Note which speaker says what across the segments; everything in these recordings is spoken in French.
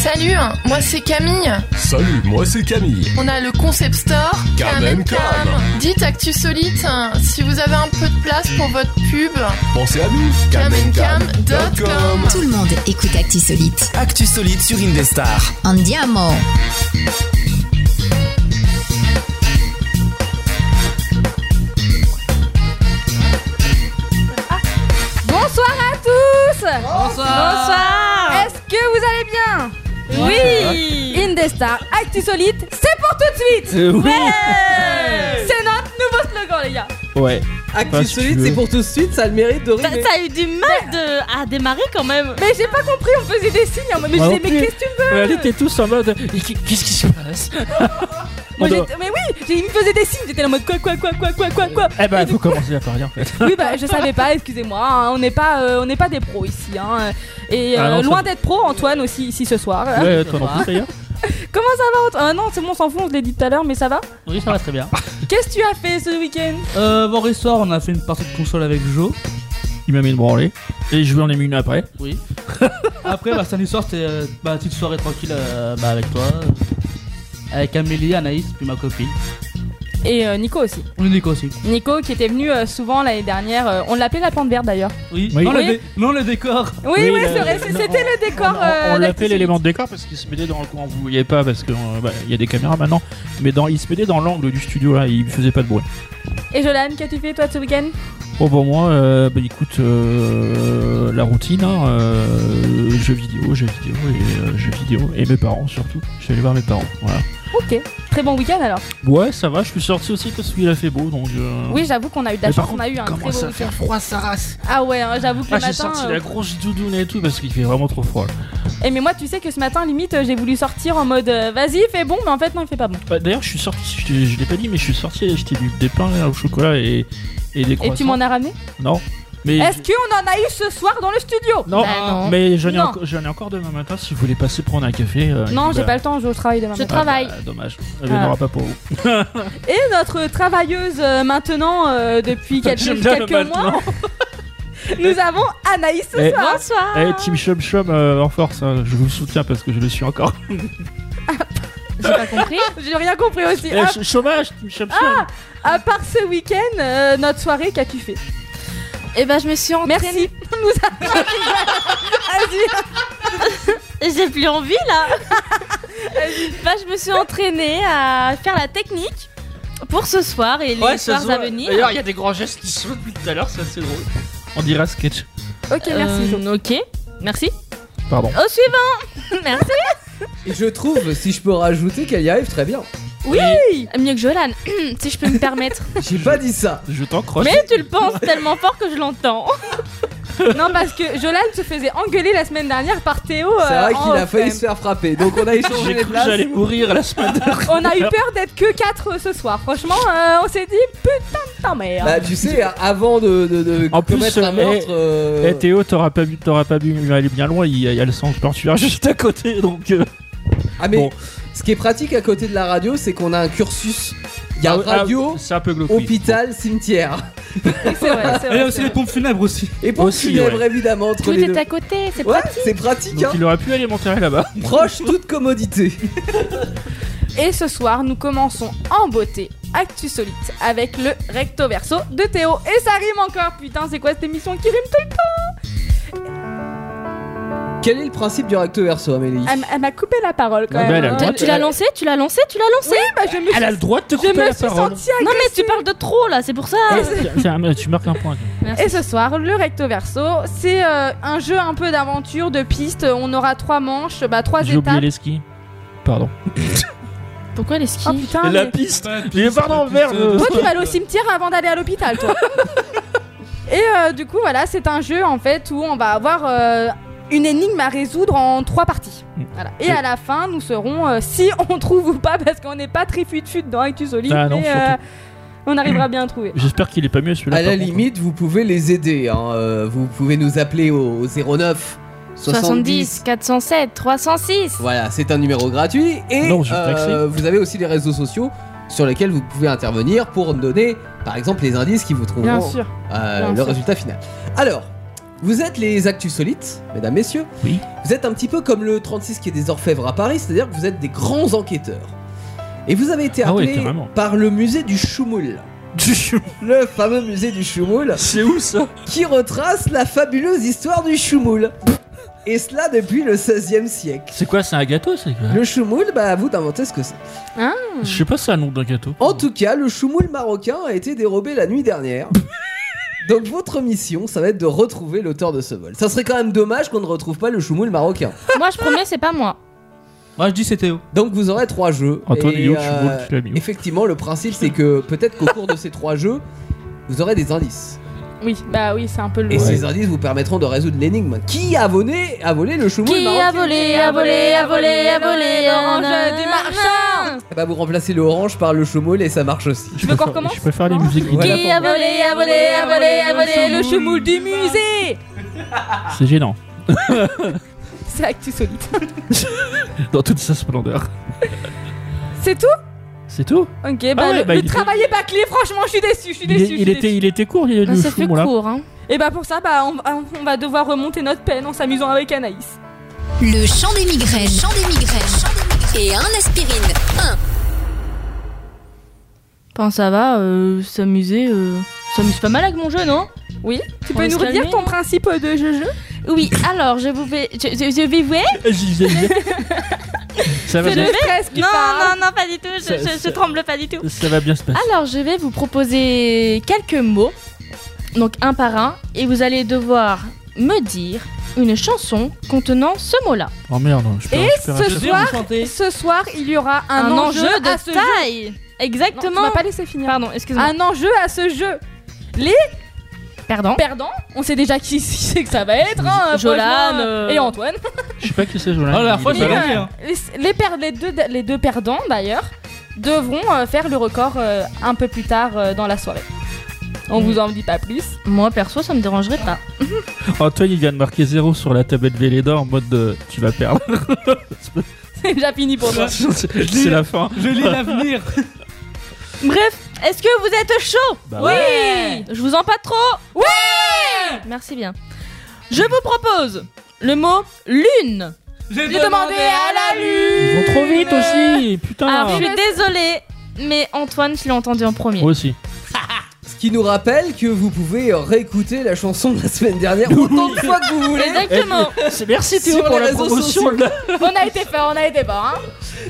Speaker 1: Salut, moi c'est Camille.
Speaker 2: Salut, moi c'est Camille.
Speaker 1: On a le concept store
Speaker 2: Cam and Cam.
Speaker 1: Dites Actu Solite hein, si vous avez un peu de place pour votre pub.
Speaker 2: Pensez à nous.
Speaker 1: camandcam.com.
Speaker 3: Tout le monde écoute Actisolite.
Speaker 4: Actu solide sur Indestar.
Speaker 3: En diamant.
Speaker 5: Bonsoir à tous Est-ce que vous allez bien Oui Indestar, Actu Solide, c'est pour tout de suite C'est notre nouveau slogan les gars
Speaker 6: Ouais.
Speaker 7: Actu
Speaker 6: Enfin, si tu
Speaker 7: solide,
Speaker 6: veux.
Speaker 7: c'est pour tout de suite, ça a le mérite de
Speaker 8: T'as
Speaker 7: rimer.
Speaker 8: t'as eu du mal de... à démarrer quand même.
Speaker 5: Mais j'ai pas compris, on faisait des signes, en mode, mais je
Speaker 6: Moi
Speaker 5: disais
Speaker 6: non
Speaker 5: mais
Speaker 6: plus.
Speaker 5: qu'est-ce que tu veux
Speaker 6: Ouais, elle était tous en mode Mais qu'est- Qu'est-ce qui se passe
Speaker 5: Moi,
Speaker 6: On doit-
Speaker 5: j'étais- Mais oui, j'ai- il me faisait des signes, j'étais en mode quoi quoi quoi quoi quoi quoi quoi
Speaker 6: Eh ben, faut commencer à parler en fait.
Speaker 5: Oui bah je savais pas, excusez-moi, hein, on n'est pas, euh, on n'est pas des pros ici hein. Et
Speaker 6: Ah
Speaker 5: euh,
Speaker 6: non, ça-
Speaker 5: loin d'être pro, Antoine aussi ici ce soir.
Speaker 6: Ouais, toi non plus d'ailleurs.
Speaker 5: Comment ça va Antoine Ah non c'est bon on s'en fout, on te l'a dit tout à l'heure mais ça va
Speaker 9: Oui, ça va très bien.
Speaker 5: Qu'est-ce que tu as fait ce week-end
Speaker 9: Euh, vendredi soir, on a fait une partie de console avec Jo.
Speaker 6: Il m'a mis le branlé. Et je lui en ai mis une après.
Speaker 9: Oui. Après, bah, samedi soir, c'était euh, bah, petite soirée tranquille euh, bah, avec toi, euh, avec Amélie, Anaïs, puis ma copine.
Speaker 5: Et euh, Nico aussi.
Speaker 9: On est Nico aussi.
Speaker 5: Nico qui était venu euh, souvent l'année dernière, euh, on l'appelait la plante verte d'ailleurs.
Speaker 9: Oui.
Speaker 6: Oui.
Speaker 9: Non,
Speaker 5: Oui.
Speaker 9: Le dé- non, le décor.
Speaker 5: Oui,
Speaker 6: Oui,
Speaker 5: oui,
Speaker 6: le-
Speaker 5: c'est vrai, c'est-
Speaker 6: le-
Speaker 5: c'était le décor. euh,
Speaker 6: On- on l'appelait
Speaker 5: d'activité.
Speaker 6: l'élément de décor parce qu'il se mettait dans le coin. Vous voyez pas parce qu'il y a des caméras maintenant. Mais dans, il se mettait dans l'angle du studio là. Il faisait pas de bruit.
Speaker 5: Et Jolan, qu'as-tu fait toi ce week-end
Speaker 6: Bon, pour moi, euh, bah, écoute, euh, la routine hein, euh, jeux vidéo, jeux vidéo et euh, jeux vidéo. Et mes parents surtout. Je suis allé voir mes parents. Voilà.
Speaker 5: Ok, très bon week-end alors.
Speaker 6: Ouais, ça va. Je suis sorti aussi parce qu'il a fait beau. Donc, euh,
Speaker 5: Oui, j'avoue qu'on a eu de la
Speaker 6: Mais par
Speaker 5: chance, on a eu un très beau
Speaker 6: Comment ça
Speaker 5: week-end.
Speaker 6: faire froid, sa race
Speaker 5: Ah ouais, hein, j'avoue que
Speaker 6: Ah,
Speaker 5: le
Speaker 6: j'ai
Speaker 5: matin.
Speaker 6: sorti
Speaker 5: euh,
Speaker 6: la grosse doudoune et tout parce qu'il fait vraiment trop froid.
Speaker 5: Eh mais moi, tu sais que ce matin, limite, euh, j'ai voulu sortir en mode euh, vas-y, il fait bon, mais en fait non, il fait pas bon.
Speaker 6: Bah, D'ailleurs, je suis sorti, je, t'ai- je l'ai pas dit, mais je suis sorti et j'étais du des pains là, au chocolat et, et des
Speaker 5: Et
Speaker 6: croissants.
Speaker 5: tu m'en as ramené
Speaker 6: Non, mais.
Speaker 5: Est-ce qu'on en a eu ce soir dans le studio
Speaker 6: Non,
Speaker 8: Bah, non.
Speaker 6: mais j'en ai,
Speaker 5: Non.
Speaker 6: enco- j'en ai encore demain matin si vous voulez passer prendre un café. euh,
Speaker 5: Non,
Speaker 6: et
Speaker 5: j'ai
Speaker 6: bah-
Speaker 5: pas le temps, je travaille demain.
Speaker 8: Je
Speaker 5: matin.
Speaker 6: Ah,
Speaker 8: travaille.
Speaker 6: bah, dommage. Elle
Speaker 5: Ah.
Speaker 6: n'aura pas pour vous.
Speaker 5: Et notre travailleuse euh, maintenant, euh, depuis
Speaker 6: J'aime
Speaker 5: quelques,
Speaker 6: bien
Speaker 5: quelques
Speaker 6: le
Speaker 5: mois, nous avons Anaïs ce
Speaker 6: Eh,
Speaker 5: soir.
Speaker 8: Bonsoir.
Speaker 6: Eh, Team Chum Chum euh, en force, hein, je vous soutiens parce que je le suis encore.
Speaker 8: J'ai pas compris.
Speaker 5: J'ai rien compris aussi.
Speaker 6: Eh,
Speaker 5: À,
Speaker 6: ch- chômage, Team Chum Chum.
Speaker 5: Ah. à part ce week-end, euh, notre soirée, qu'as-tu fait
Speaker 8: Et ben, je me suis entraînée.
Speaker 5: Merci. Nous a- Vas-y.
Speaker 8: J'ai plus envie là. bah, je me suis entraînée à faire la technique pour ce soir et les soirs à venir.
Speaker 6: D'ailleurs, il y a des grands gestes qui se font depuis tout à l'heure, c'est assez drôle. On dira sketch.
Speaker 5: Ok, merci. Jo.
Speaker 8: Euh, ok. Merci.
Speaker 6: Pardon.
Speaker 8: Au suivant. Merci.
Speaker 7: Et je trouve, si je peux rajouter, qu'elle y arrive très bien.
Speaker 8: Mieux que Jolan, si je peux me permettre.
Speaker 7: J'ai pas dit ça.
Speaker 6: Oh, Je t'encroche.
Speaker 8: Mais tu le penses tellement fort que je l'entends.
Speaker 5: Non, parce que Jolan se faisait engueuler la semaine dernière par Théo.
Speaker 7: C'est
Speaker 5: euh,
Speaker 7: vrai
Speaker 5: en
Speaker 7: qu'il a
Speaker 5: off,
Speaker 7: failli
Speaker 5: quand
Speaker 7: se faire frapper. Donc on a échangé
Speaker 6: J'ai
Speaker 7: les
Speaker 6: cru que
Speaker 7: places.
Speaker 6: j'allais mourir la semaine dernière.
Speaker 5: On a eu peur d'être que 4 ce soir. Franchement, euh, on s'est dit putain de ta mère.
Speaker 7: Bah tu sais, avant de, de, de
Speaker 6: En plus,
Speaker 7: commettre un
Speaker 6: eh,
Speaker 7: meurtre...
Speaker 6: Eh
Speaker 7: euh,
Speaker 6: Théo, t'auras pas bu, t'auras pas bu, mais aller bien loin, il y a, il y a le sens portuaire juste à côté, donc... euh,
Speaker 7: Ah mais
Speaker 6: bon.
Speaker 7: ce qui est pratique à côté de la radio, c'est qu'on a un cursus. Il y a
Speaker 6: Ah, ah,
Speaker 7: radio,
Speaker 6: c'est un peu glauque, oui.
Speaker 7: hôpital, cimetière.
Speaker 5: c'est vrai, c'est
Speaker 9: Et il y a
Speaker 5: vrai.
Speaker 9: aussi les pompes funèbres aussi.
Speaker 7: Et pour
Speaker 6: Aussi,
Speaker 7: funèbre,
Speaker 6: ouais.
Speaker 7: évidemment, entre
Speaker 8: Tout
Speaker 7: les deux.
Speaker 8: est à côté, c'est
Speaker 7: Ouais,
Speaker 8: pratique.
Speaker 7: c'est pratique,
Speaker 6: Donc
Speaker 7: hein.
Speaker 6: il aurait pu aller m'enterrer là-bas.
Speaker 7: Proche toute commodité.
Speaker 5: Et ce soir, nous commençons en beauté Actu Solite avec le recto verso de Théo. Et ça rime encore, putain, c'est quoi cette émission qui rime tout
Speaker 7: Quel est le principe du recto verso, Amélie
Speaker 5: Elle, elle m'a coupé la parole quand
Speaker 6: Ouais,
Speaker 5: même.
Speaker 6: bah, elle a le
Speaker 5: hein.
Speaker 6: droit
Speaker 8: Tu l'as lancé, tu l'as lancé, tu l'as lancé.
Speaker 5: Bah, je me suis,
Speaker 6: Elle a le droit de te
Speaker 5: je
Speaker 6: couper
Speaker 5: me
Speaker 6: la
Speaker 5: suis
Speaker 6: parole.
Speaker 5: sentie
Speaker 8: Non mais tu parles de trop là, c'est pour ça.
Speaker 6: Tiens, mais tu marques un point.
Speaker 5: Et ce soir, le recto verso, c'est euh, un jeu un peu d'aventure, de piste. On aura trois manches, bah trois
Speaker 6: J'ai oublié
Speaker 5: étapes.
Speaker 6: les skis. Pardon.
Speaker 8: Pourquoi les skis
Speaker 5: Oh putain, mais-
Speaker 6: piste Il est pardon, vert euh. le-
Speaker 5: toi tu vas aller au cimetière avant d'aller à l'hôpital, toi. Et euh, du coup, voilà, c'est un jeu en fait où on va avoir euh, une énigme à résoudre en trois parties.
Speaker 6: Mm.
Speaker 5: Voilà. Et à la fin, nous serons euh, si on trouve ou pas, parce qu'on n'est pas très fut-fut dans Actu Solide,
Speaker 6: Ah non,
Speaker 5: mais euh,
Speaker 6: surtout.
Speaker 5: on arrivera bien à trouver.
Speaker 6: J'espère qu'il est pas mieux celui-là.
Speaker 7: À la
Speaker 6: par contre.
Speaker 7: limite, vous pouvez les aider. hein, euh, vous pouvez nous appeler au, au 09
Speaker 8: 70, 407, 306.
Speaker 7: Voilà, c'est un numéro gratuit. Et
Speaker 6: Non, je vais
Speaker 7: euh,
Speaker 6: taxer.
Speaker 7: vous avez aussi les réseaux sociaux sur lesquels vous pouvez intervenir pour donner, par exemple, les indices qui vous trouveront
Speaker 5: Bien sûr.
Speaker 7: euh,
Speaker 5: bien
Speaker 7: le
Speaker 5: sûr.
Speaker 7: résultat final. Alors, Vous êtes les Actus Solites, mesdames, messieurs.
Speaker 6: Oui.
Speaker 7: Vous êtes un petit peu comme le 36 qui est des Orfèvres à Paris, c'est-à-dire que vous êtes des grands enquêteurs. Et vous avez été
Speaker 6: Ah ouais,
Speaker 7: appelés
Speaker 6: carrément.
Speaker 7: par le musée du Choumoul. Le fameux musée du Choumoul
Speaker 6: C'est où ça
Speaker 7: qui retrace la fabuleuse histoire du Choumoul. Et cela depuis le 16e siècle.
Speaker 6: C'est quoi, c'est un gâteau c'est quoi
Speaker 7: Le Choumoul, bah à vous d'inventer ce que c'est.
Speaker 6: Je sais pas, c'est un nom d'un gâteau.
Speaker 7: En tout cas, le choumoul marocain a été dérobé la nuit dernière. Donc votre mission, ça va être de retrouver l'auteur de ce vol. Ça serait quand même dommage qu'on ne retrouve pas le choumoul marocain.
Speaker 8: Moi, je promets, c'est pas moi.
Speaker 9: Moi je dis c'était où
Speaker 7: Donc vous aurez trois jeux.
Speaker 6: Antoine,
Speaker 7: Et,
Speaker 6: il est où le
Speaker 7: euh,
Speaker 6: choumoul Tu l'as mis où
Speaker 7: Effectivement, le principe c'est que peut-être qu'au cours de ces trois jeux, vous aurez des indices.
Speaker 1: Oui, bah oui, c'est un peu le.
Speaker 7: Et ces indices vous permettront de résoudre l'énigme. Qui a volé, a volé le choumoul
Speaker 8: Qui
Speaker 7: marocain
Speaker 8: a volé, a volé, a volé, a volé l'orange du marchand
Speaker 7: Eh ben, Vous remplacez le orange par le choumoul et ça marche aussi.
Speaker 6: Je
Speaker 8: veux qu'on
Speaker 6: préfère-
Speaker 8: recommence
Speaker 6: Je préfère les musiques.
Speaker 7: Voilà.
Speaker 8: Qui a volé, a volé, a volé, a volé le choumoule du musée
Speaker 6: C'est gênant.
Speaker 5: C'est Actu Solide.
Speaker 6: Dans toute sa splendeur.
Speaker 5: C'est tout
Speaker 6: C'est tout
Speaker 5: Ok, bah,
Speaker 6: ouais,
Speaker 5: le,
Speaker 6: bah,
Speaker 5: le
Speaker 6: il était-
Speaker 5: travail est bâclé, franchement, je suis déçu, je suis
Speaker 6: il, est-
Speaker 5: déçu.
Speaker 6: il était, il était court, il y a
Speaker 8: Ça fait
Speaker 6: là.
Speaker 8: court, hein.
Speaker 5: Et bah pour ça, bah, on, on va devoir remonter notre peine en s'amusant avec Anaïs.
Speaker 3: Le chant des migraines. Chant des migraines. Chant des migraines. Et un aspirine.
Speaker 8: Bon, ça va, euh, s'amuser, euh, s'amuse pas mal avec mon jeu, non
Speaker 5: Oui Tu
Speaker 8: On
Speaker 5: peux
Speaker 8: va
Speaker 5: nous
Speaker 8: se
Speaker 5: redire
Speaker 8: calmer,
Speaker 5: ton
Speaker 8: hein.
Speaker 5: principe de jeu-jeu
Speaker 8: Oui, alors, je vous vais... Je, je- je vais vous...
Speaker 6: J'y viens. ça, va
Speaker 8: Je
Speaker 6: bien,
Speaker 8: vais-
Speaker 5: Presque
Speaker 8: Non, non, non, pas du tout, je,
Speaker 6: Ça-
Speaker 8: je- je
Speaker 6: ça-
Speaker 8: tremble pas du tout.
Speaker 6: ça va bien se passer.
Speaker 8: Alors, je vais vous proposer quelques mots, donc un par un, et vous allez devoir me dire une chanson contenant ce mot-là.
Speaker 6: Oh merde, je peux
Speaker 5: Et
Speaker 6: récupérer
Speaker 5: ce
Speaker 6: la-
Speaker 9: sais,
Speaker 5: soir-
Speaker 9: vous chantez.
Speaker 5: Ce soir, il y aura un, à ce jeu.
Speaker 8: taille
Speaker 5: Non, tu
Speaker 8: Exactement
Speaker 5: m'as pas laissé finir.
Speaker 8: Pardon, excuse-moi.
Speaker 5: Un enjeu à ce jeu.
Speaker 8: Pardon.
Speaker 5: Perdant, on sait déjà qui c'est que ça va être. Hein,
Speaker 8: Jolan,
Speaker 5: franchement.
Speaker 8: euh,
Speaker 5: Et Antoine.
Speaker 6: Je sais pas qui c'est, Jolan.
Speaker 9: Ah, la dernière fois,
Speaker 6: Il
Speaker 9: je
Speaker 6: est
Speaker 9: l'ai
Speaker 6: pas là.
Speaker 9: gagné, hein.
Speaker 5: Les, les per- les deux, les deux perdants, d'ailleurs, devront euh, faire le record euh, un peu plus tard euh, dans la soirée. On
Speaker 8: Mm.
Speaker 5: vous en dit pas plus.
Speaker 8: Moi, perso, ça me dérangerait pas.
Speaker 6: Antoine, il vient de marquer 0 sur la tablette Vélédor en mode de, tu vas perdre.
Speaker 5: C'est déjà fini pour moi.
Speaker 6: c'est la fin.
Speaker 9: Je lis l'avenir
Speaker 8: Bref, est-ce que vous êtes chaud
Speaker 6: Bah
Speaker 5: ouais.
Speaker 8: Je vous en pas trop Ouais Merci bien. Je vous propose le mot lune.
Speaker 9: J'ai
Speaker 5: J'ai demandé à la
Speaker 6: Ils
Speaker 5: lune.
Speaker 6: vont trop vite aussi, putain.
Speaker 8: Alors, je suis désolée, mais Antoine, je l'ai entendu en premier.
Speaker 6: Moi aussi.
Speaker 7: Ce qui nous rappelle que vous pouvez réécouter la chanson de la semaine dernière autant de fois que vous voulez.
Speaker 8: Exactement.
Speaker 6: Eh, Merci Théo
Speaker 7: Sur
Speaker 6: pour
Speaker 7: les
Speaker 6: la
Speaker 7: réseaux
Speaker 6: promotion.
Speaker 7: sociaux.
Speaker 6: de la-
Speaker 5: On a été fort, on a été fort. Hein.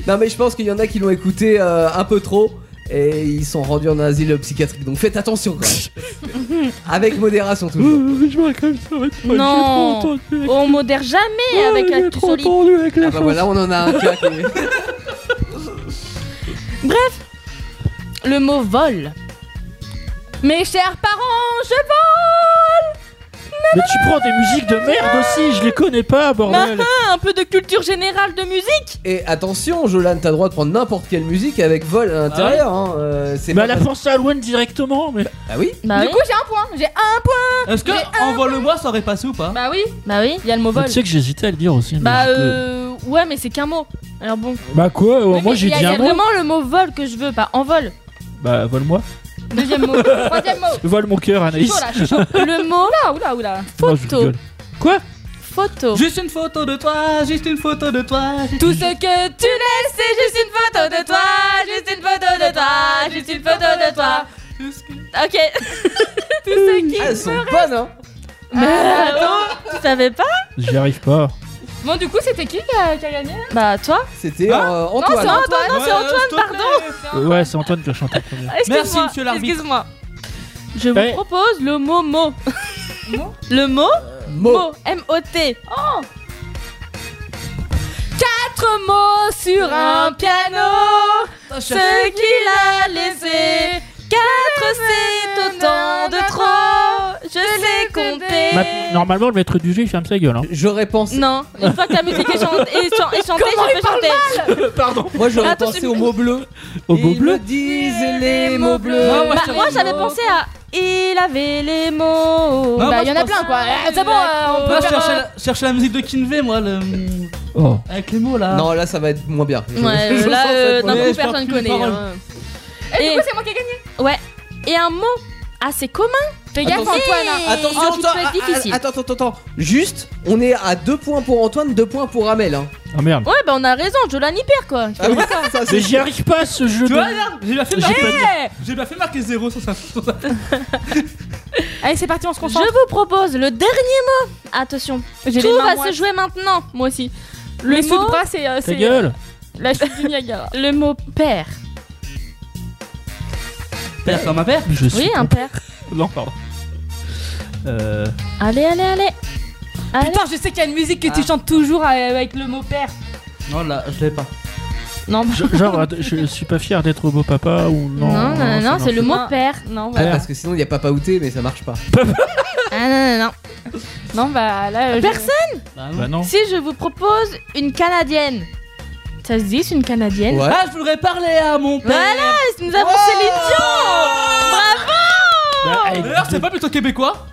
Speaker 7: Non mais je pense qu'il y en a qui l'ont écouté euh, un peu trop et ils sont rendus en asile psychiatrique. Donc faites attention quand même. Avec modération toujours.
Speaker 6: Ouh, Euh, Je me raconte ça, ouais, j'ai
Speaker 8: Non.
Speaker 6: trop entendu avec-
Speaker 8: On modère jamais
Speaker 6: Ouais,
Speaker 8: avec
Speaker 6: j'ai
Speaker 8: un
Speaker 6: trop entendu avec la
Speaker 7: Ah bah
Speaker 6: chanson.
Speaker 7: voilà, on en a un cas qui est-
Speaker 8: Le mot vol.
Speaker 5: Mes chers parents, je
Speaker 6: Mais tu prends des musiques de merde aussi, je les connais pas, bordel.
Speaker 8: un peu de culture générale de musique.
Speaker 7: Et attention, Jolan, t'as le droit de prendre n'importe quelle musique avec vol à l'intérieur. hein, euh, c'est
Speaker 6: Bah
Speaker 7: pas
Speaker 6: elle a
Speaker 7: parce-
Speaker 6: pensé à Louen directement, mais
Speaker 7: Ah oui
Speaker 8: Bah
Speaker 5: Du
Speaker 8: oui.
Speaker 5: coup, j'ai un point. J'ai un point.
Speaker 9: Est-ce que Envoie-le-moi ça aurait passé ou pas
Speaker 5: Bah oui,
Speaker 8: Bah oui.
Speaker 5: il y a le mot
Speaker 6: Bah,
Speaker 5: vol.
Speaker 6: tu sais que j'hésitais à le dire aussi. mais
Speaker 8: Bah
Speaker 6: je te-
Speaker 8: euh, ouais, mais c'est qu'un mot. Alors bon.
Speaker 6: Bah quoi Moi
Speaker 8: Oui, mais
Speaker 6: j'ai
Speaker 8: il y a-
Speaker 6: dit
Speaker 8: Il y
Speaker 6: un
Speaker 8: a
Speaker 6: mot.
Speaker 8: vraiment le mot vol que je veux, pas en vol.
Speaker 6: Bah vole-moi.
Speaker 5: Deuxième mot. Troisième mot.
Speaker 6: Vole mon cœur, Anaïs.
Speaker 5: Chaud là, je suis chaud.
Speaker 8: Le mot
Speaker 5: Oula, oula, oula.
Speaker 6: Oh, je
Speaker 8: photo.
Speaker 6: rigole. Quoi
Speaker 8: photo.
Speaker 9: Juste une photo de toi, juste une photo de toi. juste-
Speaker 5: Tout ce que tu laisses, c'est juste une photo de toi. Juste une photo de toi. Juste une photo de toi.
Speaker 9: juste-
Speaker 8: Ok.
Speaker 5: Tout ce qui.
Speaker 7: Ah, Elles sont bonnes hein
Speaker 8: Mais attends, tu savais pas
Speaker 6: J'y arrive pas.
Speaker 5: Bon, du coup, c'était qui qui a, qui a gagné
Speaker 8: Bah toi.
Speaker 7: C'était euh, Antoine.
Speaker 5: c'est Antoine.
Speaker 6: Ah
Speaker 9: Ouais,
Speaker 8: c'est Antoine,
Speaker 9: s'il te plaît.
Speaker 6: Euh, ouais, c'est Antoine qui a chanté en premier.
Speaker 9: Merci,
Speaker 8: Excuse-moi,
Speaker 9: monsieur l'arbitre.
Speaker 8: Excuse-moi. Je vous
Speaker 6: Eh.
Speaker 8: propose le mot mot. le mot
Speaker 7: Mot.
Speaker 8: mot. M O T.
Speaker 5: Oh. Quatre mots sur un Oh, piano. Ce qu'il a laissé.
Speaker 8: 4 c'est autant de trop. Je sais compter.
Speaker 6: Ma- Normalement, le maître du jeu il ferme sa gueule. Hein.
Speaker 7: J'aurais pensé.
Speaker 8: Non, une fois que la musique est, chan- est chan- est chantée,
Speaker 5: Comment
Speaker 8: je
Speaker 5: il
Speaker 8: peux
Speaker 5: parle
Speaker 8: chanter.
Speaker 7: Moi j'aurais
Speaker 8: Attends,
Speaker 7: pensé
Speaker 8: c'est-
Speaker 7: aux mots bleus.
Speaker 6: Au beau
Speaker 7: Ils me
Speaker 6: bleu
Speaker 7: disent les mots
Speaker 5: Euh,
Speaker 7: bleus.
Speaker 9: Non, moi,
Speaker 8: Bah,
Speaker 9: je
Speaker 8: moi j'avais pensé à il avait les mots.
Speaker 9: Non,
Speaker 5: bah,
Speaker 9: moi,
Speaker 5: il y en
Speaker 9: je
Speaker 5: a plein quoi. Ah, C'est bon, euh, on
Speaker 9: Moi,
Speaker 5: peut
Speaker 9: je
Speaker 5: faire
Speaker 9: cherchais
Speaker 5: un-
Speaker 9: la, je cherchais la musique de Kinvey, moi, le...
Speaker 6: Oh.
Speaker 9: avec les mots là.
Speaker 7: Ah. Non, là ça va être moins bien. Je-
Speaker 8: Ouais,
Speaker 7: je
Speaker 8: euh, là
Speaker 7: sens
Speaker 8: euh,
Speaker 7: ça va
Speaker 8: d'un
Speaker 7: être
Speaker 9: Ouais,
Speaker 8: coup
Speaker 9: je parle
Speaker 8: personne
Speaker 9: plus de
Speaker 8: connaît.
Speaker 9: paroles.
Speaker 8: hein.
Speaker 5: hein. Et du
Speaker 8: Et,
Speaker 5: coup, c'est moi qui ai gagné.
Speaker 8: ouais. Et un mot assez commun
Speaker 5: Fais gaffe,
Speaker 7: Attention.
Speaker 5: Antoine. hein.
Speaker 7: Attention,
Speaker 8: Oh, tu te
Speaker 7: Antoine,
Speaker 8: fais
Speaker 7: ah, ah,
Speaker 8: difficile.
Speaker 7: attends, attends, attends. Juste, on est à 2 points pour Antoine, 2 points pour Amel. Hein.
Speaker 6: Ah merde.
Speaker 8: Ouais, bah on a raison, Jolani perd quoi.
Speaker 7: Ah oui, ça, c'est-
Speaker 6: Mais j'y arrive pas ce jeu.
Speaker 9: Tu
Speaker 6: de-
Speaker 9: vois, regarde, j'ai bien fait
Speaker 6: J'ai
Speaker 9: marquer-
Speaker 6: pas de-
Speaker 9: j'ai bien fait marquer 0 sur sa. sur sa-
Speaker 5: Allez, c'est parti, on se concentre.
Speaker 8: Je vous propose le dernier mot. Attention,
Speaker 5: J'ai
Speaker 8: tout
Speaker 5: les mains
Speaker 8: va
Speaker 5: moites.
Speaker 8: se jouer maintenant. Moi aussi. Le
Speaker 5: Les sous de
Speaker 8: mot,
Speaker 5: bras, c'est. euh,
Speaker 6: Ta
Speaker 5: c'est-
Speaker 6: gueule.
Speaker 5: La chute du Niagara.
Speaker 8: le mot père.
Speaker 9: Père comme un père
Speaker 6: Je suis.
Speaker 8: Oui, hein. un père.
Speaker 6: Non, pardon. Euh.
Speaker 8: Allez, allez, allez. Allez.
Speaker 5: Putain, je sais qu'il y a une musique que tu chantes toujours euh, avec le mot père.
Speaker 9: Non, là, je l'ai pas.
Speaker 8: Non, bah-
Speaker 6: je- Genre, att- je suis pas fier d'être beau papa ou non.
Speaker 8: non, non, non, non,
Speaker 6: ça
Speaker 8: c'est le
Speaker 6: marche
Speaker 8: mot
Speaker 5: pas.
Speaker 8: père. Non,
Speaker 7: Ah,
Speaker 8: bah.
Speaker 7: parce que sinon, il y a Papa Outé, mais ça marche pas.
Speaker 8: Ah, non, non, non.
Speaker 5: Non, bah là. euh, je-
Speaker 8: Personne
Speaker 9: Bah,
Speaker 6: pas.
Speaker 9: non.
Speaker 6: Bah non.
Speaker 8: Si je vous propose une canadienne. Ça se dit, c'est une canadienne. Oh
Speaker 7: Ouais.
Speaker 9: Ah, je voudrais parler à mon père
Speaker 8: Voilà, nous avons Céline
Speaker 7: Ah,
Speaker 8: Dion. Ah,
Speaker 6: Bah, eh,
Speaker 9: D'ailleurs, c'est pas plutôt québécois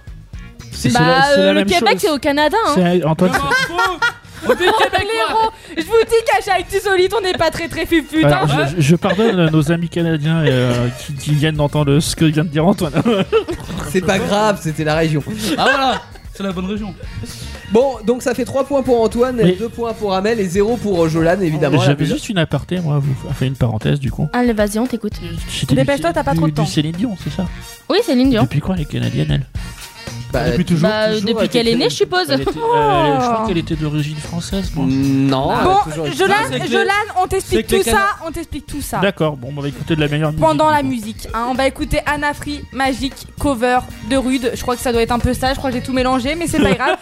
Speaker 6: c'est- c'est
Speaker 8: Bravo.
Speaker 6: la-
Speaker 8: Bah,
Speaker 6: c'est la
Speaker 8: euh, le
Speaker 6: même
Speaker 8: Québec,
Speaker 6: chose.
Speaker 8: c'est au Canada. hein.
Speaker 6: C'est- Antoine,
Speaker 9: Je m'en
Speaker 6: c'est-
Speaker 9: fous. On est québécois
Speaker 5: L'héros. Je vous dis qu'à Chaïti Solite, on n'est pas très très fufu.
Speaker 8: hein.
Speaker 6: Alors,
Speaker 5: putain.
Speaker 6: Bah, je, je pardonne à nos amis canadiens euh, qui, qui viennent d'entendre ce que vient de dire Antoine.
Speaker 7: C'est pas grave, c'était la région.
Speaker 9: Ah voilà, c'est la bonne région.
Speaker 7: Bon, donc ça fait 3 points pour Antoine,
Speaker 6: Oui.
Speaker 7: 2 points pour Amel et 0 pour euh, Jolan, évidemment. la
Speaker 6: J'avais
Speaker 7: plus-
Speaker 6: juste une aparté, moi, à vous enfin une parenthèse du coup.
Speaker 8: Allez, vas-y, on t'écoute.
Speaker 6: C'était du-
Speaker 5: Dépêche-toi, t'as pas
Speaker 6: du-
Speaker 5: trop de temps.
Speaker 6: Du Céline Dion, c'est ça
Speaker 8: Oui, Céline Dion.
Speaker 6: Depuis quand elle est canadienne, elle
Speaker 7: Bah,
Speaker 9: Depuis toujours.
Speaker 8: Bah,
Speaker 7: toujours,
Speaker 8: depuis
Speaker 7: elle
Speaker 8: qu'elle est
Speaker 7: était
Speaker 8: née, je suppose.
Speaker 6: Elle était- euh, Je crois qu'elle était d'origine française, moi.
Speaker 7: mm, Non, elle a
Speaker 5: Bon,
Speaker 7: toujours été-
Speaker 9: Ah, c'est
Speaker 5: Jolan,
Speaker 9: que-
Speaker 5: Jolan, on t'explique
Speaker 9: c'est
Speaker 5: tout
Speaker 9: que les
Speaker 5: ça. On t'explique tout ça.
Speaker 6: D'accord, bon, on va écouter de la meilleure musique.
Speaker 5: pendant la
Speaker 6: du coup.
Speaker 5: musique. hein. On va écouter Anna Free, Magique, cover de Rude. Je crois que ça doit être un peu ça. Je crois que j'ai tout mélangé, mais c'est pas grave.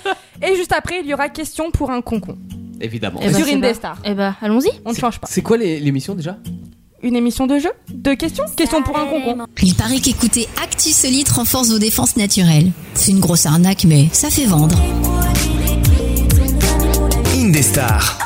Speaker 5: Et juste après, il y aura question pour un concon
Speaker 7: Évidemment.
Speaker 8: Eh ben,
Speaker 5: sur
Speaker 8: c'est
Speaker 5: Indestar.
Speaker 8: Eh bah, allons-y.
Speaker 5: On ne change pas.
Speaker 7: C'est quoi les- l'émission déjà
Speaker 5: Une émission de jeu Deux questions Question pour un concon.
Speaker 3: Il paraît qu'écouter Actu Solite renforce vos défenses naturelles. C'est une grosse arnaque, mais ça fait vendre.
Speaker 4: Indestar.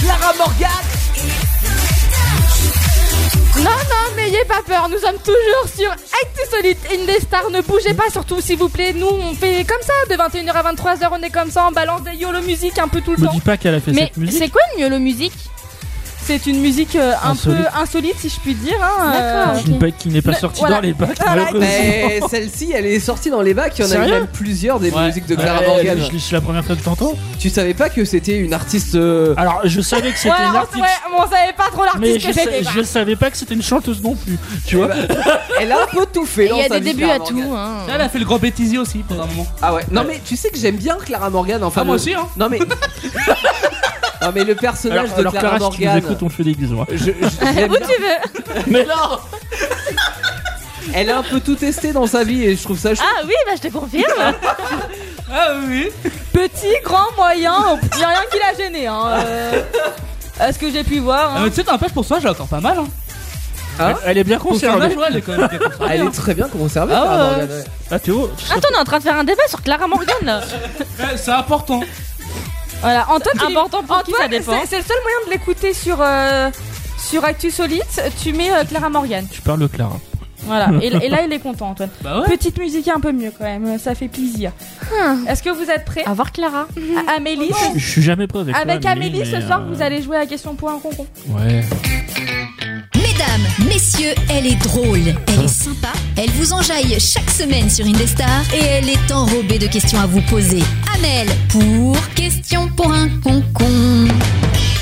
Speaker 7: Clara Morgan
Speaker 5: Non, non, n'ayez pas peur. Nous sommes toujours sur Actu Solite Indestar. Ne bougez pas surtout, s'il vous plaît. Nous, on fait comme ça. De 21h à 23h, on est comme ça. On balance des YOLO musique un peu tout le
Speaker 6: Me
Speaker 5: temps.
Speaker 6: dis pas qu'elle a fait
Speaker 8: Mais
Speaker 6: cette musique.
Speaker 8: c'est quoi une YOLO musique
Speaker 5: C'est une musique euh, un
Speaker 6: Insolite.
Speaker 5: peu insolite, si je puis dire. hein. Euh,
Speaker 8: D'accord.
Speaker 6: Qui n'est pas- Qui n'est pas
Speaker 5: Ne-
Speaker 6: sortie
Speaker 5: voilà.
Speaker 6: dans les bacs,
Speaker 5: Voilà.
Speaker 6: malheureusement.
Speaker 7: Mais Eh, celle-ci, elle est sortie dans les bacs. Il y en a eu
Speaker 6: Sérieux
Speaker 7: même plusieurs des
Speaker 9: Ouais.
Speaker 7: musiques de
Speaker 6: Ouais,
Speaker 7: Clara
Speaker 6: je
Speaker 7: Morgan.
Speaker 6: l'ai- c'est la première fois que t'entends.
Speaker 7: Tu savais pas que c'était une artiste. euh,
Speaker 6: Alors, je savais que c'était
Speaker 5: Ouais,
Speaker 6: une
Speaker 5: on,
Speaker 6: artiste,
Speaker 5: ouais, mais on savait pas trop
Speaker 6: mais
Speaker 5: l'artiste
Speaker 6: je,
Speaker 5: que
Speaker 6: sa-
Speaker 5: c'était.
Speaker 6: je savais pas que c'était une chanteuse non plus. Tu vois
Speaker 7: Elle a un peu tout fait.
Speaker 8: Il
Speaker 7: dans
Speaker 8: y a
Speaker 7: sa
Speaker 8: des
Speaker 7: vie,
Speaker 8: débuts
Speaker 7: Clara
Speaker 8: à
Speaker 7: Morgan.
Speaker 8: tout. hein.
Speaker 9: Elle a fait le grand bêtisier aussi pendant un moment.
Speaker 7: Ah ouais. Non mais tu sais que j'aime bien Clara Morgan. Enfin
Speaker 9: Ah, moi
Speaker 7: le-
Speaker 9: aussi, hein.
Speaker 7: Non mais. non mais le personnage
Speaker 6: Alors,
Speaker 7: de
Speaker 6: alors,
Speaker 7: Clara
Speaker 6: Clara, si tu nous
Speaker 7: Morgan.
Speaker 6: écoutes, on te fait des bisous, hein.
Speaker 7: je- je- j'aime bien.
Speaker 6: Mais
Speaker 7: Elle a un peu tout testé dans sa vie et je trouve ça. chou-
Speaker 8: Ah oui, bah je te confirme.
Speaker 9: Ah oui
Speaker 5: Petit, grand, moyen, il y a rien qui l'a gêné. Hein, euh, à ce que j'ai pu voir. hein.
Speaker 9: Euh, Tu sais, t'empêches pour soi, j'ai encore pas mal. Hein.
Speaker 7: Hein
Speaker 6: elle est bien
Speaker 9: Pour son âge,
Speaker 6: concernée.
Speaker 9: ouais, elle est quand même bien conservée,
Speaker 7: Elle
Speaker 9: hein.
Speaker 7: est très bien conservée.
Speaker 9: Ah
Speaker 7: Clara
Speaker 5: euh,
Speaker 9: ouais.
Speaker 7: Morgan, ouais.
Speaker 6: Ah, Théo, tu sais-
Speaker 8: Attends, on est en train de faire un débat sur Clara Morgan là.
Speaker 9: Ouais, Eh, C'est important.
Speaker 5: Voilà, Antoine, tu-
Speaker 8: Important pour qui ça
Speaker 5: Antoine,
Speaker 8: dépend.
Speaker 5: c'est- c'est le seul moyen de l'écouter sur. euh, Sur Actu Solite, tu mets euh, Clara Morgan.
Speaker 6: tu parles de Clara.
Speaker 5: Voilà. Et, et là, il est content, Antoine.
Speaker 9: Bah ouais.
Speaker 5: Petite musique un peu mieux quand même, ça fait plaisir.
Speaker 8: Hein.
Speaker 5: Est-ce que vous êtes prêts
Speaker 8: À voir Clara.
Speaker 5: À- Amélie, ce-
Speaker 6: Je suis jamais prêt avec
Speaker 5: avec
Speaker 6: toi,
Speaker 5: Amélie, ce
Speaker 6: mais,
Speaker 5: soir,
Speaker 6: euh,
Speaker 5: vous allez jouer à question pour un concon.
Speaker 6: Ouais.
Speaker 3: Mesdames, messieurs, elle est drôle, elle est sympa, elle vous enjaille chaque semaine sur Indestar et elle est enrobée de questions à vous poser. Amel pour question pour un concon.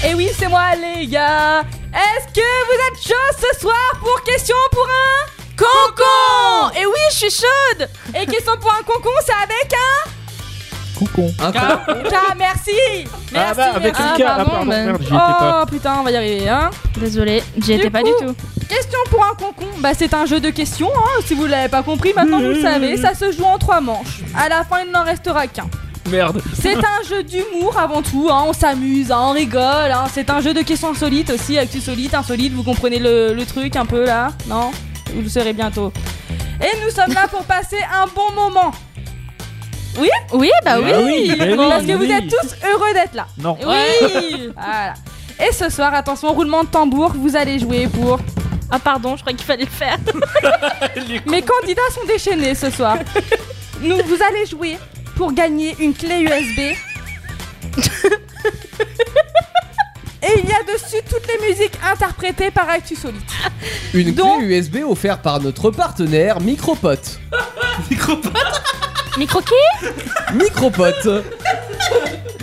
Speaker 5: Et oui, c'est moi, les gars. Est-ce que vous êtes chauds ce soir pour question pour un concon Et oui, je suis chaude. Et question pour un concon, c'est avec un
Speaker 6: Coucon.
Speaker 7: Un con-
Speaker 9: Ah,
Speaker 5: K. Merci. Merci.
Speaker 6: ah bah, avec
Speaker 5: merci.
Speaker 6: le
Speaker 8: ah,
Speaker 6: K, ah,
Speaker 8: pardon,
Speaker 6: pardon,
Speaker 8: mais-
Speaker 6: merde, j'y étais pas.
Speaker 5: Oh putain, on va y arriver. Hein.
Speaker 8: Désolée, j'y
Speaker 5: Du
Speaker 8: étais pas du
Speaker 5: coup-
Speaker 8: tout.
Speaker 5: Question pour un concon, bah c'est un jeu de questions. Hein. Si vous l'avez pas compris, maintenant vous le savez. Ça se joue en trois manches. À la fin, il n'en restera qu'un.
Speaker 6: Merde.
Speaker 5: C'est un jeu d'humour avant tout, hein, on s'amuse, hein, on rigole, hein, c'est un jeu de questions insolites aussi, actu solide, insolite, vous comprenez le, le truc un peu là, non Vous le saurez bientôt. Et nous sommes là pour passer un bon moment.
Speaker 8: Oui, bah oui.
Speaker 6: Ah oui, bah oui,
Speaker 5: parce que vous
Speaker 6: oui.
Speaker 5: êtes tous heureux d'être là.
Speaker 6: Non.
Speaker 5: Oui Voilà. Et ce soir, attention, roulement de tambour, vous allez jouer pour...
Speaker 8: Ah pardon, je croyais qu'il fallait le faire.
Speaker 5: Mes candidats sont déchaînés ce soir. Nous, vous allez jouer pour gagner une clé USB. Et il y a dessus toutes les musiques interprétées par Actu Solite.
Speaker 7: Une
Speaker 5: Donc-
Speaker 7: clé USB offerte par notre partenaire Micropote.
Speaker 8: Micro qui
Speaker 7: Micropote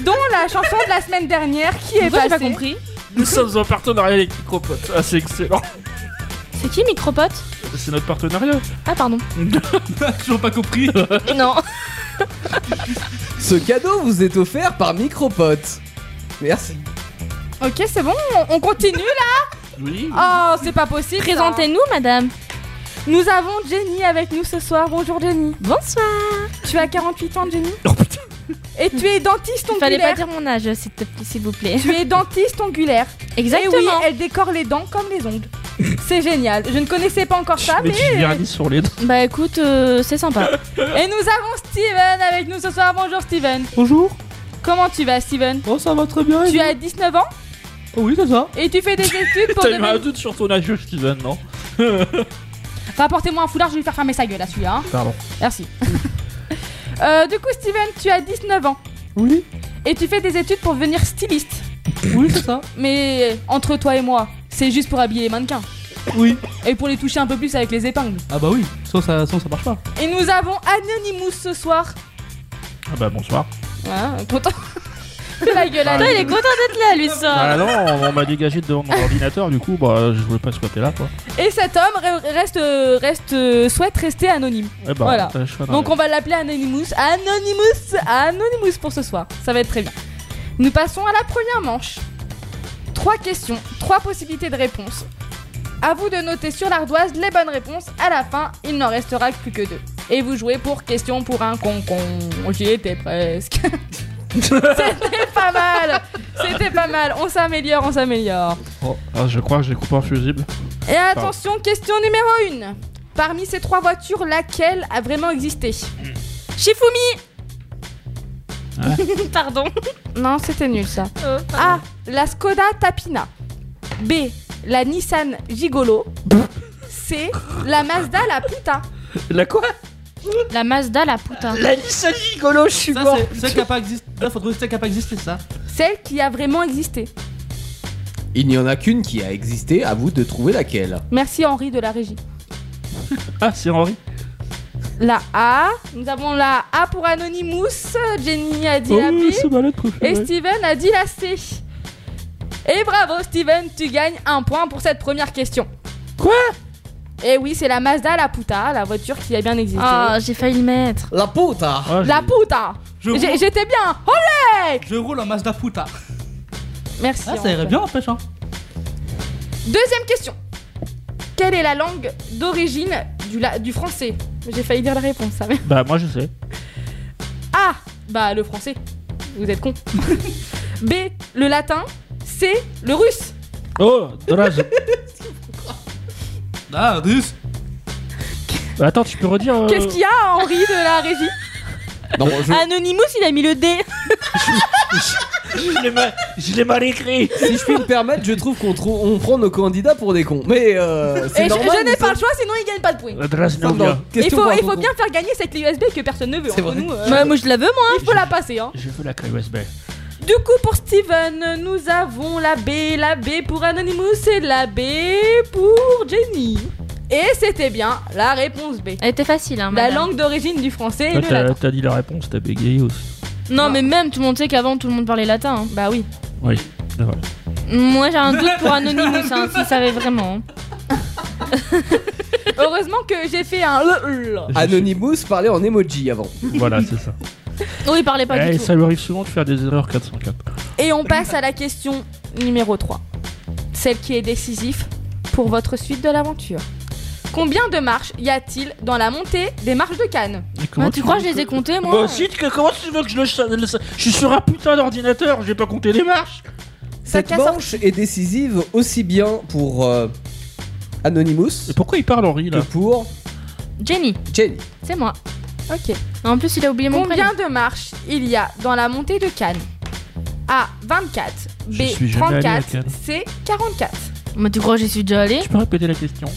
Speaker 5: Dont la chanson de la semaine dernière qui est
Speaker 8: Moi,
Speaker 5: passée.
Speaker 8: j'ai pas compris.
Speaker 6: Nous sommes en partenariat avec Micropote. Ah, c'est excellent.
Speaker 8: C'est qui Micropote
Speaker 6: C'est notre partenariat.
Speaker 8: Ah pardon.
Speaker 9: Toujours pas compris.
Speaker 8: Non.
Speaker 7: Ce cadeau vous est offert par Micropote. Merci.
Speaker 5: Ok, c'est bon, on- on continue
Speaker 6: Oui.
Speaker 5: là Oh, c'est pas possible. ça.
Speaker 8: Présentez-nous, madame.
Speaker 5: Nous avons Jenny avec nous ce soir. Bonjour Jenny.
Speaker 8: Bonsoir.
Speaker 5: Tu as 48 ans, Jenny
Speaker 6: Oh putain.
Speaker 5: Et tu es dentiste
Speaker 8: Il fallait pas
Speaker 5: ongulaire.
Speaker 8: dire mon âge, s'il te plaît, s'il vous plaît.
Speaker 5: Tu es dentiste ongulaire.
Speaker 8: eh.
Speaker 5: Et oui,
Speaker 8: Exactement.
Speaker 5: elle décore les dents comme les ongles. C'est génial. Je ne connaissais pas encore ça,
Speaker 6: mais
Speaker 5: mais.
Speaker 6: tu vernis sur les dents.
Speaker 8: Bah écoute, euh, c'est sympa.
Speaker 5: Et nous avons Steven avec nous ce soir. Bonjour Steven.
Speaker 9: Bonjour.
Speaker 5: Comment tu vas, Steven
Speaker 9: Oh, ça va très bien. et
Speaker 5: Tu
Speaker 9: vous
Speaker 5: as 19 ans
Speaker 9: Oh Oui, c'est ça.
Speaker 5: et tu fais des études pour
Speaker 6: T'as eu un
Speaker 5: devenir.
Speaker 6: doute sur ton âge, Steven, non
Speaker 5: Rapportez-moi un foulard, je vais lui faire fermer sa gueule à celui-là. hein.
Speaker 6: Pardon.
Speaker 5: Merci. Euh, du coup, Steven, tu as 19 ans
Speaker 9: Oui.
Speaker 5: et tu fais des études pour devenir styliste.
Speaker 9: Oui, c'est ça.
Speaker 5: Mais entre toi et moi, c'est juste pour habiller les mannequins
Speaker 9: Oui.
Speaker 5: et pour les toucher un peu plus avec les épingles.
Speaker 9: Ah bah oui. Sans ça, sans ça marche pas.
Speaker 5: Et nous avons Anonymous ce soir.
Speaker 6: Ah bah bonsoir.
Speaker 5: Ouais, content. Fais la gueule,
Speaker 8: Toi, il est
Speaker 5: Anonymous.
Speaker 8: content d'être là, lui, ça.
Speaker 6: Ah non, on, on m'a dégagé de devant mon ordinateur, du coup, bah je voulais pas squatter là, quoi.
Speaker 5: Et cet homme re- reste, euh, reste, euh, souhaite rester anonyme.
Speaker 6: Eh bah,
Speaker 5: Voilà.
Speaker 6: euh, je fais un
Speaker 5: Donc
Speaker 6: arrêt.
Speaker 5: on va l'appeler Anonymous. Anonymous Anonymous pour ce soir. Ça va être très bien. Nous passons à la première manche. Trois questions, trois possibilités de réponse. À vous de noter sur l'ardoise les bonnes réponses. À la fin, il n'en restera plus que deux. Et vous jouez pour question pour un concon. J'y étais presque. C'était pas mal. C'était pas mal. On s'améliore, on s'améliore.
Speaker 6: Oh, ah, je crois que j'ai coupé un fusible.
Speaker 5: Et attention, question numéro 1. Parmi ces trois voitures, laquelle a vraiment existé
Speaker 6: Hmm.
Speaker 8: Shifumi Pardon.
Speaker 5: Non, c'était nul ça.
Speaker 8: Euh,
Speaker 5: A. La Skoda Tapina. B. La Nissan Gigolo. C. La Mazda La Puta.
Speaker 6: La quoi
Speaker 8: La Mazda, la putain.
Speaker 9: Ça, c'est celle qui a pas existé. Là, faut trouver celle qui a pas existé, ça.
Speaker 5: Celle qui a vraiment existé.
Speaker 7: Il n'y en a qu'une qui a existé, à vous de trouver laquelle.
Speaker 5: Merci Henri de la régie.
Speaker 6: Ah, c'est Henri.
Speaker 5: La A. Nous avons la A pour Anonymous. Jenny a dit
Speaker 6: Oh,
Speaker 5: la B.
Speaker 6: c'est malade
Speaker 5: Et
Speaker 6: préféré.
Speaker 5: Steven a dit la C. Et bravo Steven, tu gagnes un point pour cette première question.
Speaker 6: Quoi
Speaker 5: Eh oui, c'est la Mazda la Puta, la voiture qui a bien existé.
Speaker 8: Ah, j'ai failli le mettre.
Speaker 7: La puta
Speaker 6: Ah,
Speaker 5: la
Speaker 6: j'ai-
Speaker 5: Puta
Speaker 9: Je
Speaker 5: J'ai-
Speaker 9: roule,
Speaker 5: J'étais bien Oh,
Speaker 9: je roule en Mazda Puta.
Speaker 5: Merci.
Speaker 9: Ah,
Speaker 5: Antoine.
Speaker 9: ça irait bien, empêche, hein.
Speaker 5: Deuxième question. Quelle est la langue d'origine du, la- du français J'ai failli dire la réponse. ça, mais-
Speaker 6: Bah moi je sais.
Speaker 5: A. Bah, le français. Vous êtes con. B. Le latin. C. Le russe.
Speaker 6: Oh, dommage.
Speaker 9: Ah, Russe.
Speaker 6: Bah, attends, tu peux redire. euh,
Speaker 5: Qu'est-ce qu'il y a, Henri, de la régie
Speaker 7: Non, je...
Speaker 8: Ah. Anonymous, il a mis le D.
Speaker 6: Je l'ai mal, je l'ai mal écrit.
Speaker 7: Si je puis me permettre, je trouve qu'on trou- on prend nos candidats pour des cons. Mais euh,
Speaker 5: Et
Speaker 7: c'est
Speaker 5: je,
Speaker 7: normal.
Speaker 5: je n'ai
Speaker 7: nous
Speaker 5: pas le
Speaker 7: sommes-
Speaker 5: choix, sinon il gagne pas de points.
Speaker 6: Adresse
Speaker 7: nous sommes dans-
Speaker 6: Naomi.
Speaker 5: Il
Speaker 7: question
Speaker 5: faut,
Speaker 7: pour un
Speaker 5: il faut
Speaker 7: concon.
Speaker 5: bien faire gagner cette clé USB que personne ne veut.
Speaker 7: C'est
Speaker 5: entre
Speaker 7: vrai.
Speaker 5: nous, euh,
Speaker 8: Bah, moi, je la veux, moi.
Speaker 5: il faut la passer. Hein.
Speaker 6: Je veux la clé USB.
Speaker 5: Du coup, pour Steven, nous avons la B, la B pour Anonymous et la B pour Jenny. Et c'était bien la réponse B.
Speaker 8: Elle était facile, hein.
Speaker 5: La
Speaker 8: madame.
Speaker 5: langue d'origine du français et
Speaker 6: Toi,
Speaker 5: le
Speaker 6: t'as-
Speaker 5: latin.
Speaker 6: T'as dit la réponse, t'as bégayé aussi.
Speaker 8: Non, mais même, tout le monde sait qu'avant, tout le monde parlait latin. hein.
Speaker 5: Bah oui.
Speaker 6: Oui. c'est vrai.
Speaker 8: Moi, j'ai un doute pour Anonymous, hein, s'il savait vraiment.
Speaker 5: Heureusement que j'ai fait un le- le.
Speaker 6: Je-
Speaker 7: Anonymous parlait en emoji avant.
Speaker 6: Voilà, c'est ça.
Speaker 8: Non, Oh, il parlait pas
Speaker 6: Eh,
Speaker 8: du tout.
Speaker 6: ça lui arrive souvent de faire des erreurs 404.
Speaker 5: Et on passe à la question numéro 3. Celle qui est décisive pour votre suite de l'aventure. Combien de marches y a-t-il dans la montée des marches de Cannes
Speaker 8: Ah, tu crois que je les ai comptés, moi
Speaker 6: Bah aussi, que- comment tu veux que je le sa- le sa- Je suis sur un putain d'ordinateur, j'ai pas compté les marches
Speaker 7: Cette
Speaker 5: qu'à
Speaker 7: manche est décisive aussi bien pour euh, Anonymous
Speaker 6: Et pourquoi il parle Henri
Speaker 7: que
Speaker 6: là
Speaker 7: pour
Speaker 8: Jenny,
Speaker 7: Jenny.
Speaker 8: c'est moi.
Speaker 5: Ok.
Speaker 8: En plus, il a oublié mon prénom.
Speaker 5: Combien de marches il y a dans la montée de Cannes A 24,
Speaker 6: Je suis
Speaker 5: B
Speaker 6: jamais allé à
Speaker 5: 34,
Speaker 6: Cannes.
Speaker 5: C 44.
Speaker 8: Oh, Mais tu crois que j'y suis déjà allée
Speaker 6: Tu peux répéter la question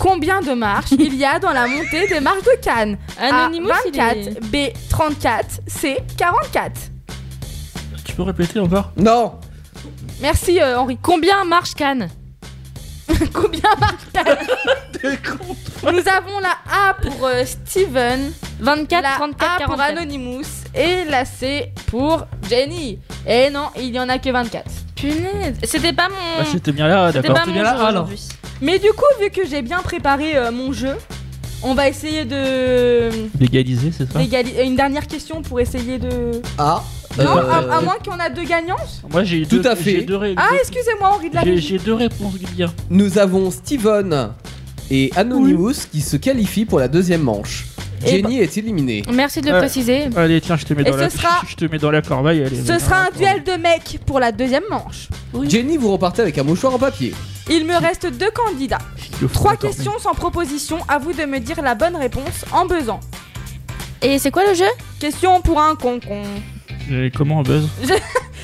Speaker 5: Combien de marches il y a dans la montée des marches de Cannes
Speaker 8: Anonymous,
Speaker 5: A,
Speaker 8: il
Speaker 5: 24,
Speaker 8: est-
Speaker 5: B, 34, C, 44.
Speaker 6: Tu peux répéter
Speaker 5: Mm.
Speaker 6: encore
Speaker 7: Non
Speaker 5: Merci euh, Henri.
Speaker 8: Combien marche Cannes
Speaker 5: Combien marche Cannes Nous avons la A pour euh, Steven,
Speaker 8: 24,
Speaker 5: la
Speaker 8: 34,
Speaker 5: A
Speaker 8: 44.
Speaker 5: pour Anonymous et la C pour Jenny. Et non, il n'y en a que 24.
Speaker 8: Punaise. C'était pas mon.
Speaker 6: Bah, c'était bien là,
Speaker 8: c'était
Speaker 6: d'accord.
Speaker 8: pas mon
Speaker 9: bien là,
Speaker 8: jeu
Speaker 9: alors.
Speaker 8: aujourd'hui.
Speaker 5: Mais du coup, vu que j'ai bien préparé euh, mon jeu, on va essayer de
Speaker 6: Légalisé, c'est ça
Speaker 5: d'égaliser une dernière question pour essayer de.
Speaker 7: Ah
Speaker 5: Non,
Speaker 7: euh,
Speaker 5: à, à moins qu'on a deux gagnants.
Speaker 6: Moi, j'ai
Speaker 7: Tout
Speaker 6: deux,
Speaker 7: à fait.
Speaker 6: j'ai deux ré-
Speaker 5: Ah, excusez-moi, Henri de la
Speaker 6: j'ai-
Speaker 5: Vigie.
Speaker 6: j'ai deux réponses bien.
Speaker 7: Nous avons Steven et Anonymous qui se qualifient pour la deuxième manche.
Speaker 5: Et
Speaker 7: Jenny est éliminée.
Speaker 8: Merci de le
Speaker 6: Ouais.
Speaker 8: préciser.
Speaker 6: Allez, tiens, je te mets
Speaker 5: Et
Speaker 6: dans la
Speaker 5: ce sera-
Speaker 6: je te mets dans la corbeille. allez,
Speaker 5: Ce
Speaker 6: vas-y.
Speaker 5: sera un duel de mecs pour la deuxième manche.
Speaker 7: Jenny, vous repartez avec un mouchoir en papier.
Speaker 5: Il me reste deux candidats.
Speaker 6: Je te fous
Speaker 5: Trois
Speaker 6: la corbeille.
Speaker 5: questions sans proposition, à vous de me dire la bonne réponse en buzzant.
Speaker 8: Et c'est quoi le jeu
Speaker 5: Question pour un concon.
Speaker 6: Et comment on buzz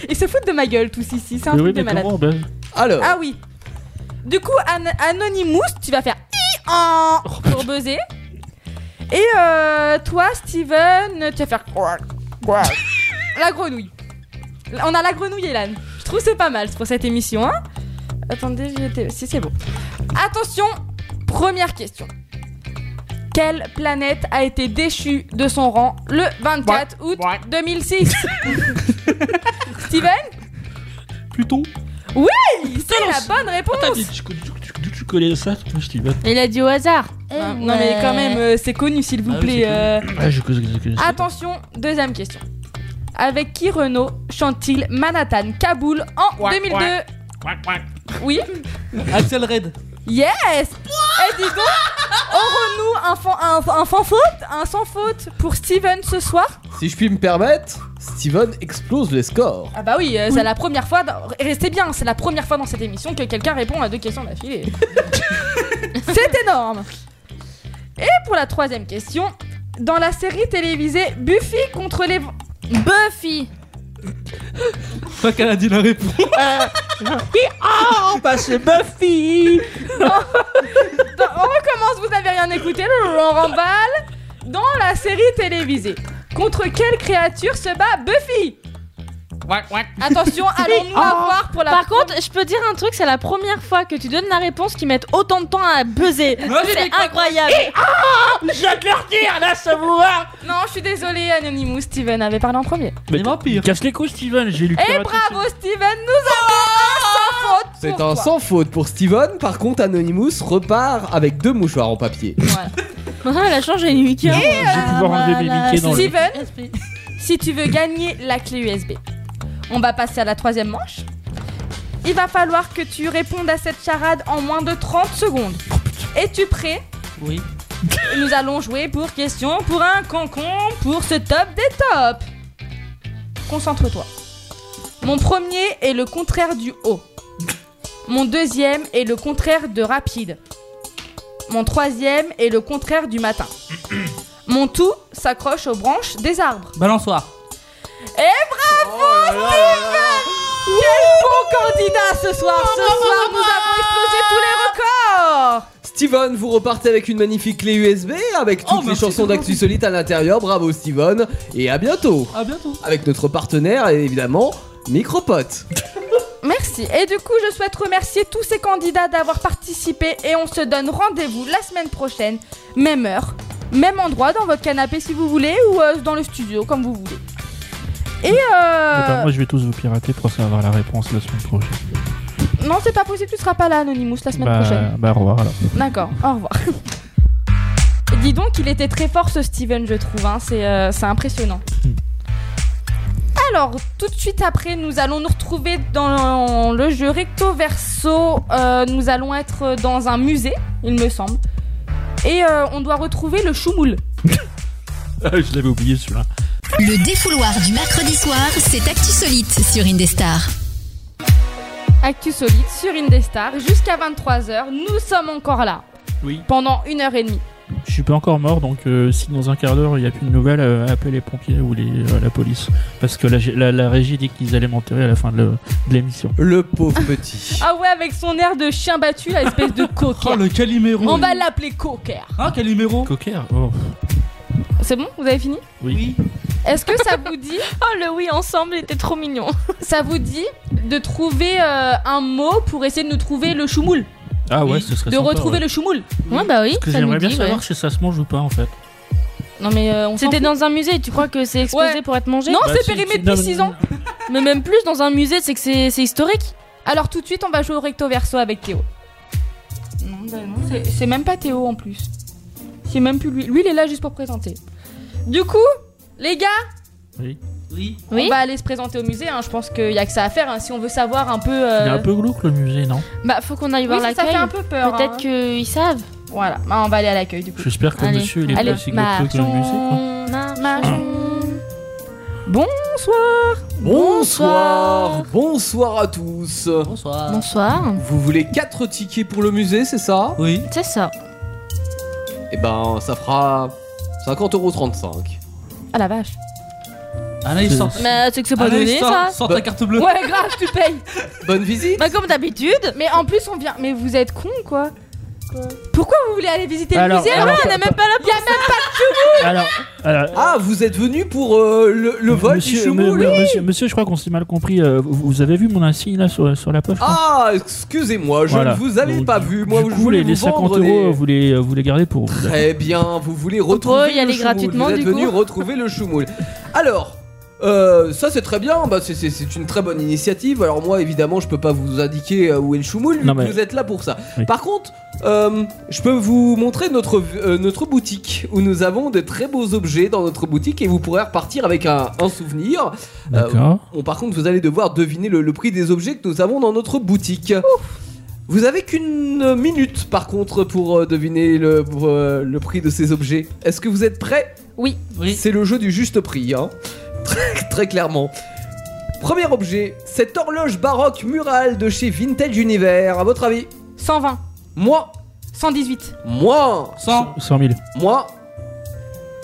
Speaker 5: Ils se foutent de ma gueule tous ici, c'est un
Speaker 6: Mais
Speaker 5: truc
Speaker 6: oui,
Speaker 5: de
Speaker 6: mais
Speaker 5: malade.
Speaker 6: comment on buzz
Speaker 7: Alors,
Speaker 5: Ah oui. Du coup, An- Anonymous, tu vas faire i en pour buzzer. Et euh, toi, Steven, tu vas faire quack, quack. la grenouille. On a la grenouille et l'âne. Je trouve que c'est pas mal pour cette émission. Hein Attendez, j'ai été- si c'est bon. Attention, première question. Quelle planète a été déchue de son rang le 24 août 2006 Steven
Speaker 6: Pluton
Speaker 5: C'est la bonne
Speaker 6: T'as dit,
Speaker 5: réponse
Speaker 6: tu, tu- tu- tu connais ça Moi, je dis, bah,
Speaker 8: Il a dit au hasard.
Speaker 5: Non, Ah, non, mais quand même, euh, c'est connu, s'il vous
Speaker 9: Ah oui,
Speaker 5: plaît.
Speaker 9: c'est connu.
Speaker 5: euh.
Speaker 6: ah, je cause- je cause-
Speaker 5: Attention, deuxième question. Avec qui Renault chante-t-il Manhattan, Kaboul en 2002 Oui
Speaker 9: Axel Red.
Speaker 5: Yes Et dis donc, aurons-nous un, fan- un, un sans faute Un sans faute pour Steven ce soir
Speaker 7: si je puis me permettre, Steven explose le score.
Speaker 5: Ah bah oui, euh, c'est la première fois. dans- Restez bien, c'est la première fois dans cette émission que quelqu'un répond à deux questions d'affilée. c'est énorme. Et pour la troisième question, dans la série télévisée Buffy contre les Buffy.
Speaker 9: Pas qu'elle a dit la réponse.
Speaker 5: Dans- on recommence, vous n'avez rien écouté, le on remballe. Dans la série télévisée, contre quelle créature se bat Buffy Attention, allons-nous avoir pour la.
Speaker 8: Par contre, je peux dire un truc, c'est la première fois que tu donnes la réponse qui mettent autant de temps à buzzer. C'est incroyable.
Speaker 5: Non, je suis désolée, Anonymous, Steven avait parlé en premier.
Speaker 9: Les vampires.
Speaker 6: Casse les couilles, Steven, j'ai lu. que
Speaker 5: Et
Speaker 6: la
Speaker 5: Eh, bravo Steven, nous avons un sans faute
Speaker 7: C'est
Speaker 5: pour
Speaker 7: un
Speaker 5: toi.
Speaker 7: sans faute pour Steven. Par contre, Anonymous repart avec deux mouchoirs en papier.
Speaker 8: Maintenant, elle a changé une week-end.
Speaker 6: Je vais
Speaker 5: Eh,
Speaker 6: pouvoir enlever mes
Speaker 8: voilà,
Speaker 6: Mickey dans le.
Speaker 5: Steven, si tu veux gagner la clé USB, on va passer à la troisième manche. Il va falloir que tu répondes à cette charade en moins de 30 secondes.
Speaker 6: Oh,
Speaker 5: Es-tu prêt
Speaker 9: Oui.
Speaker 5: Nous allons jouer pour question pour un concon pour ce top des tops. Concentre-toi. Mon premier est le contraire du haut. Mon deuxième est le contraire de rapide. Mon troisième est le contraire du matin. Mon tout s'accroche aux branches des arbres.
Speaker 9: Balançoire.
Speaker 5: Quel bon candidat ce soir Ce soir, nous avons explosé tous les records
Speaker 7: Steven, vous repartez avec une magnifique clé USB avec
Speaker 5: Oh,
Speaker 7: toutes les
Speaker 9: merci,
Speaker 7: chansons
Speaker 9: c'est
Speaker 7: d'Actu Solite à l'intérieur. Bravo Steven et à bientôt
Speaker 9: À bientôt.
Speaker 7: avec notre partenaire évidemment Micropote.
Speaker 5: Merci. Et du coup, je souhaite remercier tous ces candidats d'avoir participé et on se donne rendez-vous la semaine prochaine, même heure, même endroit, dans votre canapé si vous voulez ou euh, dans le studio, comme vous voulez. Et
Speaker 6: Attends,
Speaker 5: euh...
Speaker 6: moi, je vais tous vous pirater pour savoir la réponse la semaine prochaine.
Speaker 5: Non, c'est pas possible, tu seras pas là, Anonymous, la semaine prochaine.
Speaker 6: Bah, bah, au revoir alors.
Speaker 5: D'accord, au revoir. Dis donc, il était très fort ce Steven, je trouve. hein. C'est euh, c'est impressionnant. Alors, tout de suite après, nous allons nous retrouver dans le jeu recto verso. Euh, nous allons être dans un musée, il me semble. Et euh, on doit retrouver le choumoule.
Speaker 6: Ah, je l'avais oublié celui-là.
Speaker 3: Le défouloir du mercredi soir, c'est Actu Solite sur Indestar.
Speaker 5: Actu Solide sur Indestar. Jusqu'à 23h, nous sommes encore là.
Speaker 6: Oui.
Speaker 5: Pendant une heure et demie.
Speaker 6: Je suis pas encore mort, donc euh, si dans un quart d'heure il n'y a plus de nouvelles, euh, appelez les pompiers ou les, euh, la police. Parce que la, la- la régie dit qu'ils allaient m'enterrer à la fin de le- de l'émission.
Speaker 7: Le pauvre petit.
Speaker 5: Ah ouais, avec son air de chien battu, la espèce de
Speaker 9: Oh,
Speaker 5: coquer.
Speaker 9: le Calimero
Speaker 5: On va l'appeler coquer.
Speaker 9: Hein, Calimero
Speaker 6: Cocker Oh,
Speaker 5: C'est bon Vous avez fini
Speaker 6: oui.
Speaker 5: Est-ce que ça vous dit,
Speaker 8: Oh, le oui ensemble était trop mignon.
Speaker 5: ça vous dit de trouver euh, un mot pour essayer de nous trouver le choumoule
Speaker 6: Ah ouais, ce serait
Speaker 5: De
Speaker 6: sympa,
Speaker 5: retrouver
Speaker 6: ouais.
Speaker 5: le choumoule
Speaker 8: Ouais, bah oui.
Speaker 6: Parce que
Speaker 8: ça nous
Speaker 6: j'aimerais bien
Speaker 8: dit,
Speaker 6: savoir
Speaker 8: ouais.
Speaker 6: si ça se mange ou pas en fait.
Speaker 5: Non mais euh, on s'en
Speaker 8: C'était
Speaker 5: fout.
Speaker 8: dans un musée, tu crois que c'est exposé
Speaker 5: Ouais.
Speaker 8: pour être mangé
Speaker 5: Non,
Speaker 6: Bah,
Speaker 5: c'est
Speaker 6: si,
Speaker 5: périmé
Speaker 6: si,
Speaker 5: depuis
Speaker 6: non,
Speaker 5: 6
Speaker 6: non,
Speaker 5: ans.
Speaker 8: Mais même plus, dans un musée, c'est que c'est c'est historique.
Speaker 5: Alors tout de suite, on va jouer au recto verso avec Théo. Non, bah non, c'est- c'est même pas Théo en plus. C'est même plus lui. Lui, il est là juste pour présenter. Du coup, les gars,
Speaker 9: Oui.
Speaker 8: Oui.
Speaker 5: on va aller se présenter au musée. hein. Je pense qu'il y a que ça à faire hein, si on veut savoir un peu.
Speaker 6: Il est
Speaker 5: euh,
Speaker 6: un peu glauque le musée, non
Speaker 8: Bah, faut qu'on aille
Speaker 5: Oui,
Speaker 8: voir
Speaker 5: ça, ça
Speaker 8: l'accueil.
Speaker 5: fait un peu peur.
Speaker 8: Peut-être
Speaker 5: hein.
Speaker 8: qu'ils savent.
Speaker 5: Voilà, Bah, on va aller à l'accueil du coup.
Speaker 6: J'espère que
Speaker 8: Allez,
Speaker 6: monsieur il est
Speaker 8: allez, Bah,
Speaker 6: pas aussi glauque que le musée. quoi.
Speaker 7: Bonsoir, bonsoir à tous.
Speaker 9: Bonsoir.
Speaker 8: Bonsoir.
Speaker 7: Vous voulez 4 tickets pour le musée, c'est ça
Speaker 9: Oui.
Speaker 8: C'est ça.
Speaker 7: Eh ben, ça fera 50,35€.
Speaker 5: Ah la vache.
Speaker 9: Anaïs, sort.
Speaker 8: Mais c'est que c'est
Speaker 5: Bah,
Speaker 8: pas
Speaker 9: Anaïs,
Speaker 8: donné
Speaker 9: sors-
Speaker 8: ça.
Speaker 9: sors ta carte bleue.
Speaker 5: Ouais, grave, tu payes.
Speaker 7: Bonne visite
Speaker 8: Bah, comme d'habitude.
Speaker 5: Mais en plus, on vient. Mais vous êtes con quoi Pourquoi vous voulez aller visiter
Speaker 6: Alors,
Speaker 5: le musée
Speaker 6: alors,
Speaker 8: Ah, On est même pas là pour ça.
Speaker 6: Alors, alors,
Speaker 7: Ah, vous êtes venu pour euh, le, le vol du
Speaker 6: monsieur,
Speaker 7: choumoule
Speaker 6: monsieur, monsieur- monsieur, je crois qu'on s'est mal compris. euh, Vous, vous avez vu mon insigne là sur, sur la poche quoi
Speaker 7: Ah, excusez-moi, je
Speaker 6: Voilà.
Speaker 7: ne vous avais
Speaker 6: Donc,
Speaker 7: pas
Speaker 6: du-
Speaker 7: vu. Moi,
Speaker 6: du
Speaker 7: je
Speaker 6: coup,
Speaker 7: voulais
Speaker 6: les,
Speaker 7: vous
Speaker 6: les 50
Speaker 7: vendre
Speaker 6: euros, euh,
Speaker 7: des-
Speaker 6: vous, les, vous les gardez pour vous.
Speaker 7: Très bien, vous voulez retrouver
Speaker 8: On peut Oh, y
Speaker 7: le
Speaker 8: aller
Speaker 7: choumoul.
Speaker 8: gratuitement,
Speaker 7: Vous êtes
Speaker 8: du
Speaker 7: venu
Speaker 8: coup.
Speaker 7: retrouver le choumoul. Alors, euh, ça c'est très bien, bah, c'est- c'est c'est une très bonne initiative. Alors moi, évidemment, je peux pas vous indiquer euh, où est le choumoul, vu
Speaker 6: Non,
Speaker 7: que
Speaker 6: mais-
Speaker 7: vous êtes là pour ça.
Speaker 6: Oui.
Speaker 7: Par contre, euh, je peux vous montrer notre, euh, notre boutique, où nous avons des très beaux objets dans notre boutique, et vous pourrez repartir avec un, un souvenir. Euh,
Speaker 6: D'accord.
Speaker 7: Bon, par contre, vous allez devoir deviner le, le prix des objets que nous avons dans notre boutique. Vous avez qu'une minute, par contre, pour euh, deviner le, pour, euh, le prix de ces objets. Est-ce que vous êtes prêts
Speaker 9: Oui.
Speaker 7: C'est le jeu du juste prix, hein. Très, très clairement. Premier objet, cette horloge baroque murale de chez Vintage Univers, à votre avis
Speaker 5: 120,
Speaker 7: Moi
Speaker 5: 118,
Speaker 7: Moi
Speaker 9: 100.
Speaker 6: 100 000.
Speaker 7: Moi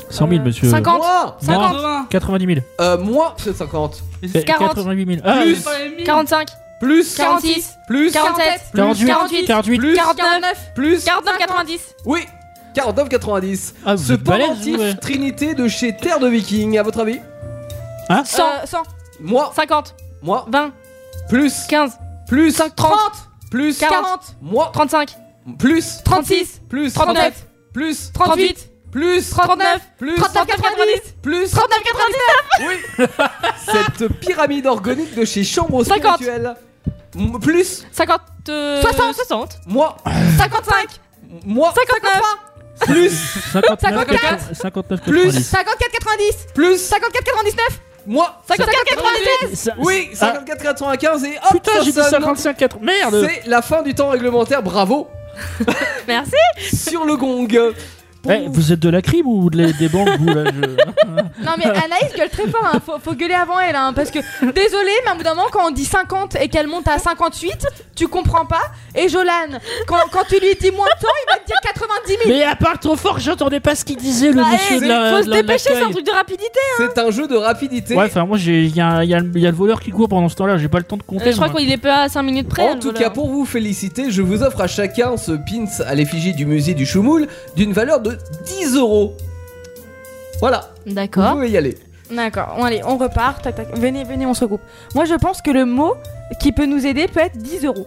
Speaker 6: 100 000, monsieur.
Speaker 5: 50.
Speaker 7: Moi
Speaker 6: 50.
Speaker 9: 80.
Speaker 6: 90 000.
Speaker 7: euh, Moi C'est 50.
Speaker 6: Eh,
Speaker 5: 40.
Speaker 6: 88 000. Ah,
Speaker 7: Plus.
Speaker 5: 45,
Speaker 7: Plus
Speaker 5: 46,
Speaker 7: Plus
Speaker 5: 47,
Speaker 6: 48.
Speaker 5: 48,
Speaker 6: 48.
Speaker 7: Plus
Speaker 5: 49,
Speaker 7: Plus
Speaker 5: 49, 90.
Speaker 7: Oui 49,90
Speaker 6: Ah, vous
Speaker 7: Ce
Speaker 6: êtes balèze, vous,
Speaker 7: pendentif
Speaker 6: ouais.
Speaker 7: Trinité de chez Terre de Viking, à votre avis
Speaker 5: 100, 100,
Speaker 7: Moi,
Speaker 5: 50,
Speaker 7: moi,
Speaker 5: 20,
Speaker 7: plus,
Speaker 5: 15,
Speaker 7: plus,
Speaker 5: 30,
Speaker 7: plus,
Speaker 5: 40,
Speaker 7: moi,
Speaker 5: 35,
Speaker 7: plus,
Speaker 5: 36,
Speaker 7: plus,
Speaker 5: 39,
Speaker 7: plus,
Speaker 5: 38,
Speaker 7: plus,
Speaker 5: 39,
Speaker 7: plus,
Speaker 5: 39, 90,
Speaker 7: plus,
Speaker 5: 39, 90,
Speaker 7: cette pyramide organique de chez Chambre
Speaker 5: 50.
Speaker 7: Spirituelle, M- plus,
Speaker 5: 50, euh,
Speaker 8: 60, 60.
Speaker 7: moi,
Speaker 5: 55,
Speaker 7: moi,
Speaker 5: 59,
Speaker 7: plus,
Speaker 6: 59 59
Speaker 7: Plus.
Speaker 6: 90.
Speaker 5: 54, 90,
Speaker 7: plus,
Speaker 5: 54, 99,
Speaker 7: moi,
Speaker 5: 54, 97.
Speaker 6: Ça-
Speaker 7: oui,
Speaker 6: Ah,
Speaker 7: 54,95 et hop,
Speaker 6: Putain,
Speaker 7: ça
Speaker 6: j'ai dit
Speaker 7: sonne.
Speaker 6: 55 4. Merde
Speaker 7: C'est la fin du temps réglementaire, bravo,
Speaker 8: Merci.
Speaker 7: sur le gong.
Speaker 6: Eh, Vous êtes de la crime ou de la- des banques, vous, là je-
Speaker 5: Non mais Anaïs gueule très fort, hein. faut, faut gueuler avant elle, hein, parce que désolé, mais à un bout d'un moment quand on dit 50 et qu'elle monte à 58, tu comprends pas. Et Jolan, quand, quand tu lui dis moins de temps, il va te dire 90 000.
Speaker 6: Mais à part trop fort, j'entendais pas ce qu'il disait, le
Speaker 8: Bah,
Speaker 6: monsieur
Speaker 8: eh,
Speaker 6: de la.
Speaker 8: faut
Speaker 6: de
Speaker 8: se
Speaker 6: la- de
Speaker 8: dépêcher, c'est un
Speaker 6: l'accueil.
Speaker 8: truc de rapidité.
Speaker 7: C'est un jeu de rapidité.
Speaker 6: Ouais, enfin, moi, il y a, y a le y a le voleur qui court pendant ce temps-là, j'ai pas le temps de compter.
Speaker 8: Euh, je crois
Speaker 6: moi.
Speaker 8: qu'il est pas à 5 minutes près.
Speaker 7: en
Speaker 8: le
Speaker 7: tout
Speaker 8: voleur.
Speaker 7: cas, pour vous féliciter, je vous offre à chacun ce pins à l'effigie du musée du Choumoul d'une valeur de 10 euros. Voilà, vous
Speaker 8: D'accord.
Speaker 7: pouvez y aller.
Speaker 5: D'accord, bon, allez, on repart. Tac, tac. Venez, venez, on se regroupe. Moi je pense que le mot qui peut nous aider peut être 10 euros.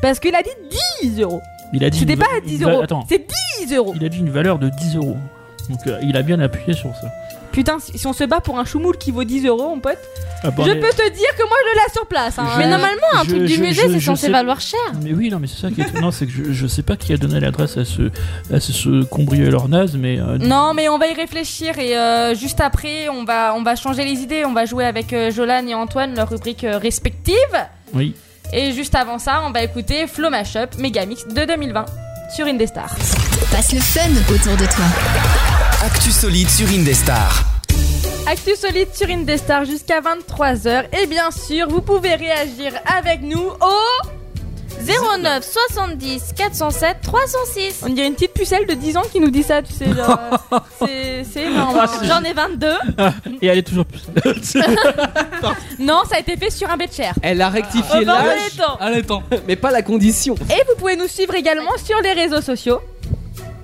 Speaker 5: Parce qu'il a dit 10 euros.
Speaker 6: Il a dit.
Speaker 5: C'était
Speaker 6: une-
Speaker 5: pas à
Speaker 6: une
Speaker 5: 10
Speaker 6: va-
Speaker 5: euros.
Speaker 6: Bah, Attends,
Speaker 5: C'est 10 euros.
Speaker 6: il a dit une valeur de 10 euros. Donc, euh, il a bien appuyé sur ça.
Speaker 5: Putain, si si on se bat pour un choumoule qui vaut 10 euros, mon pote,
Speaker 6: Ah, bah,
Speaker 5: je
Speaker 6: mais-
Speaker 5: peux te dire que moi je l'ai sur place. hein.
Speaker 6: Je-
Speaker 8: Mais normalement, un
Speaker 6: Je-
Speaker 8: truc du
Speaker 6: je-
Speaker 8: musée,
Speaker 6: je-
Speaker 8: c'est
Speaker 6: je
Speaker 8: censé
Speaker 6: sais-
Speaker 8: valoir cher.
Speaker 6: Mais oui, non, mais c'est ça qui est étonnant, c'est que je, je sais pas qui a donné l'adresse à ce, à ce, ce cambrioleur naze, mais. euh,
Speaker 8: Mm.
Speaker 5: Non, mais on va y réfléchir et euh, juste après, on va, on va changer les idées. On va jouer avec euh, Jolan et Antoine leur rubrique euh, respective.
Speaker 6: Oui.
Speaker 5: Et juste avant ça, on va écouter Flow Mashup Megamix de 2020 sur Indestar.
Speaker 3: Passe le fun autour de toi.
Speaker 4: Actu solide sur Indestar.
Speaker 5: Actu solide sur Indestar jusqu'à 23h. Et bien sûr, vous pouvez réagir avec nous au
Speaker 8: 09 70 407 306.
Speaker 5: On dirait une petite pucelle de 10 ans qui nous dit ça, tu sais. Genre, euh, c'est c'est énorme.
Speaker 6: Ah,
Speaker 8: J'en ai 22.
Speaker 6: Et elle est toujours plus.
Speaker 5: Non, ça a été fait sur un bed chair.
Speaker 7: Elle a
Speaker 5: Ah,
Speaker 7: rectifié
Speaker 8: bah,
Speaker 7: l'âge,
Speaker 8: allez, attends.
Speaker 9: Allez, temps.
Speaker 7: mais pas la condition.
Speaker 5: Et vous pouvez nous suivre également sur les réseaux sociaux.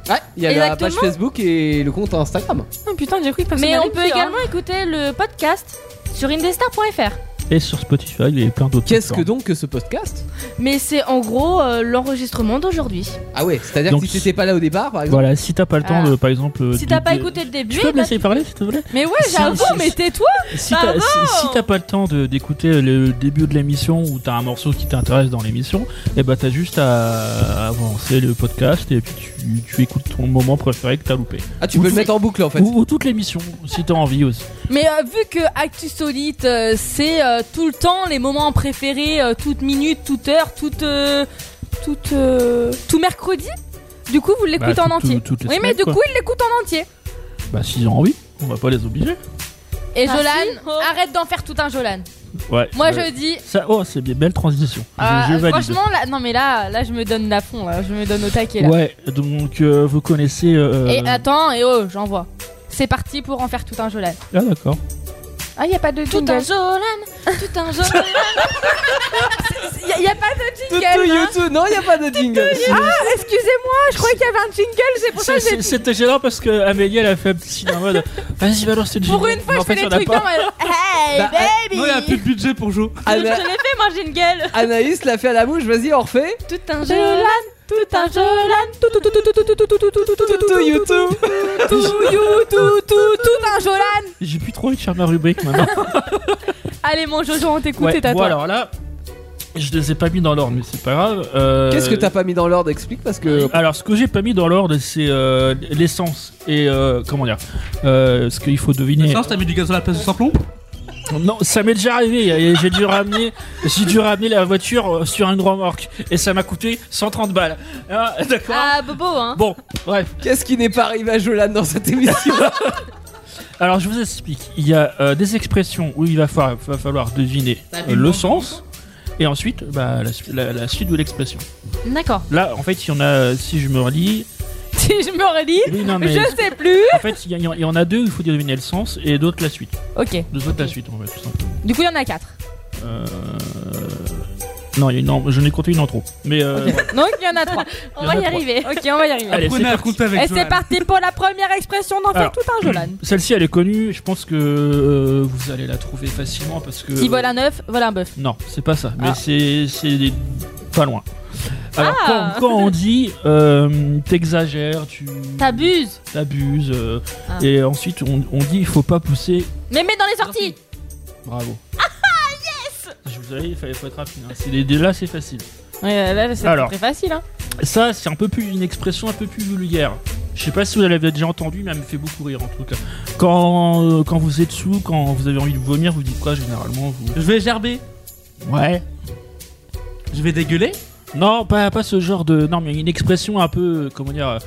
Speaker 7: Ouais, il y a la
Speaker 5: Exactement.
Speaker 7: page Facebook et le compte Instagram.
Speaker 5: Oh putain, j'ai cru que
Speaker 8: Mais on
Speaker 5: hein.
Speaker 8: peut également écouter le podcast sur indestar.fr.
Speaker 6: Et sur Spotify, il y a plein d'autres.
Speaker 7: Qu'est-ce que
Speaker 6: plateformes.
Speaker 7: donc que ce podcast
Speaker 8: Mais c'est en gros euh, l'enregistrement d'aujourd'hui.
Speaker 7: Ah ouais, c'est-à-dire que
Speaker 6: Donc,
Speaker 7: si t'étais pas là au départ, par exemple.
Speaker 6: Voilà, si t'as pas le temps
Speaker 8: Ah.
Speaker 6: de, par exemple. euh,
Speaker 8: Si
Speaker 6: de-
Speaker 8: t'as pas
Speaker 6: de-
Speaker 8: écouté le début,
Speaker 6: Tu peux me
Speaker 8: bah,
Speaker 6: laisser parler, s'il te plaît
Speaker 5: Mais ouais,
Speaker 6: Si,
Speaker 5: j'avoue,
Speaker 6: si,
Speaker 5: mais
Speaker 6: si.
Speaker 5: tais-toi.
Speaker 6: Si t'as
Speaker 8: Pardon
Speaker 6: si- si t'as pas le temps de- d'écouter le début de l'émission ou t'as un morceau qui t'intéresse dans l'émission, et bah t'as juste à avancer le podcast et puis tu, tu écoutes ton moment préféré que t'as loupé.
Speaker 7: Ah, tu peux le mettre en boucle en fait.
Speaker 6: Ou, ou toute l'émission, si t'as envie aussi.
Speaker 5: Mais euh, vu que Actu Solite, euh, c'est euh, tout le temps les moments préférés, euh, toute minute, toute heure, toute, euh, toute, euh, tout mercredi, du coup, vous l'écoutez
Speaker 6: Bah,
Speaker 5: en
Speaker 6: tout-
Speaker 5: entier.
Speaker 6: tout- toutes les
Speaker 5: oui, mais
Speaker 6: semaines,
Speaker 5: du
Speaker 6: quoi.
Speaker 5: coup, il l'écoute en entier.
Speaker 6: Bah s'ils ont envie, on va pas les obliger.
Speaker 5: Et
Speaker 8: Ah,
Speaker 5: Jolan,
Speaker 8: si Oh.
Speaker 5: arrête d'en faire tout un Jolan.
Speaker 6: Ouais.
Speaker 5: Moi,
Speaker 6: Ouais.
Speaker 5: je dis.
Speaker 6: Ça, oh, c'est bien, belle transition. Je-
Speaker 5: euh,
Speaker 6: je, valide.
Speaker 5: franchement, là, non mais là, là, je me donne à fond, là, je me donne au taquet. Là.
Speaker 6: Ouais, donc euh, vous connaissez. euh,
Speaker 5: Et attends, et oh, j'envoie. C'est parti pour en faire tout un Jolan.
Speaker 6: Ah d'accord.
Speaker 5: Ah, y a pas de
Speaker 8: Tout un Jolan, tout un Jolan.
Speaker 5: Y a, y a pas de
Speaker 7: Toutou,
Speaker 5: jingle. hein.
Speaker 7: youtou. Non, il a pas de jingle.
Speaker 5: Ah, excusez-moi, je croyais qu'il y avait un jingle, c'est pour ça que j'ai
Speaker 6: C'est- C'était gênant parce que Amélie elle a fait un petit signe en mode Vas-y balance cette
Speaker 5: Pour une fois, je fais les trucs euh, dans ma... Hey,
Speaker 7: Bah,
Speaker 5: baby
Speaker 9: Non, il a plus de budget pour jouer.
Speaker 8: Je l'ai
Speaker 7: Ana-
Speaker 8: fait, moi j'ai une gueule.
Speaker 7: Anaïs l'a fait à la bouche, vas-y, on refait.
Speaker 8: Tout un Jolan, tout un Jolan.
Speaker 5: Tout, tout, tout, tout, tout, tout, tout, tout, tout, tout, tout, tout, tout,
Speaker 7: Toutou, youtou.
Speaker 6: Euh,
Speaker 5: tout, you, tout, tout, tout un Jolan
Speaker 6: J'ai plus trop envie de faire ma rubrique maintenant.
Speaker 5: Allez, mon Jojo, on t'écoute
Speaker 6: Ouais,
Speaker 5: et t'attends.
Speaker 6: bon, alors là, je les ai pas mis dans l'ordre, mais c'est pas grave. Euh,
Speaker 7: Qu'est-ce que t'as euh, pas mis dans l'ordre Explique parce que.
Speaker 6: Alors, ce que j'ai pas mis dans l'ordre, c'est euh, l'essence et euh, comment dire, euh, ce qu'il faut deviner.
Speaker 9: Sens, t'as mis du gazole à la place du sans-plomb
Speaker 6: Non, ça m'est déjà arrivé. et J'ai dû ramener, j'ai dû ramener la voiture euh, sur une remorque et ça m'a coûté 130 balles. Ah, D'accord.
Speaker 8: Ah, Bobo, hein.
Speaker 6: Bon, bref.
Speaker 7: Qu'est-ce qui n'est pas arrivé à Jolan dans cette émission
Speaker 6: Alors, je vous explique. Il y a euh, des expressions où il va, fa- va falloir deviner euh, le sens. Et ensuite, bah, la, su- la- la suite de l'expression.
Speaker 8: D'accord.
Speaker 6: Là, en fait, il y en a, euh, si je me relis.
Speaker 5: Si je me relis,
Speaker 6: Oui, non, mais-
Speaker 5: je sais plus.
Speaker 6: En fait, il y, en- il y en a deux, il faut deviner le sens, et d'autres la suite.
Speaker 5: Ok,
Speaker 6: Deux autres la suite, en fait, tout simplement.
Speaker 5: du coup, il y en a 4.
Speaker 6: Euh... Non, il y a une en- je n'ai compté une en trop. Mais euh, voilà.
Speaker 5: Donc, il y en a 3.
Speaker 8: On va y arriver.
Speaker 5: Ok, on va y arriver.
Speaker 6: Allez, c'est
Speaker 9: Prenez à
Speaker 6: parti.
Speaker 9: compter avec
Speaker 5: Et c'est
Speaker 9: Jolan.
Speaker 5: parti pour la première expression d'en faire
Speaker 6: Alors.
Speaker 5: tout un Jolan.
Speaker 6: Celle-ci, elle est connue, je pense que euh, vous allez la trouver facilement parce que.
Speaker 5: Qui vole un œuf, vole un bœuf.
Speaker 6: Non, c'est pas ça, mais
Speaker 5: Ah.
Speaker 6: c'est c'est des- pas loin. Alors,
Speaker 5: Ah.
Speaker 6: quand, quand on dit euh, t'exagères, tu
Speaker 8: T'abuses.
Speaker 6: t'abuses, euh,
Speaker 8: Ah.
Speaker 6: et ensuite on, on dit il faut pas pousser.
Speaker 5: Mais mets dans les sorties
Speaker 6: Bravo. Je vous avais dit, il fallait faut être rapide. hein. C'est- Là, c'est facile.
Speaker 5: Ouais, là, c'est
Speaker 6: Alors.
Speaker 5: très facile, hein.
Speaker 6: Ça, c'est un peu plus une expression un peu plus vulgaire. Je sais pas si vous l'avez déjà entendu, mais elle me fait beaucoup rire en tout cas. Quand, euh, quand vous êtes sous, quand vous avez envie de vomir, vous dites quoi généralement vous
Speaker 9: Je vais gerber.
Speaker 6: Ouais.
Speaker 9: Je vais dégueuler.
Speaker 6: Non, pas, pas ce genre de. Non, mais une expression un peu. euh, Comment dire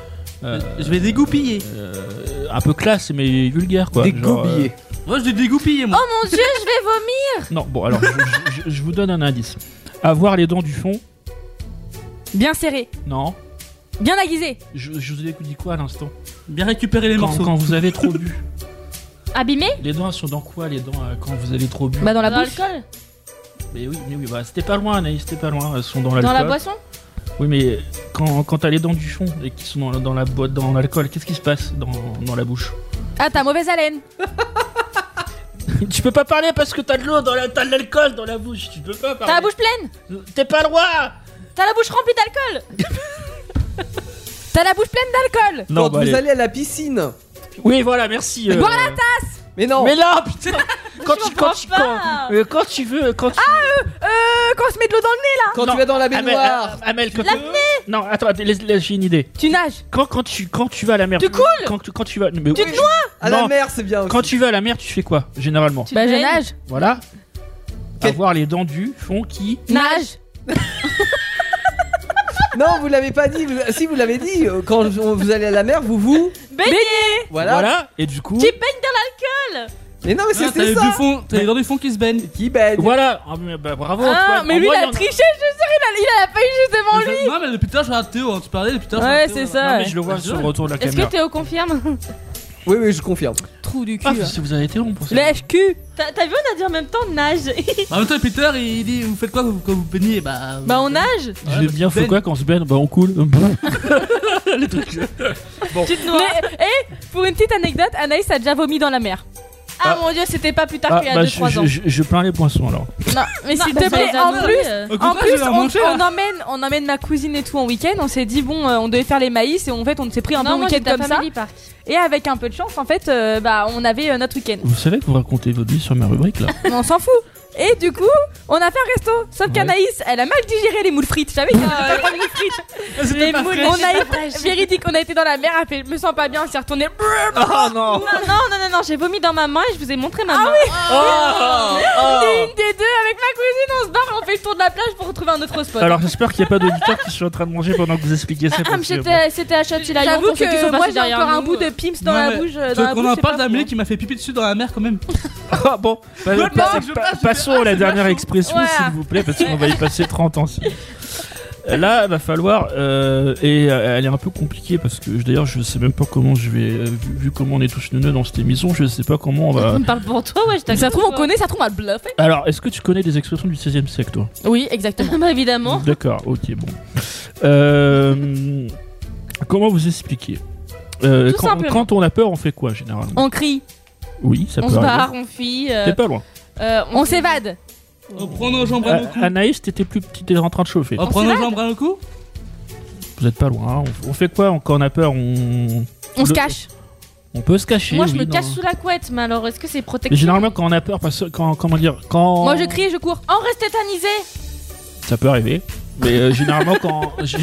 Speaker 6: euh,
Speaker 9: je vais dégoupiller.
Speaker 6: euh, Un peu classe, mais vulgaire quoi.
Speaker 7: Des
Speaker 6: Genre, euh,
Speaker 7: goubillés.
Speaker 9: Moi, je vais dégoupiller, moi.
Speaker 5: Oh,
Speaker 8: Mon dieu, je vais vomir.
Speaker 6: Non, bon, alors je, je- je vous donne un indice. Avoir les dents du fond
Speaker 5: Bien serré,
Speaker 6: Non.
Speaker 5: bien aiguisé.
Speaker 6: Je, je vous ai dit quoi à l'instant
Speaker 9: Bien récupérer les
Speaker 6: quand,
Speaker 9: morceaux.
Speaker 6: quand vous avez trop bu.
Speaker 8: Abîmé
Speaker 6: Les dents elles sont dans quoi les dents euh, quand vous avez trop bu
Speaker 5: Bah, dans la
Speaker 8: Dans
Speaker 5: bouche.
Speaker 8: l'alcool
Speaker 6: Mais oui, mais oui, bah c'était pas loin, Anaïs, c'était pas loin. Elles sont dans l'alcool.
Speaker 8: Dans la boisson
Speaker 6: Oui, mais quand, quand t'as les dents du fond et qu'ils sont dans, la- dans la boîte, dans l'alcool, qu'est-ce qui se passe dans, dans la bouche
Speaker 5: Ah, t'as mauvaise haleine.
Speaker 6: Tu peux pas parler parce que t'as de l'eau, dans la- t'as de l'alcool dans la bouche. Tu peux pas
Speaker 5: T'as la
Speaker 6: parler. Euh,
Speaker 5: bouche pleine.
Speaker 6: T'es pas loin
Speaker 5: T'as la bouche remplie d'alcool. T'as la bouche pleine d'alcool.
Speaker 7: Quand vous allez à la piscine.
Speaker 6: bah, Oui, voilà, merci. euh,
Speaker 5: Boire la
Speaker 7: Mais non,
Speaker 6: Mais là, putain Quand tu, quand, tu, quand,
Speaker 8: pas.
Speaker 6: euh, quand tu veux. Quand tu...
Speaker 5: Euh, quand on se met de l'eau dans le nez.
Speaker 7: quand
Speaker 6: non.
Speaker 7: tu vas dans la
Speaker 6: Amel,
Speaker 7: baignoire.
Speaker 6: euh, Amel, quand tu... Non, attends, laisse- laisse, j'ai une idée.
Speaker 5: Tu nages.
Speaker 6: Quand, quand, tu, quand tu vas à la mer.
Speaker 5: Tu coules
Speaker 6: quand, tu- quand tu vas. mais-
Speaker 5: Tu te noies
Speaker 7: À
Speaker 6: Non.
Speaker 7: la mer, c'est bien. aussi.
Speaker 6: Quand tu vas à la mer, tu fais quoi, généralement
Speaker 8: Bah, je nage.
Speaker 6: Voilà.
Speaker 7: Quel-
Speaker 6: Avoir les dents du fond qui.
Speaker 5: Nage.
Speaker 7: Non, vous l'avez pas dit. vous- Si vous l'avez dit, euh, quand vous vous allez à la mer, vous vous.
Speaker 5: Baigner.
Speaker 7: Voilà.
Speaker 6: Voilà. Et du coup.
Speaker 5: Type-
Speaker 7: Mais non, mais
Speaker 9: Ah, T'as
Speaker 7: c'était
Speaker 9: les
Speaker 7: ça
Speaker 9: deux fonds, t'as les dents du fond qui se baignent.
Speaker 7: Qui baigne
Speaker 6: Voilà, Ah, mais, bah, bravo.
Speaker 5: Ah,
Speaker 6: Antoine.
Speaker 5: mais lui,
Speaker 6: En
Speaker 5: il a
Speaker 6: vrai,
Speaker 5: triché, je te jure, il a, il a la feuille juste devant lui.
Speaker 9: Non, mais depuis tout à l'heure, je regarde Théo, hein, tu parlais, depuis tout à l'heure. je
Speaker 5: Ouais,
Speaker 9: regarde
Speaker 5: c'est
Speaker 9: Théo,
Speaker 5: ça.
Speaker 6: Ah, Non, mais je le vois sur le retour de la
Speaker 8: Est-ce que
Speaker 6: caméra.
Speaker 8: Théo confirme
Speaker 7: Oui, oui, je confirme.
Speaker 5: Trou du cul.
Speaker 6: Ah, si vous avez été long pour ça.
Speaker 5: Lèche cul.
Speaker 8: T'as t'as vu, on a dit en même temps nage.
Speaker 9: voilà. En même temps, Peter, il dit Vous faites quoi quand vous, quand vous peignez Bah.
Speaker 8: bah, on nage.
Speaker 9: Ouais,
Speaker 6: J'ai
Speaker 9: bah,
Speaker 6: bien
Speaker 9: tu
Speaker 6: fait
Speaker 9: baignes.
Speaker 6: quoi quand on se baigne Bah on coule. Les trucs.
Speaker 8: Tu te noies.
Speaker 5: Mais, eh, pour une petite anecdote, Anaïs a déjà vomi dans la mer.
Speaker 8: Ah, mon dieu, c'était pas plus tard
Speaker 6: Ah,
Speaker 8: qu'il y a
Speaker 6: bah,
Speaker 8: 2-3
Speaker 6: je,
Speaker 8: ans.
Speaker 6: je, je plains les poinçons alors.
Speaker 5: Non, mais s'il
Speaker 8: Non,
Speaker 5: te
Speaker 8: ça
Speaker 5: plaît,
Speaker 8: nous a
Speaker 5: en
Speaker 8: donné,
Speaker 5: plus,
Speaker 8: euh,
Speaker 9: Au
Speaker 5: En
Speaker 9: contraire,
Speaker 5: plus,
Speaker 9: je vais en
Speaker 5: on,
Speaker 9: manger, hein.
Speaker 5: on
Speaker 9: là.
Speaker 5: emmène, on emmène ma cousine et tout en week-end. On s'est dit bon, euh, on devait faire les maïs et en fait, on s'est pris un
Speaker 8: Non,
Speaker 5: bon
Speaker 8: moi,
Speaker 5: week-end
Speaker 8: j'étais à
Speaker 5: comme ça.
Speaker 8: Family Park.
Speaker 5: Et avec un peu de chance, en fait, euh, bah, on avait euh, notre week-end.
Speaker 6: Vous savez que vous racontez votre vie sur ma rubrique là
Speaker 5: Mais on s'en fout. Et du coup, on a fait un resto. Sauf
Speaker 6: Ouais.
Speaker 5: qu'Anaïs, elle a mal digéré les moules frites. J'avais dit, pas prendre les moules frites.
Speaker 9: C'était pas frais.
Speaker 5: On a été, véridique, on a été dans la mer. Elle fait, je me sens pas bien. On s'est retourné.
Speaker 7: Oh non
Speaker 8: Non, non, non, non, non, j'ai vomi dans ma main
Speaker 5: Ah,
Speaker 8: et je vous ai montré ma main.
Speaker 7: Ah,
Speaker 9: Oh.
Speaker 5: Et une des deux, avec ma cousine, on se barre. On fait le tour de la plage pour retrouver un autre spot.
Speaker 9: Ah
Speaker 6: Alors j'espère qu'il n'y a pas d'auditeurs qui sont en train de manger pendant que vous expliquez ça.
Speaker 8: Ah, mais
Speaker 6: parce que,
Speaker 8: c'était c'était à Châtillon.
Speaker 5: J'avoue
Speaker 8: pour ceux qui sont
Speaker 5: que moi,
Speaker 8: passés
Speaker 5: j'ai
Speaker 8: derrière
Speaker 5: encore un
Speaker 8: nous.
Speaker 5: bout
Speaker 8: euh.
Speaker 5: de pims dans
Speaker 9: Non,
Speaker 5: la
Speaker 9: mais
Speaker 5: bouche. euh,
Speaker 9: Tu
Speaker 5: dans
Speaker 9: veux
Speaker 5: la
Speaker 9: qu'on
Speaker 5: bouche,
Speaker 9: en
Speaker 5: je
Speaker 9: parle
Speaker 5: sais pas.
Speaker 9: d'Amélie qui m'a fait pipi dessus dans la mer quand même
Speaker 6: bon. Ah, bon. Bah,
Speaker 9: Je
Speaker 6: passez-
Speaker 9: passe, je
Speaker 6: pa-
Speaker 9: passe, je
Speaker 6: passons
Speaker 9: passe.
Speaker 6: à la dernière expression
Speaker 5: Voilà.
Speaker 6: s'il vous plaît parce qu'on va y passer 30 ans. Là, il va falloir euh, et euh, elle est un peu compliquée parce que d'ailleurs je sais même pas comment je vais euh, vu, vu comment on est tous neuneux dans cette émission, je sais pas comment on va.
Speaker 8: Tu me parles pour toi, ouais, je
Speaker 5: Mais
Speaker 8: t'accorde.
Speaker 5: Ça se trouve, on connaît, ça se trouve, on a bluffé.
Speaker 6: Alors, est-ce que tu connais des expressions du 16e siècle toi
Speaker 5: Oui, exactement.
Speaker 8: Bah, évidemment.
Speaker 6: D'accord, ok, bon. Euh, comment vous expliquer Euh,
Speaker 8: Tout
Speaker 6: quand,
Speaker 8: simplement.
Speaker 6: quand on a peur, on fait quoi généralement
Speaker 5: On crie,
Speaker 6: Oui, ça
Speaker 8: On
Speaker 6: peut
Speaker 8: se
Speaker 6: arriver.
Speaker 8: barre, on fuit. euh,
Speaker 6: T'es pas loin.
Speaker 8: euh,
Speaker 5: on
Speaker 8: fait-
Speaker 5: s'évade.
Speaker 9: On prend nos jambes à nos
Speaker 6: Ah,
Speaker 9: coups.
Speaker 6: Anaïs, t'étais plus petite, t'étais en train de chauffer.
Speaker 9: Euh, On prend nos jambes à nos coups
Speaker 6: Vous êtes pas loin. hein. On, on fait quoi on- quand on a peur On,
Speaker 5: On se
Speaker 6: Le-
Speaker 5: cache.
Speaker 6: on peut se cacher.
Speaker 8: Moi, je
Speaker 6: oui,
Speaker 8: me
Speaker 6: non.
Speaker 8: cache sous la couette, mais alors, est-ce que c'est
Speaker 6: Mais
Speaker 8: protectif
Speaker 6: généralement, quand on a peur, parce que- quand, comment dire, quand
Speaker 5: Moi, je crie et je cours. Oh,
Speaker 8: On reste tétanisé
Speaker 6: ça peut arriver. Mais euh, généralement, quand g-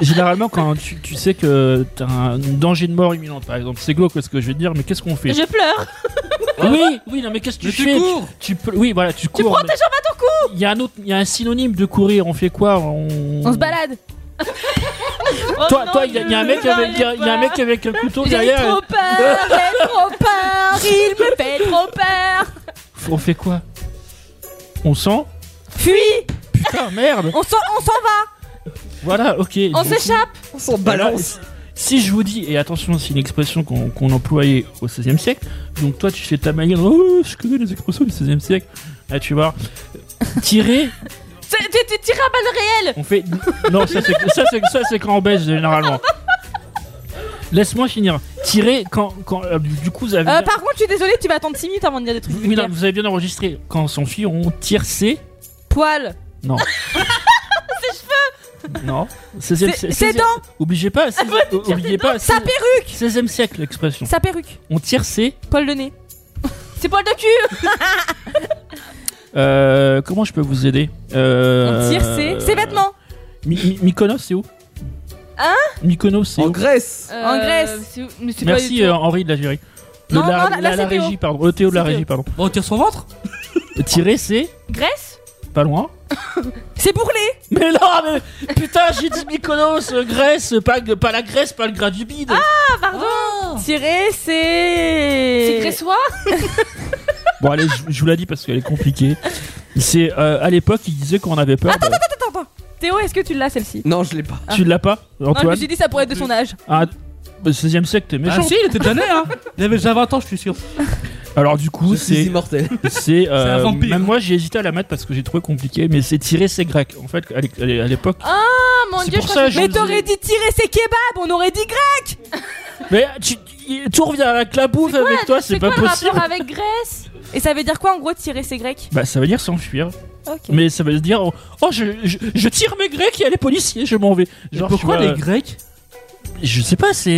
Speaker 6: généralement quand tu, tu sais que t'as un danger de mort imminente, par exemple, c'est glauque ce que je vais dire, mais qu'est-ce qu'on fait Ah
Speaker 8: Je pleure
Speaker 6: Oui, oui, non, mais qu'est-ce que
Speaker 9: Mais
Speaker 6: tu
Speaker 9: tu
Speaker 6: fais
Speaker 9: cours
Speaker 6: Tu peux- oui, voilà, tu cours.
Speaker 8: prends
Speaker 6: mais- Il y a un autre, il y a un synonyme de courir. On fait quoi On,
Speaker 5: On se balade.
Speaker 8: Oh
Speaker 6: Toi,
Speaker 8: non,
Speaker 6: toi, il y, a- il y a un mec
Speaker 8: non,
Speaker 6: avec, il y a-
Speaker 8: est
Speaker 6: il y a un
Speaker 8: pas-
Speaker 6: mec avec un couteau
Speaker 5: J'ai
Speaker 6: derrière.
Speaker 5: trop peur, j'ai trop peur, il me fait trop peur.
Speaker 6: On fait quoi On sent
Speaker 5: Fuis,
Speaker 6: Putain, merde.
Speaker 5: on s'en on s'en va.
Speaker 6: Voilà, ok.
Speaker 8: On
Speaker 6: Donc,
Speaker 8: s'échappe
Speaker 7: On s'en balance
Speaker 6: Si je vous dis, et attention, c'est une expression qu'on qu'on employait au XVIe siècle. Donc toi, tu fais ta manière. Oh, je connais les expressions du XVIe siècle. Là, tu vois. Tirer,
Speaker 8: Tu tu- tu tires à balles réelles
Speaker 6: on fait. Non, ça c'est ça c'est ça c'est quand on baisse généralement. Laisse-moi finir. Tirer quand quand euh, du du coup vous avez.
Speaker 5: Euh, par contre, je suis désolée, tu vas attendre 6 minutes avant de dire des trucs.
Speaker 6: Oui, non,
Speaker 5: vulgaires.
Speaker 6: vous avez bien enregistré. Quand on s'enfuit, on tire ses.
Speaker 5: Poil,
Speaker 6: Non. Ses cheveux Non. 16e
Speaker 5: ses ses dents,
Speaker 6: Obligez pas. seize-
Speaker 5: Ah
Speaker 8: tu tires
Speaker 6: Oubliez pas.
Speaker 5: sa perruque,
Speaker 6: 16e siècle, l'expression.
Speaker 5: sa perruque,
Speaker 6: On tire ses.
Speaker 5: poil de nez. C'est poil de cul,
Speaker 6: Euh, comment je peux vous aider
Speaker 5: on
Speaker 6: Euh,
Speaker 5: tire ses, ses vêtements.
Speaker 6: Mi- Mi- Mykonos, c'est où
Speaker 5: Hein
Speaker 6: Mykonos, c'est
Speaker 7: En
Speaker 6: où
Speaker 7: Grèce
Speaker 5: En Grèce.
Speaker 8: c'est- euh, mais c'est pas du
Speaker 6: Merci
Speaker 8: tout-
Speaker 6: euh, Henri de l'Algérie. De
Speaker 5: Non,
Speaker 6: la,
Speaker 5: non, là- là,
Speaker 6: la- la
Speaker 5: c'est Théo.
Speaker 6: régie, pardon. Euh, Théo de la
Speaker 5: C'est Théo.
Speaker 6: régie, pardon.
Speaker 9: Bon, on tire son ventre
Speaker 6: Tirer, c'est
Speaker 8: Grèce
Speaker 6: pas loin. euh.
Speaker 5: C'est bourrelé.
Speaker 6: Mais là, mais putain, j'ai dit Mykonos, euh, Grèce, pas, pas la Grèce, pas le gras du bide.
Speaker 8: Ah, pardon
Speaker 5: Tirer,
Speaker 8: C'est
Speaker 5: c'est.
Speaker 8: gréçois
Speaker 6: Bon, allez, je, je vous la dis parce qu'elle est compliquée. C'est euh, à l'époque, ils disaient qu'on avait peur. Bah,
Speaker 5: Attends, attends. Théo, est-ce que tu l'as celle-ci
Speaker 7: Non, je l'ai pas.
Speaker 6: tu l'as pas,
Speaker 5: Non, je me
Speaker 6: Antoine
Speaker 5: suis dit, ça pourrait être de son âge.
Speaker 6: Ah, bah, 16e siècle, t'es méchant.
Speaker 9: Ah si, il était déjà né, hein Il avait déjà 20 ans, je suis sûr.
Speaker 6: Alors, du coup,
Speaker 7: Je suis
Speaker 6: c'est.
Speaker 7: immortel.
Speaker 6: C'est euh,
Speaker 9: un vampire.
Speaker 6: même moi j'ai hésité à la mettre parce que j'ai trouvé compliqué mais c'est tirer c'est grec en fait à l'é- à l'é- à l'époque
Speaker 8: Ah, mon
Speaker 6: C'est
Speaker 8: dieu,
Speaker 6: pour
Speaker 8: je
Speaker 6: ça,
Speaker 8: crois
Speaker 6: je-
Speaker 5: Mais
Speaker 6: vous
Speaker 5: t'aurais
Speaker 6: ai-
Speaker 5: dit tirer, c'est kebab, on aurait dit grave.
Speaker 6: mais tu, tu- tout revient avec la bouffe avec toi c'est
Speaker 8: C'est
Speaker 6: pas
Speaker 8: quoi le
Speaker 6: possible
Speaker 8: rapport avec Grèce
Speaker 5: Et ça veut dire quoi en gros tirer, c'est grec
Speaker 6: bah ça veut dire s'enfuir
Speaker 5: Ok.
Speaker 6: mais ça veut dire oh oh, je, je, je tire mes grecs il y a les policiers je m'en vais Genre, tu
Speaker 9: Pourquoi
Speaker 6: vois, euh,
Speaker 9: les Grecs
Speaker 6: je sais pas c'est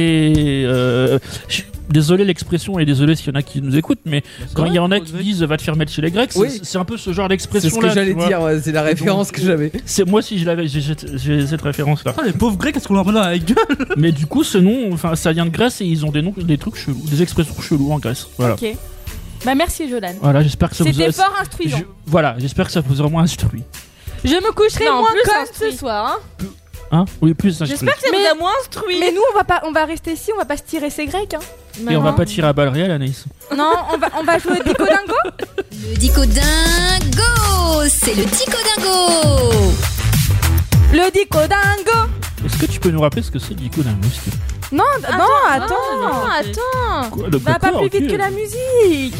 Speaker 6: euh, je- désolé l'expression et désolé s'il y en a qui nous écoutent mais quand il y en a qui disent va te faire mettre chez les grecs c'est-
Speaker 7: Oui.
Speaker 6: c'est un peu ce genre
Speaker 7: C'est
Speaker 6: d'expression
Speaker 7: ce que
Speaker 6: là
Speaker 7: j'allais dire, ouais, c'est la référence que j'avais.
Speaker 6: moi si je l'avais j'ai- j'ai j'ai cette référence là
Speaker 9: Ah, les pauvres Grecs, qu'est-ce qu'on leur met dans la gueule
Speaker 6: Mais du coup, ce nom, enfin, ça vient de Grèce et ils ont des noms, des trucs chelous, des expressions cheloues en Grèce. Voilà.
Speaker 5: Ok. Bah merci Jolan.
Speaker 6: Voilà, j'espère que ça vous a.
Speaker 5: C'était fort
Speaker 6: Je-
Speaker 5: instruisant.
Speaker 6: Voilà, j'espère que ça vous aura moins instruit.
Speaker 5: Je me coucherai
Speaker 8: Non, en
Speaker 5: moins
Speaker 8: plus,
Speaker 5: comme
Speaker 8: instruit.
Speaker 5: ce soir. hein.
Speaker 6: Hein Oui, plus 5
Speaker 8: J'espère que ça
Speaker 5: Mais-
Speaker 8: vous a moins instruit.
Speaker 5: Mais nous, on va pas, on va rester ici, on va pas se tirer ces grecs. Hein.
Speaker 6: Et on va pas tirer à balles réelles, Anaïs.
Speaker 5: Non, on va, on va jouer des codingos.
Speaker 3: Le dico dingo, c'est le dico dingo.
Speaker 5: Le dico dingo.
Speaker 6: Est-ce que tu peux nous rappeler ce que c'est du coup d'un moustique
Speaker 5: Non, non,
Speaker 8: Ah, Attends, non,
Speaker 5: Ah, attends.
Speaker 8: attends.
Speaker 6: Quoi, le
Speaker 5: Ah, Va pas
Speaker 6: coco,
Speaker 5: plus vite
Speaker 6: ok.
Speaker 5: que la musique.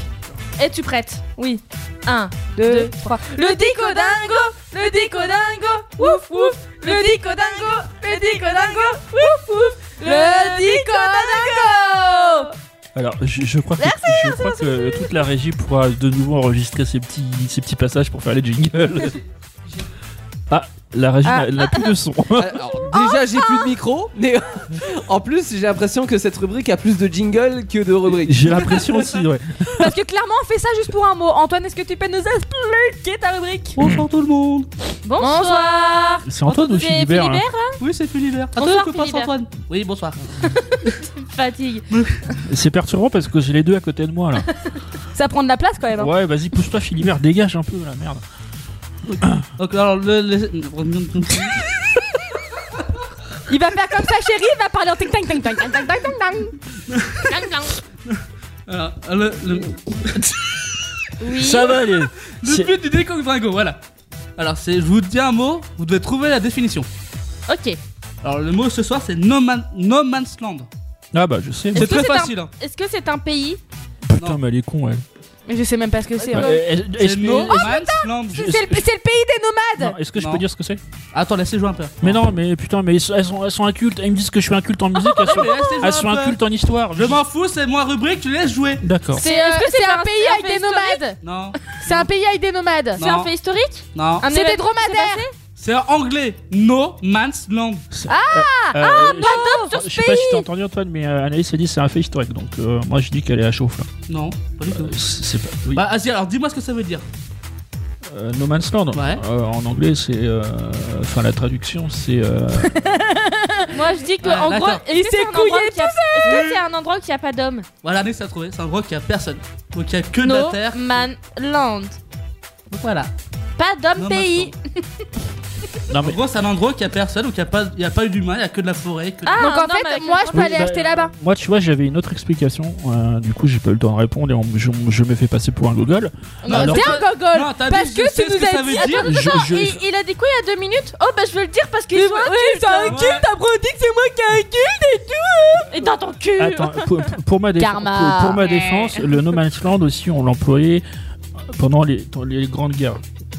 Speaker 8: Es-tu prête
Speaker 5: Oui.
Speaker 8: 1,
Speaker 5: Deux, trois. Le dico dingo, le dico dingo, ouf ouf. Le dico dingo, le dico dingo, ouf ouf. Le dico dingo.
Speaker 6: Alors, je, je crois que, je crois que toute la régie pourra de nouveau enregistrer ces petits, ces petits passages pour faire les jingles. ah, la régie
Speaker 5: Ah.
Speaker 6: n'a- n'a plus de son.
Speaker 7: Alors, déjà, j'ai plus de micro, mais en plus, j'ai l'impression que cette rubrique a plus de jingle que de rubrique.
Speaker 6: J'ai l'impression aussi, ouais.
Speaker 5: Parce que clairement, on fait ça juste pour un mot. Antoine, est-ce que tu peux nous expliquer ta rubrique
Speaker 9: Bonjour tout le monde.
Speaker 8: Bonsoir.
Speaker 6: C'est Antoine ou
Speaker 8: C'est
Speaker 6: Philibert hein
Speaker 8: Philibert,
Speaker 9: Oui, c'est Philibert. Attends,
Speaker 8: Bonsoir,
Speaker 9: que passe
Speaker 8: Philibert.
Speaker 9: Antoine Oui, bonsoir.
Speaker 8: Fatigue.
Speaker 6: C'est perturbant parce que j'ai les deux à côté de moi là.
Speaker 5: Ça prend de la place quand même. hein.
Speaker 6: Ouais, vas-y, pousse-toi, Philibert, dégage un peu la merde.
Speaker 9: Donc alors le, le-
Speaker 5: Il va faire comme ça, chérie, il va parler en ting tang tang tang tang tang tang tang tang.
Speaker 8: Clang, clang.
Speaker 9: Alors, Ah, le, le-
Speaker 8: Oui.
Speaker 6: Ça va aller.
Speaker 9: le but du déco Drago, voilà. Alors c'est je vous dis un mot, vous devez trouver la définition.
Speaker 8: Ok.
Speaker 9: Alors le mot ce soir c'est no, Man- no man's land.
Speaker 6: Ah bah je sais. moi.
Speaker 9: C'est
Speaker 8: que
Speaker 9: très
Speaker 8: c'est un-
Speaker 9: facile. hein.
Speaker 8: Est-ce que c'est un pays
Speaker 6: Putain, mais elle est con elle.
Speaker 5: Mais je sais même pas ce que c'est. hein.
Speaker 6: Euh, est-
Speaker 9: C'est
Speaker 6: est-ce que-
Speaker 8: Oh,
Speaker 9: no man's land.
Speaker 6: je-
Speaker 5: C'est le, c'est le pays des nomades.
Speaker 6: Non, Est-ce que je
Speaker 9: Non.
Speaker 6: peux dire ce que c'est
Speaker 9: Attends, laissez jouer un peu.
Speaker 6: Mais non, mais putain, mais elles sont, elles sont, elles sont incultes. Elles me disent que je suis inculte en musique, elles sont,
Speaker 9: Mais laissez jouer
Speaker 6: elles sont
Speaker 9: Ah, un peu.
Speaker 6: incultes en histoire.
Speaker 9: Je m'en fous, c'est moi rubrique, tu laisses jouer.
Speaker 6: D'accord.
Speaker 8: C'est,
Speaker 5: Est-ce
Speaker 8: euh,
Speaker 5: que c'est un pays avec
Speaker 8: fait
Speaker 5: des
Speaker 8: historique
Speaker 5: nomades
Speaker 9: Non,
Speaker 5: C'est un pays avec des nomades.
Speaker 8: C'est un
Speaker 9: Non.
Speaker 8: fait historique
Speaker 9: non.
Speaker 8: Un
Speaker 5: C'est
Speaker 8: événement
Speaker 5: des dromadaires.
Speaker 9: C'est en anglais. No man's land.
Speaker 6: Euh,
Speaker 9: ah,
Speaker 6: je, je sais pas si t'as entendu Antoine, mais euh, Anaïs a dit que c'est un fait historique, donc euh, moi je dis qu'elle est à chauffe là.
Speaker 9: Non, pas du tout.
Speaker 6: Euh, c'est c'est pas. oui.
Speaker 9: Bah vas-y, alors dis-moi ce que ça veut dire.
Speaker 6: Euh, no Man's Land,
Speaker 9: Ouais.
Speaker 6: euh, en anglais c'est. euh, Enfin la traduction c'est. euh,
Speaker 8: Moi je dis que
Speaker 9: Ouais,
Speaker 8: en gros,
Speaker 9: d'accord.
Speaker 8: est-ce que
Speaker 5: Il
Speaker 8: c'est
Speaker 5: s'est
Speaker 8: un endroit
Speaker 5: couillé
Speaker 8: qui a- est-ce que c'est un endroit où il n'y a pas d'hommes
Speaker 9: Voilà, Alex a trouvé. C'est un endroit qui a personne. Donc il y a que de la
Speaker 8: No
Speaker 9: terre.
Speaker 8: man land.
Speaker 9: Donc, voilà.
Speaker 8: Pas d'hommes
Speaker 9: No
Speaker 8: pays.
Speaker 9: man's land.
Speaker 6: Non
Speaker 9: En
Speaker 6: mais.
Speaker 9: gros, c'est un endroit qui a personne, où il y a pas, il y a pas eu d'humain, il y a que de la forêt. que-
Speaker 8: Ah,
Speaker 5: Donc
Speaker 8: un
Speaker 5: en
Speaker 8: homme
Speaker 5: fait,
Speaker 8: avec
Speaker 5: moi,
Speaker 8: un
Speaker 5: je
Speaker 8: corps.
Speaker 5: peux
Speaker 6: Oui,
Speaker 5: aller
Speaker 6: bah,
Speaker 5: acheter là-bas.
Speaker 6: Moi tu vois j'avais une autre explication, euh, du coup j'ai pas eu le temps de répondre et on- je, je me fais passer pour un Google.
Speaker 9: Non,
Speaker 6: Alors-
Speaker 5: T'es un gogol
Speaker 9: Non, t'as
Speaker 5: Parce
Speaker 9: dit,
Speaker 5: que
Speaker 9: je sais
Speaker 5: tu
Speaker 9: ce
Speaker 5: nous
Speaker 9: que ça
Speaker 5: as
Speaker 9: veut
Speaker 5: dit.
Speaker 9: dire.
Speaker 6: Je- je-
Speaker 8: Il, il a dit quoi il y a deux minutes Oh bah je veux le dire parce qu'il
Speaker 5: Oui,
Speaker 8: est soit
Speaker 5: c'est un
Speaker 9: Ouais.
Speaker 5: culte, après on dit que c'est moi qui ai un culte
Speaker 8: Et dans ton cul
Speaker 6: Attends, pour, pour- pour ma défense,
Speaker 5: Karma.
Speaker 6: pour, pour ma défense, le No Man's Land aussi, on l'employait pendant les, dans les grandes guerres.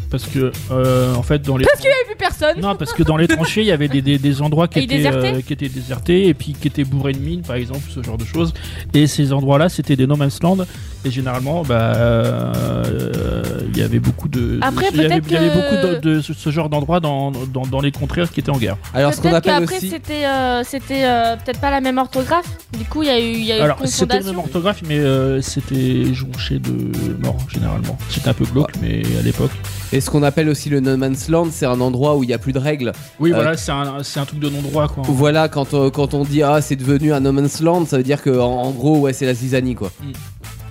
Speaker 6: Parce que, euh, en fait, dans les.
Speaker 5: J'ai vu personne
Speaker 6: Non, parce que dans les tranchées, il y avait des, des- des endroits qui
Speaker 8: Et
Speaker 6: étaient,
Speaker 8: désertés.
Speaker 6: euh, qui étaient désertés et puis qui étaient bourrés de mines, par exemple, ce genre de choses. Et ces endroits-là, c'était des no man's land. Et généralement, bah, euh, il y avait beaucoup de.
Speaker 8: Après,
Speaker 6: il y avait,
Speaker 8: peut-être
Speaker 6: il y avait
Speaker 8: que-
Speaker 6: beaucoup de, de ce, ce genre d'endroits dans, dans, dans les contrées qui étaient en guerre.
Speaker 7: Alors, ce qu'on
Speaker 8: Peut-être
Speaker 7: appelle
Speaker 8: qu'après
Speaker 7: aussi.
Speaker 8: c'était euh, c'était euh, peut-être pas la même orthographe. Du coup il y a eu il y a eu
Speaker 6: Alors, c'était le
Speaker 8: confondation.
Speaker 6: même orthographe, mais euh, c'était jonché de morts, généralement. C'était un peu glauque, mais à l'époque.
Speaker 7: Et ce qu'on appelle aussi le no man's land, c'est un endroit où il n'y a plus de règles.
Speaker 6: Oui,
Speaker 7: Euh,
Speaker 6: voilà, c'est un, c'est un truc de non-droit, quoi.
Speaker 7: Voilà, quand, euh, quand on dit ah c'est devenu un no man's land, ça veut dire que en, en gros ouais c'est la zizanie quoi.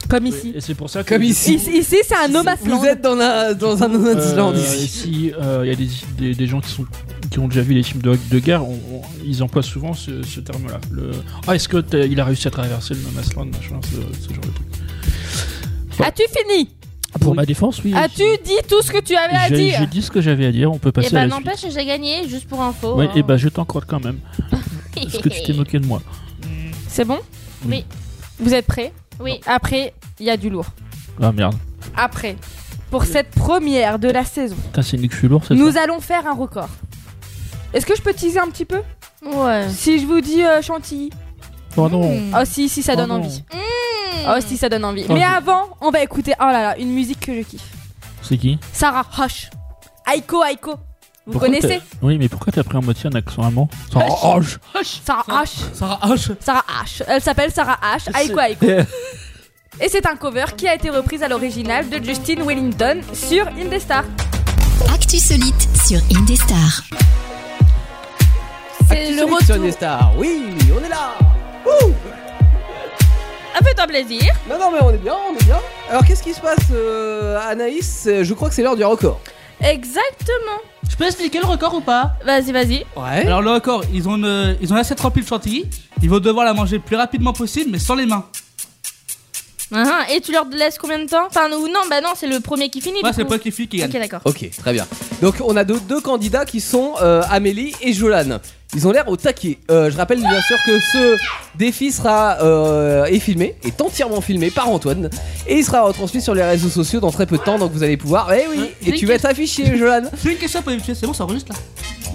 Speaker 5: Comme ici.
Speaker 6: Et c'est pour ça que.
Speaker 7: Comme ici.
Speaker 5: Ici, ici, c'est un homme
Speaker 7: Vous êtes dans, la, dans un no man's land
Speaker 6: Euh,
Speaker 7: ici.
Speaker 6: si euh, il y a des, des, des gens qui, sont, qui ont déjà vu les films de, de guerre, on- on- ils emploient souvent ce, ce terme-là. Le... Ah, est-ce que t'as- il a réussi à traverser le Mamasland, machin, ce, ce genre de truc.
Speaker 5: As-tu fini
Speaker 6: Ah, Pour ma défense, oui.
Speaker 5: As-tu dit tout ce que Ah, tu Eh avais à
Speaker 6: J'ai
Speaker 5: dire
Speaker 6: j'ai dit ce que j'avais à dire, on peut passer
Speaker 8: Et bah
Speaker 5: ben,
Speaker 6: à la suite.
Speaker 8: n'empêche j'ai gagné juste pour info.
Speaker 6: Ouais,
Speaker 8: hein.
Speaker 6: et bah je t'en crois quand
Speaker 5: Oh.
Speaker 6: même. Parce que tu t'es moqué de moi.
Speaker 5: C'est bon
Speaker 8: Oui.
Speaker 5: Vous êtes prêts
Speaker 8: Oui.
Speaker 5: Après, il y a du lourd.
Speaker 6: Ah merde.
Speaker 5: Après, pour cette première de la saison,
Speaker 6: Putain, c'est une cul lourd, c'est
Speaker 5: nous allons faire un record. Est-ce que je peux teaser un petit peu
Speaker 8: Ouais.
Speaker 5: Si je vous dis euh, Chantilly.
Speaker 6: Oh non.
Speaker 8: Mm.
Speaker 5: Oh si, si, ça donne
Speaker 6: Oh non.
Speaker 5: envie. Oh si, ça donne envie.
Speaker 6: Oh,
Speaker 5: Mais
Speaker 6: je-
Speaker 5: avant, on va écouter, oh là là, une musique que je kiffe.
Speaker 6: C'est qui
Speaker 5: Sarah Hush. Aiko Aiko. Vous
Speaker 6: Pourquoi
Speaker 5: connaissez Ah,
Speaker 6: t'as- Oui, mais pourquoi t'as pris en moitié un accent allemand Sans- Oh, je-
Speaker 5: Sarah Hush.
Speaker 9: Sarah H.
Speaker 5: Sarah H. Elle s'appelle Sarah H. Aiko Aiko. Et c'est un cover qui a été reprise à l'original de Justin Wellington sur Indestar.
Speaker 3: Actu solite sur Indestar.
Speaker 9: Ah,
Speaker 8: C'est le
Speaker 7: Actu
Speaker 8: retour.
Speaker 7: Solution des stars. Oui, on est là. Ouh
Speaker 8: Un peu ton plaisir.
Speaker 7: non non mais on est bien, on est bien. Alors qu'est-ce qui se passe euh, Anaïs Je crois que c'est l'heure du record.
Speaker 8: Exactement.
Speaker 9: Je peux expliquer le record ou pas
Speaker 8: Vas-y, vas-y.
Speaker 7: Ouais.
Speaker 9: Alors le record, ils ont, une- ils ont assez remplie de chantilly. Ils vont devoir la manger le plus rapidement possible, mais sans les mains.
Speaker 8: Hein, hein. Et tu leur laisses combien de temps Enfin, ou non, bah non, c'est le premier qui finit.
Speaker 9: Ouais,
Speaker 8: du
Speaker 9: c'est
Speaker 8: coup.
Speaker 9: pas qui fille qui gagne.
Speaker 8: Ok, d'accord.
Speaker 7: Ok, très bien. Donc on a deux, deux candidats qui sont euh, Amélie et Jolan. Ils ont l'air au taquet. Euh, je rappelle bien sûr que ce défi sera euh, est filmé, est entièrement filmé par Antoine et il sera retransmis sur les réseaux sociaux dans très peu de temps. Donc vous allez pouvoir. Eh oui, et tu vas être affiché, Jolan.
Speaker 9: J'ai une question pour éviter, c'est bon, ça enregistre là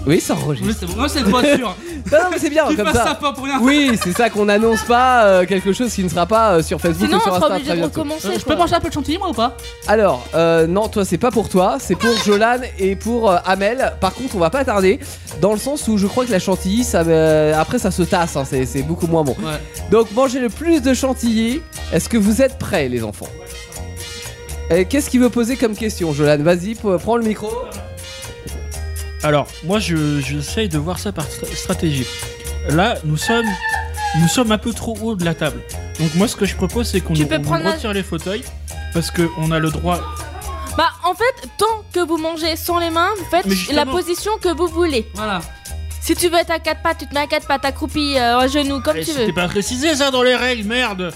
Speaker 7: Oui, ça enregistre.
Speaker 9: Oui, c'est bon, non, c'est pas sûr.
Speaker 7: Non, non, mais c'est bien
Speaker 9: tu
Speaker 7: Ah, comme
Speaker 9: passes ça
Speaker 7: ça.
Speaker 9: pas pour rien.
Speaker 7: Oui, c'est ça qu'on n'annonce pas euh, quelque chose qui ne sera pas euh, sur Facebook
Speaker 8: Sinon,
Speaker 7: ou
Speaker 8: on
Speaker 7: sur
Speaker 8: sera
Speaker 7: Insta.
Speaker 8: obligé
Speaker 7: très
Speaker 8: de
Speaker 7: bientôt.
Speaker 8: recommencer.
Speaker 9: Euh, je peux
Speaker 8: quoi.
Speaker 9: manger un peu de chantilly moi ou pas
Speaker 7: Alors, euh, non, toi, c'est pas pour toi, c'est pour Jolan et pour euh, Amel. Par contre, on va pas tarder, dans le sens où je crois que la chantilly, ça, euh, après, ça se tasse, hein, c'est c'est beaucoup moins bon.
Speaker 9: Ouais.
Speaker 7: Donc, mangez le plus de chantilly. Est-ce que vous êtes prêts, les enfants Et Qu'est-ce qu'il veut poser comme question, Jolan Vas-y, p- prends le micro.
Speaker 6: Alors, moi, je- j'essaye de voir ça par stra- stratégie. Là, nous sommes, nous sommes un peu trop haut de la table. Donc, moi, ce que je propose, c'est qu'on
Speaker 8: Tu
Speaker 6: on
Speaker 8: peux prendre la-
Speaker 6: retire les fauteuils. Parce qu'on a le droit.
Speaker 8: Bah, en fait, tant que vous mangez sans les mains, vous faites
Speaker 6: Mais justement.
Speaker 8: la position que vous voulez.
Speaker 9: Voilà.
Speaker 8: Si tu veux être à quatre pattes, tu te mets à quatre pattes, accroupi, euh, à genoux, comme
Speaker 6: Eh,
Speaker 8: tu
Speaker 6: C'était
Speaker 8: veux.
Speaker 6: pas précisé ça dans les règles, merde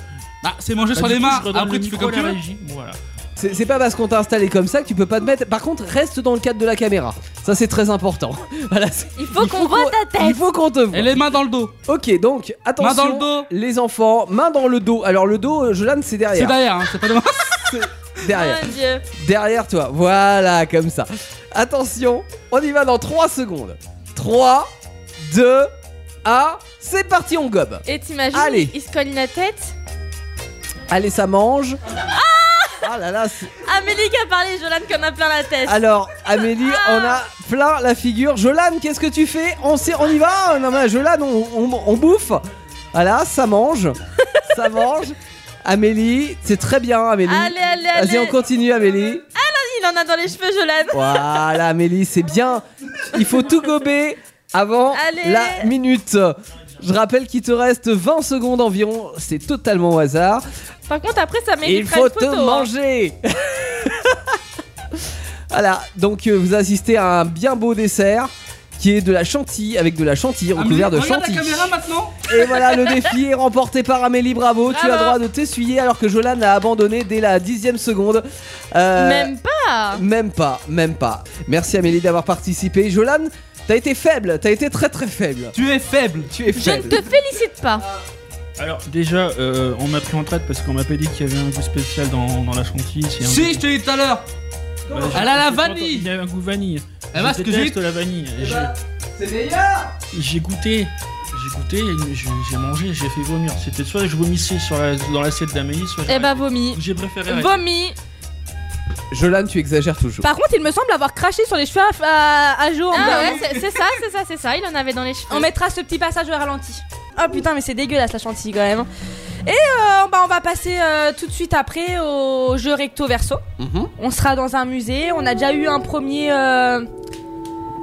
Speaker 9: Bah, c'est manger
Speaker 6: Bah,
Speaker 9: sans
Speaker 6: du
Speaker 9: les
Speaker 6: coup,
Speaker 9: mains,
Speaker 6: je redonne
Speaker 9: après
Speaker 6: le
Speaker 9: tu fais
Speaker 6: micro
Speaker 9: comme
Speaker 6: à
Speaker 9: tu
Speaker 6: la
Speaker 9: veux.
Speaker 6: régie. Voilà.
Speaker 7: C'est c'est pas parce qu'on t'a installé comme ça que tu peux pas te mettre. Par contre, reste dans le cadre de la caméra. Ça, c'est très important. voilà, c'est-
Speaker 8: Il faut
Speaker 7: il
Speaker 8: qu'on
Speaker 7: faut
Speaker 8: voit
Speaker 7: qu'on-
Speaker 8: ta
Speaker 7: il
Speaker 8: tête.
Speaker 7: faut qu'on te voit.
Speaker 9: Et les mains dans le dos.
Speaker 7: Ok, donc,
Speaker 9: Mains
Speaker 7: attention.
Speaker 9: dans le dos.
Speaker 7: Les enfants, main dans le dos. Alors le dos, euh, Jolan, c'est
Speaker 9: C'est
Speaker 7: derrière.
Speaker 9: derrière, hein, c'est pas devant.
Speaker 7: Derrière.
Speaker 8: Mon Dieu.
Speaker 7: Derrière toi. Voilà, comme ça. Attention, on y va dans 3 secondes. 3, 2, 1. C'est parti, on gobe.
Speaker 8: Et t'imagines,
Speaker 7: Allez.
Speaker 8: Ah, il se cogne la tête.
Speaker 7: Allez, ça mange. Ah là là. c'est-
Speaker 8: Amélie qui a parlé, Jolan qui en a plein la tête.
Speaker 7: Alors, Amélie, on a plein la figure. Jolan, qu'est-ce que tu fais on, sait, on y va Non, mais Jolan, on, on- on bouffe. Voilà, ça mange. ça mange. Amélie, c'est très bien, Amélie.
Speaker 8: Allez, allez,
Speaker 7: Vas-y,
Speaker 8: allez.
Speaker 7: on continue, Amélie.
Speaker 8: Il en a dans les cheveux, Jolan.
Speaker 7: Voilà, Amélie, c'est bien. Il faut tout gober avant
Speaker 8: Allez.
Speaker 7: la minute. Je rappelle qu'il te reste 20 secondes environ. C'est totalement au hasard.
Speaker 8: Par contre, après, ça
Speaker 7: Et il
Speaker 8: mériterait
Speaker 7: faut
Speaker 8: une
Speaker 7: te
Speaker 8: photo. hein.
Speaker 7: manger. voilà, donc euh, vous assistez à un bien beau dessert qui est de la chantilly avec de la chantilly recouvert de
Speaker 9: Ah, regarde la
Speaker 7: chantilly.
Speaker 9: caméra maintenant.
Speaker 7: Et voilà, le défi est remporté par Amélie. Bravo, tu as
Speaker 8: Bravo.
Speaker 7: droit de t'essuyer alors que Jolan a abandonné dès la dixième seconde. Euh,
Speaker 8: Même pas.
Speaker 7: même pas, même pas. Merci Amélie d'avoir participé. Jolan, t'as été faible, t'as été très très faible.
Speaker 9: Tu es faible.
Speaker 7: Tu es
Speaker 8: Je ne
Speaker 7: faible.
Speaker 8: te félicite pas.
Speaker 6: Alors, déjà, euh, on m'a pris en traite parce qu'on m'a pas dit qu'il y avait un goût spécial dans, dans la chantilly. c'est un
Speaker 9: Si,
Speaker 6: goût-
Speaker 9: je te l'ai dit tout à l'heure.
Speaker 6: Bah, j'ai-
Speaker 9: Elle a
Speaker 6: j'ai
Speaker 9: la
Speaker 6: pas
Speaker 9: vanille.
Speaker 6: entendu- Il y a un goût vanille.
Speaker 9: Eh ben, ce
Speaker 6: je
Speaker 9: que j'ai-
Speaker 6: déteste la vanille. J'ai-
Speaker 7: C'est meilleur
Speaker 6: J'ai goûté, j'ai goûté, j'ai j'ai mangé, j'ai fait vomir. C'était soit je vomissais sur la- dans l'assiette d'Amélie, soit
Speaker 8: Eh
Speaker 5: ben,
Speaker 6: j'arrêtais.
Speaker 8: bah, vomi.
Speaker 6: j'ai préféré. arrêter.
Speaker 8: Vomi.
Speaker 7: Jolan, tu exagères toujours.
Speaker 5: Par contre, il me semble avoir craché sur les cheveux à, à, à jour.
Speaker 8: Ah ouais, c'est- c'est ça, c'est ça, c'est ça. Il en avait dans les cheveux.
Speaker 5: Oh, bah, hein. On mettra ce petit passage au ralenti. Oh putain, mais c'est dégueulasse la chantilly quand même. hein. Et euh, bah, on va passer euh, tout de suite après au jeu recto verso.
Speaker 7: Mhm.
Speaker 5: On sera dans un musée. On a déjà eu un premier, euh,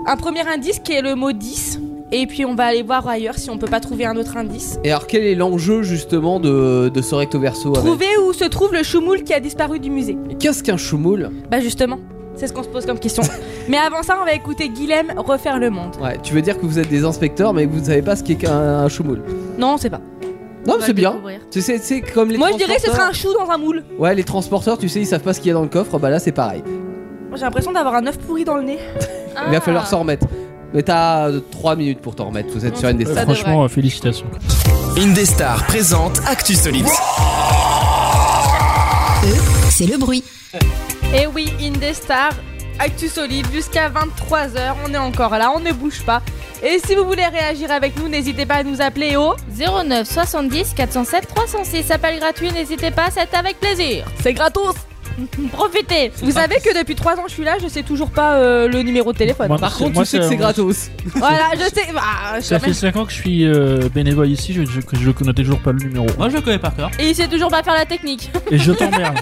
Speaker 5: un premier indice qui est le mot 10. Et puis on va aller voir ailleurs si on peut pas trouver un autre indice.
Speaker 7: Et alors, quel est l'enjeu justement de, de ce recto verso Amel
Speaker 5: Trouver où se trouve le choumoul qui a disparu du musée.
Speaker 7: Qu'est-ce qu'un choumoule
Speaker 5: Bah justement, c'est ce qu'on se pose comme question. mais avant ça, on va écouter Guilhem refaire le monde.
Speaker 7: Ouais, tu veux dire que vous êtes des inspecteurs, mais que vous ne savez pas ce qu'est qu'un choumoule.
Speaker 5: Non, on sait pas.
Speaker 8: On
Speaker 7: Non, mais
Speaker 8: va
Speaker 7: c'est
Speaker 8: le
Speaker 7: bien.
Speaker 8: découvrir.
Speaker 7: Tu sais, C'est comme les
Speaker 5: Moi je dirais que ce
Speaker 7: transporteurs.
Speaker 5: sera un chou dans un moule.
Speaker 7: Ouais, les transporteurs, tu sais, ils savent pas ce qu'il y a dans le coffre. Bah là, c'est pareil.
Speaker 5: J'ai l'impression d'avoir un œuf pourri dans le nez.
Speaker 7: Il va
Speaker 8: Ah.
Speaker 7: falloir s'en remettre. Mais t'as 3 minutes pour t'en remettre. Vous êtes
Speaker 8: Non,
Speaker 7: sur une des
Speaker 8: c'est-
Speaker 6: Euh,
Speaker 8: ça
Speaker 6: Franchement, euh, félicitations.
Speaker 4: Indestar présente Actu Solide.
Speaker 3: E, c'est le bruit.
Speaker 5: Et Eh oui, Indestar, Actu Solide, jusqu'à 23h, on est encore là, on ne bouge pas. Et si vous voulez réagir avec nous, n'hésitez pas à nous appeler au...
Speaker 8: 09 70 407 306. Appel gratuit, n'hésitez pas, c'est avec plaisir.
Speaker 5: C'est gratos
Speaker 8: Profitez.
Speaker 5: Vous savez que depuis 3 ans je suis là, je sais toujours pas euh, le numéro de téléphone.
Speaker 6: Moi-
Speaker 7: Par contre,
Speaker 6: moi,
Speaker 7: tu sais que
Speaker 6: c'est-
Speaker 7: c'est gratos.
Speaker 5: voilà, je sais... bah, Ah, je sais
Speaker 6: Ça fait
Speaker 5: même-
Speaker 6: 5 ans que je suis euh, bénévole ici, je, je, que je connais toujours pas le numéro.
Speaker 9: Moi, je le connais par cœur.
Speaker 8: Et il sait toujours pas faire la technique.
Speaker 6: Et je t'emmerde.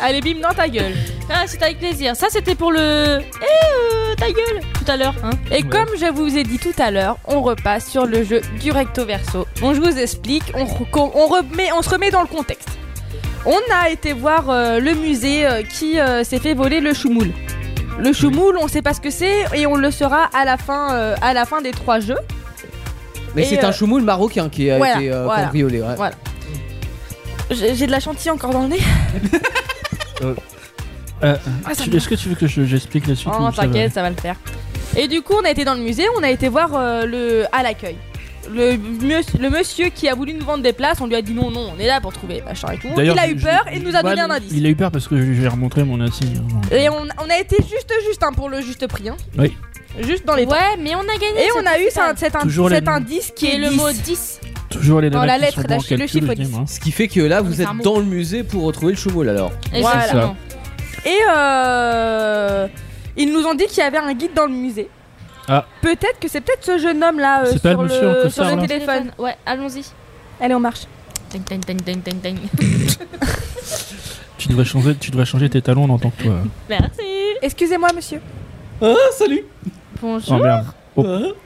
Speaker 5: Allez, bim, dans ta gueule.
Speaker 8: Ah, c'est avec plaisir. Ça, c'était pour le. Eh, euh, ta gueule Tout à l'heure. Hein.
Speaker 5: Et
Speaker 6: Ouais.
Speaker 5: comme je vous ai dit tout à l'heure, on repasse sur le jeu du recto verso. Bon, je vous explique, on, re- qu'on- on remet, on se remet dans le contexte. On a été voir euh, le musée euh, qui euh, s'est fait voler le choumoul. Le choumoule, on sait pas ce que c'est et on le saura à la fin, euh, à la fin des trois jeux.
Speaker 7: Mais
Speaker 5: Et,
Speaker 7: c'est
Speaker 5: euh,
Speaker 7: un choumoule marocain qui a
Speaker 5: voilà,
Speaker 7: été euh,
Speaker 5: voilà.
Speaker 7: cambriolé. ouais.
Speaker 5: Voilà. J'ai j'ai de la chantilly encore dans le nez.
Speaker 6: Euh,
Speaker 5: Ah, ça
Speaker 6: tu-
Speaker 5: me-
Speaker 6: Est-ce que tu veux que je- j'explique la suite
Speaker 5: Oh,
Speaker 6: ou ça va
Speaker 5: t'inquiète, ça va le faire. Et du coup, on a été dans le musée, on a été voir euh, le à l'accueil. Le, mieux- le monsieur qui a voulu nous vendre des places, on lui a dit non, non, on est là pour trouver machin et tout.
Speaker 6: D'ailleurs,
Speaker 5: Il a
Speaker 6: je-
Speaker 5: eu
Speaker 6: je-
Speaker 5: peur et il nous a donné
Speaker 6: Ouais,
Speaker 5: un indice.
Speaker 6: Il a eu peur parce que je- j'ai remontré mon insigne. hein.
Speaker 5: Et on, on a été juste, juste hein, pour le juste prix. hein.
Speaker 6: Oui.
Speaker 5: Juste dans les temps.
Speaker 8: Ouais, mais on a gagné.
Speaker 5: Et on a eu cet, cet indice-
Speaker 6: Toujours la
Speaker 5: cet
Speaker 6: nuit.
Speaker 5: indice qui
Speaker 8: qui
Speaker 5: est
Speaker 8: est le
Speaker 5: 10.
Speaker 8: mot 10.
Speaker 6: Toujours les
Speaker 5: Dans
Speaker 6: nanas
Speaker 5: la
Speaker 6: qui
Speaker 5: lettre,
Speaker 6: sont bons
Speaker 5: la-
Speaker 6: en
Speaker 5: le
Speaker 6: calcul,
Speaker 5: chiffre
Speaker 6: je dis, hein.
Speaker 5: dix.
Speaker 6: moi.
Speaker 7: Ce qui fait que là, vous
Speaker 8: c'est
Speaker 7: êtes
Speaker 8: un mot.
Speaker 7: dans le musée pour retrouver le choumoule alors.
Speaker 6: Voilà.
Speaker 8: Exactement.
Speaker 5: Et euh, ils nous ont dit qu'il y avait un guide dans le musée.
Speaker 6: Ah.
Speaker 5: Peut-être que c'est peut-être ce jeune homme là euh,
Speaker 6: C'est
Speaker 5: sur,
Speaker 6: pas le monsieur en
Speaker 5: le,
Speaker 6: costard,
Speaker 5: sur le
Speaker 6: là.
Speaker 5: téléphone.
Speaker 8: Ouais, allons-y.
Speaker 5: Allez, on marche.
Speaker 8: Ding, ding, ding, ding, ding, ding.
Speaker 6: Tu devrais changer, tu devrais changer tes talons en tant que euh, toi.
Speaker 8: Merci.
Speaker 5: Excusez-moi, monsieur.
Speaker 7: Ah, salut
Speaker 8: Bonjour.
Speaker 6: Oh merde.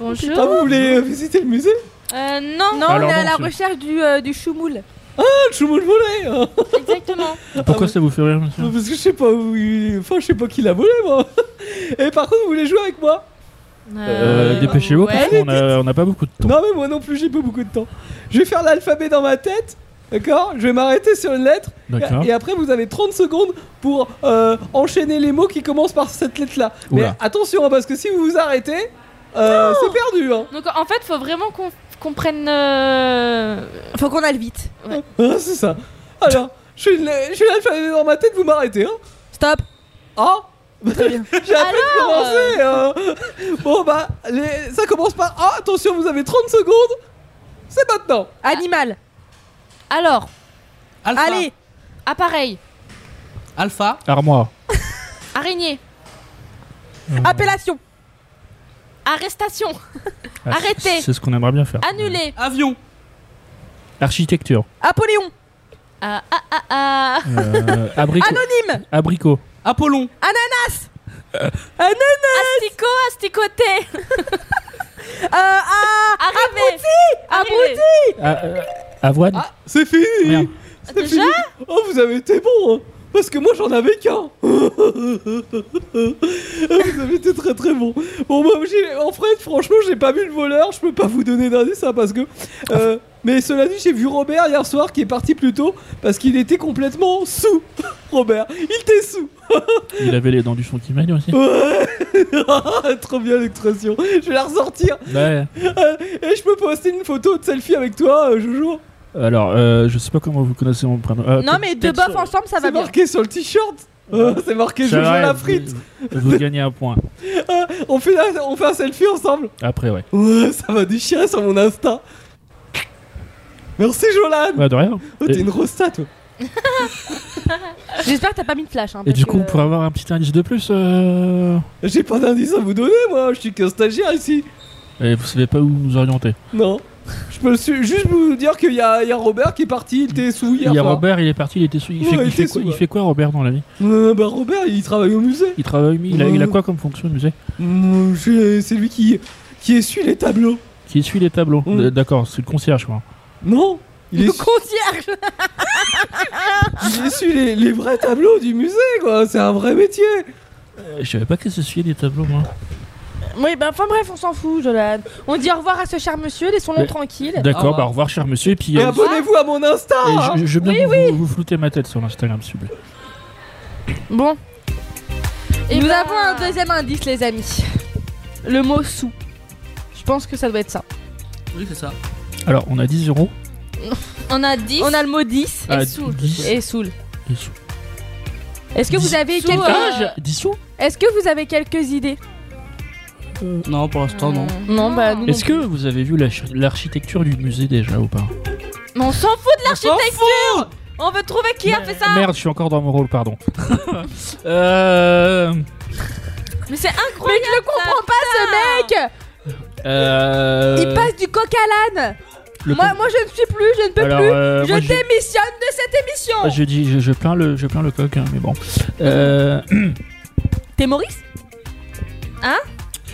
Speaker 8: Bonjour.
Speaker 7: Ah, vous voulez visiter le musée
Speaker 8: Euh, non,
Speaker 5: Non,
Speaker 6: Alors
Speaker 5: on est à
Speaker 6: non,
Speaker 5: la
Speaker 6: monsieur.
Speaker 5: recherche du, euh, du choumoule.
Speaker 7: Ah, Le choumoule volé hein.
Speaker 8: exactement.
Speaker 6: Pourquoi ça vous fait rire, monsieur
Speaker 7: Parce que je sais pas où il... Enfin, je sais pas qui l'a volé, moi Et par contre, vous voulez jouer avec moi
Speaker 6: euh, Dépêchez-vous
Speaker 8: ouais.
Speaker 6: parce qu'on a, on a pas beaucoup de temps.
Speaker 7: Non, mais moi non plus, j'ai pas beaucoup de temps. Je vais faire l'alphabet dans ma tête, d'accord Je vais m'arrêter sur une lettre,
Speaker 6: D'accord.
Speaker 7: et après, vous avez 30 secondes pour euh, enchaîner les mots qui commencent par cette lettre-là. Mais
Speaker 6: Oula.
Speaker 7: attention, hein, parce que si vous vous arrêtez, euh, c'est perdu, hein
Speaker 8: Donc en fait, faut vraiment qu'on qu'on prenne. euh,
Speaker 5: Faut qu'on aille vite.
Speaker 7: Ah, C'est ça. Alors, je suis le- je suis l'alphabet dans ma tête, vous m'arrêtez, hein
Speaker 5: Stop. Bah,
Speaker 7: Ah J'ai à peine commencé euh. Bon bah, les- ça commence par Ah, attention, vous avez 30 secondes C'est maintenant
Speaker 5: Animal.
Speaker 8: Alors,
Speaker 9: Alpha.
Speaker 5: Allez.
Speaker 8: appareil,
Speaker 9: Alpha.
Speaker 6: Armoire.
Speaker 8: araignée,
Speaker 7: Ah.
Speaker 5: Appellation.
Speaker 8: arrestation,
Speaker 6: Ah,
Speaker 8: Arrêtez.
Speaker 6: C'est ce qu'on aimerait bien faire.
Speaker 8: annulé.
Speaker 9: Avion.
Speaker 6: Architecture.
Speaker 5: Apolléon.
Speaker 8: Ah ah ah ah.
Speaker 6: Euh, abricot.
Speaker 5: Anonyme.
Speaker 6: abricot.
Speaker 9: Apollon.
Speaker 8: Asticot, asticoté.
Speaker 5: Euh, ah,
Speaker 8: Arrivé.
Speaker 5: abruti.
Speaker 6: Ah, euh, avoine.
Speaker 7: Ah, c'est fini
Speaker 6: Merde.
Speaker 7: C'est
Speaker 8: Déjà
Speaker 7: fini. Oh, vous avez été bon hein. Parce que moi, j'en avais qu'un Vous avez été très très bon Bon, moi, j'ai- en fait, franchement, j'ai pas vu le voleur, je peux pas vous donner d'indice, hein, parce que... euh, mais cela dit, j'ai vu Robert hier soir qui est parti plus tôt parce qu'il était complètement sous. Robert, il était sous.
Speaker 6: Il avait les dents du son qui mène aussi.
Speaker 7: Ouais Trop bien l'expression. Je vais la ressortir.
Speaker 6: Ouais.
Speaker 7: Euh, Et je peux poster une photo de selfie avec toi, euh, Jojo.
Speaker 6: Alors, euh, je sais pas comment vous connaissez mon prénom. Euh,
Speaker 5: Non, mais deux
Speaker 6: peut-être
Speaker 5: bofs
Speaker 6: sur-
Speaker 5: ensemble, ça va
Speaker 7: C'est
Speaker 5: bien.
Speaker 7: marqué sur le t-shirt. Euh, C'est marqué
Speaker 6: Ça
Speaker 7: Jojo
Speaker 6: va,
Speaker 7: la
Speaker 6: vous-
Speaker 7: frite.
Speaker 6: Vous, gagnez un point.
Speaker 7: Euh, On fait, la- on fait un selfie ensemble.
Speaker 6: Après, ouais.
Speaker 7: Ouais, ça va déchirer sur mon Insta. Merci Jolan.
Speaker 6: Ouais, de rien.
Speaker 7: Oh,
Speaker 6: Et-
Speaker 7: T'es une rosta toi.
Speaker 5: J'espère que t'as pas mis de flash. hein,
Speaker 6: Et
Speaker 5: parce
Speaker 6: du coup,
Speaker 5: que-
Speaker 6: on pourrait avoir un petit indice de plus. euh,
Speaker 7: J'ai pas d'indice à vous donner moi. Je suis qu'un stagiaire ici.
Speaker 6: Et vous savez pas où nous orienter.
Speaker 7: Non. Je peux su- juste vous dire qu'il y, a il y a Robert qui est parti. Il était sous hier.
Speaker 6: Il y a
Speaker 7: soir.
Speaker 6: Robert, il est parti, il était sous. Il,
Speaker 7: Ouais,
Speaker 6: fait,
Speaker 7: il
Speaker 6: il fait
Speaker 7: était
Speaker 6: quoi,
Speaker 7: sous,
Speaker 6: il
Speaker 7: ouais.
Speaker 6: fait quoi, Robert, dans la vie
Speaker 7: Euh, bah Robert, il travaille au musée.
Speaker 6: Il travaille, mais il a, il a quoi comme fonction au musée
Speaker 7: Mm, je- C'est lui qui, qui essuie les tableaux.
Speaker 6: Qui suit les tableaux.
Speaker 7: Mm.
Speaker 6: D- D'accord, c'est le concierge, quoi.
Speaker 7: Non Il
Speaker 5: Le
Speaker 7: essuie,
Speaker 5: concierge.
Speaker 7: il essuie les, les vrais tableaux du musée, quoi. C'est un vrai métier.
Speaker 6: Euh, je savais pas que ça suivait les tableaux, moi.
Speaker 5: Oui, bah, enfin bref, on s'en fout, Jolan. On dit au revoir à ce cher monsieur, laissons-le
Speaker 6: Mais-
Speaker 5: tranquille.
Speaker 6: D'accord,
Speaker 9: Ah,
Speaker 6: bah au revoir, cher monsieur. Et puis,
Speaker 7: Et
Speaker 5: Ah
Speaker 6: euh,
Speaker 7: abonnez-vous à mon Insta
Speaker 6: et
Speaker 7: hein.
Speaker 6: je, je veux bien que vous, vous floutez ma tête sur l'Instagram, s'il vous plaît.
Speaker 5: Bon.
Speaker 8: Et
Speaker 5: Nous
Speaker 8: bah-
Speaker 5: avons un deuxième indice, les amis. Le mot sous. Je pense que ça doit être ça.
Speaker 9: Oui, c'est ça.
Speaker 6: Alors, on a 10 euros.
Speaker 8: On a 10.
Speaker 5: On a le mot 10
Speaker 6: Ah,
Speaker 8: sous.
Speaker 6: 10.
Speaker 5: et soul.
Speaker 6: Et sous.
Speaker 5: Est-ce que vous
Speaker 6: Dix-
Speaker 5: avez
Speaker 8: sous,
Speaker 5: quelques...
Speaker 8: euh,
Speaker 6: Ah, j'ai- 10 sous
Speaker 5: Est-ce que vous avez quelques idées
Speaker 9: Non, pour l'instant, non.
Speaker 5: Non, bah, nous non
Speaker 6: Est-ce que vous avez vu la ch- l'architecture du musée déjà ou pas
Speaker 8: Mais on s'en fout de
Speaker 9: On s'en
Speaker 8: l'architecture. On veut trouver qui a fait ça.
Speaker 6: Merde, je suis encore dans mon rôle, pardon. euh,
Speaker 8: Mais c'est incroyable.
Speaker 5: Je comprends pas ce mec
Speaker 6: euh,
Speaker 5: Il passe du coq à l'âne
Speaker 6: le
Speaker 5: moi,
Speaker 6: con-
Speaker 5: moi, je ne suis plus, je ne peux
Speaker 6: Alors,
Speaker 5: plus.
Speaker 6: euh,
Speaker 5: je
Speaker 6: moi, je-
Speaker 5: démissionne de cette émission
Speaker 6: je dis, je, je plains le, je plains le coq, hein, mais bon. Euh,
Speaker 5: T'es Maurice Hein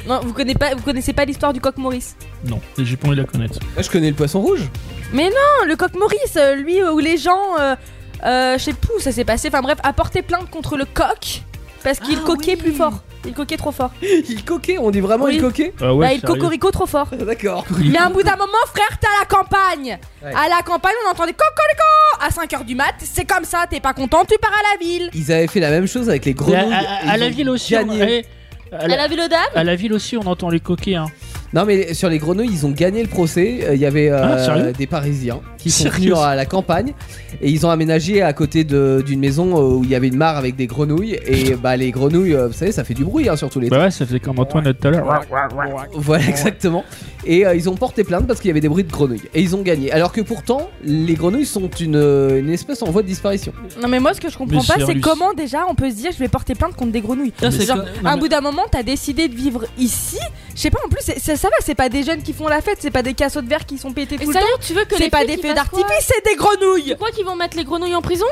Speaker 5: Non, vous connaissez pas, vous connaissez pas l'histoire du coq Maurice
Speaker 6: non, j'ai pas envie de la connaître.
Speaker 7: Ah, Je connais le poisson rouge.
Speaker 5: Non, le coq Maurice, euh, lui euh, où les gens, euh, euh, je sais plus où ça s'est passé, enfin bref, a porté plainte contre le coq parce qu'il coquait plus fort. Il coquait trop fort.
Speaker 7: Il coquait, on dit vraiment
Speaker 5: Oui.
Speaker 7: il coquait
Speaker 6: Ah ouais,
Speaker 5: bah, il
Speaker 6: sérieux.
Speaker 5: cocorico trop fort.
Speaker 7: D'accord.
Speaker 5: Mais à un bout d'un moment, frère, t'es à la campagne.
Speaker 7: Ouais.
Speaker 5: À la campagne, on entendait cocorico à 5h du mat. C'est comme ça, t'es pas content, tu pars à la ville.
Speaker 7: Ils avaient fait la même chose avec les
Speaker 6: Mais
Speaker 7: grenouilles.
Speaker 6: à, à- à
Speaker 7: Ils
Speaker 6: la
Speaker 7: ont
Speaker 6: ville aussi, on,
Speaker 7: gagné.
Speaker 6: eh, à,
Speaker 8: Elle
Speaker 6: la,
Speaker 8: a vu le dame
Speaker 6: à la ville aussi, on entend les coquets. Hein.
Speaker 7: Non mais sur les grenouilles, ils ont gagné le procès. Euh, Il y avait euh,
Speaker 6: Ah, sérieux
Speaker 7: des Parisiens qui sont
Speaker 6: Sérieux
Speaker 7: venus à la campagne et ils ont aménagé à côté de- d'une maison euh, où il y avait une mare avec des grenouilles et bah les grenouilles, euh, vous savez, ça fait du bruit hein, surtout les.
Speaker 6: Bah ouais, ça faisait comme Antoine tout à l'heure.
Speaker 7: Voilà exactement. Et euh, ils ont porté plainte parce qu'il y avait des bruits de grenouilles et ils ont gagné. Alors que pourtant, les grenouilles sont une, euh, une espèce en voie de disparition.
Speaker 5: Non, mais moi, ce que je comprends
Speaker 6: Mais
Speaker 5: pas,
Speaker 6: c'est
Speaker 5: c'est
Speaker 6: halluc-
Speaker 5: comment déjà on peut se dire je vais porter plainte contre des grenouilles.
Speaker 9: Ça, c'est
Speaker 5: Genre,
Speaker 9: que- non,
Speaker 5: à un
Speaker 9: mais-
Speaker 5: bout d'un moment, t'as décidé de vivre ici. Je sais pas, en plus, c'est- ça, ça va, c'est pas des jeunes qui font la fête, c'est pas des cassots de verre qui sont pétés
Speaker 8: Mais
Speaker 5: tout le temps.
Speaker 8: sérieux, tu veux que les
Speaker 5: C'est pas
Speaker 8: flics,
Speaker 5: des
Speaker 8: ils
Speaker 5: feux
Speaker 8: fassent quoi
Speaker 5: d'artifice, c'est des grenouilles.
Speaker 8: Tu crois qu'ils vont mettre les grenouilles en prison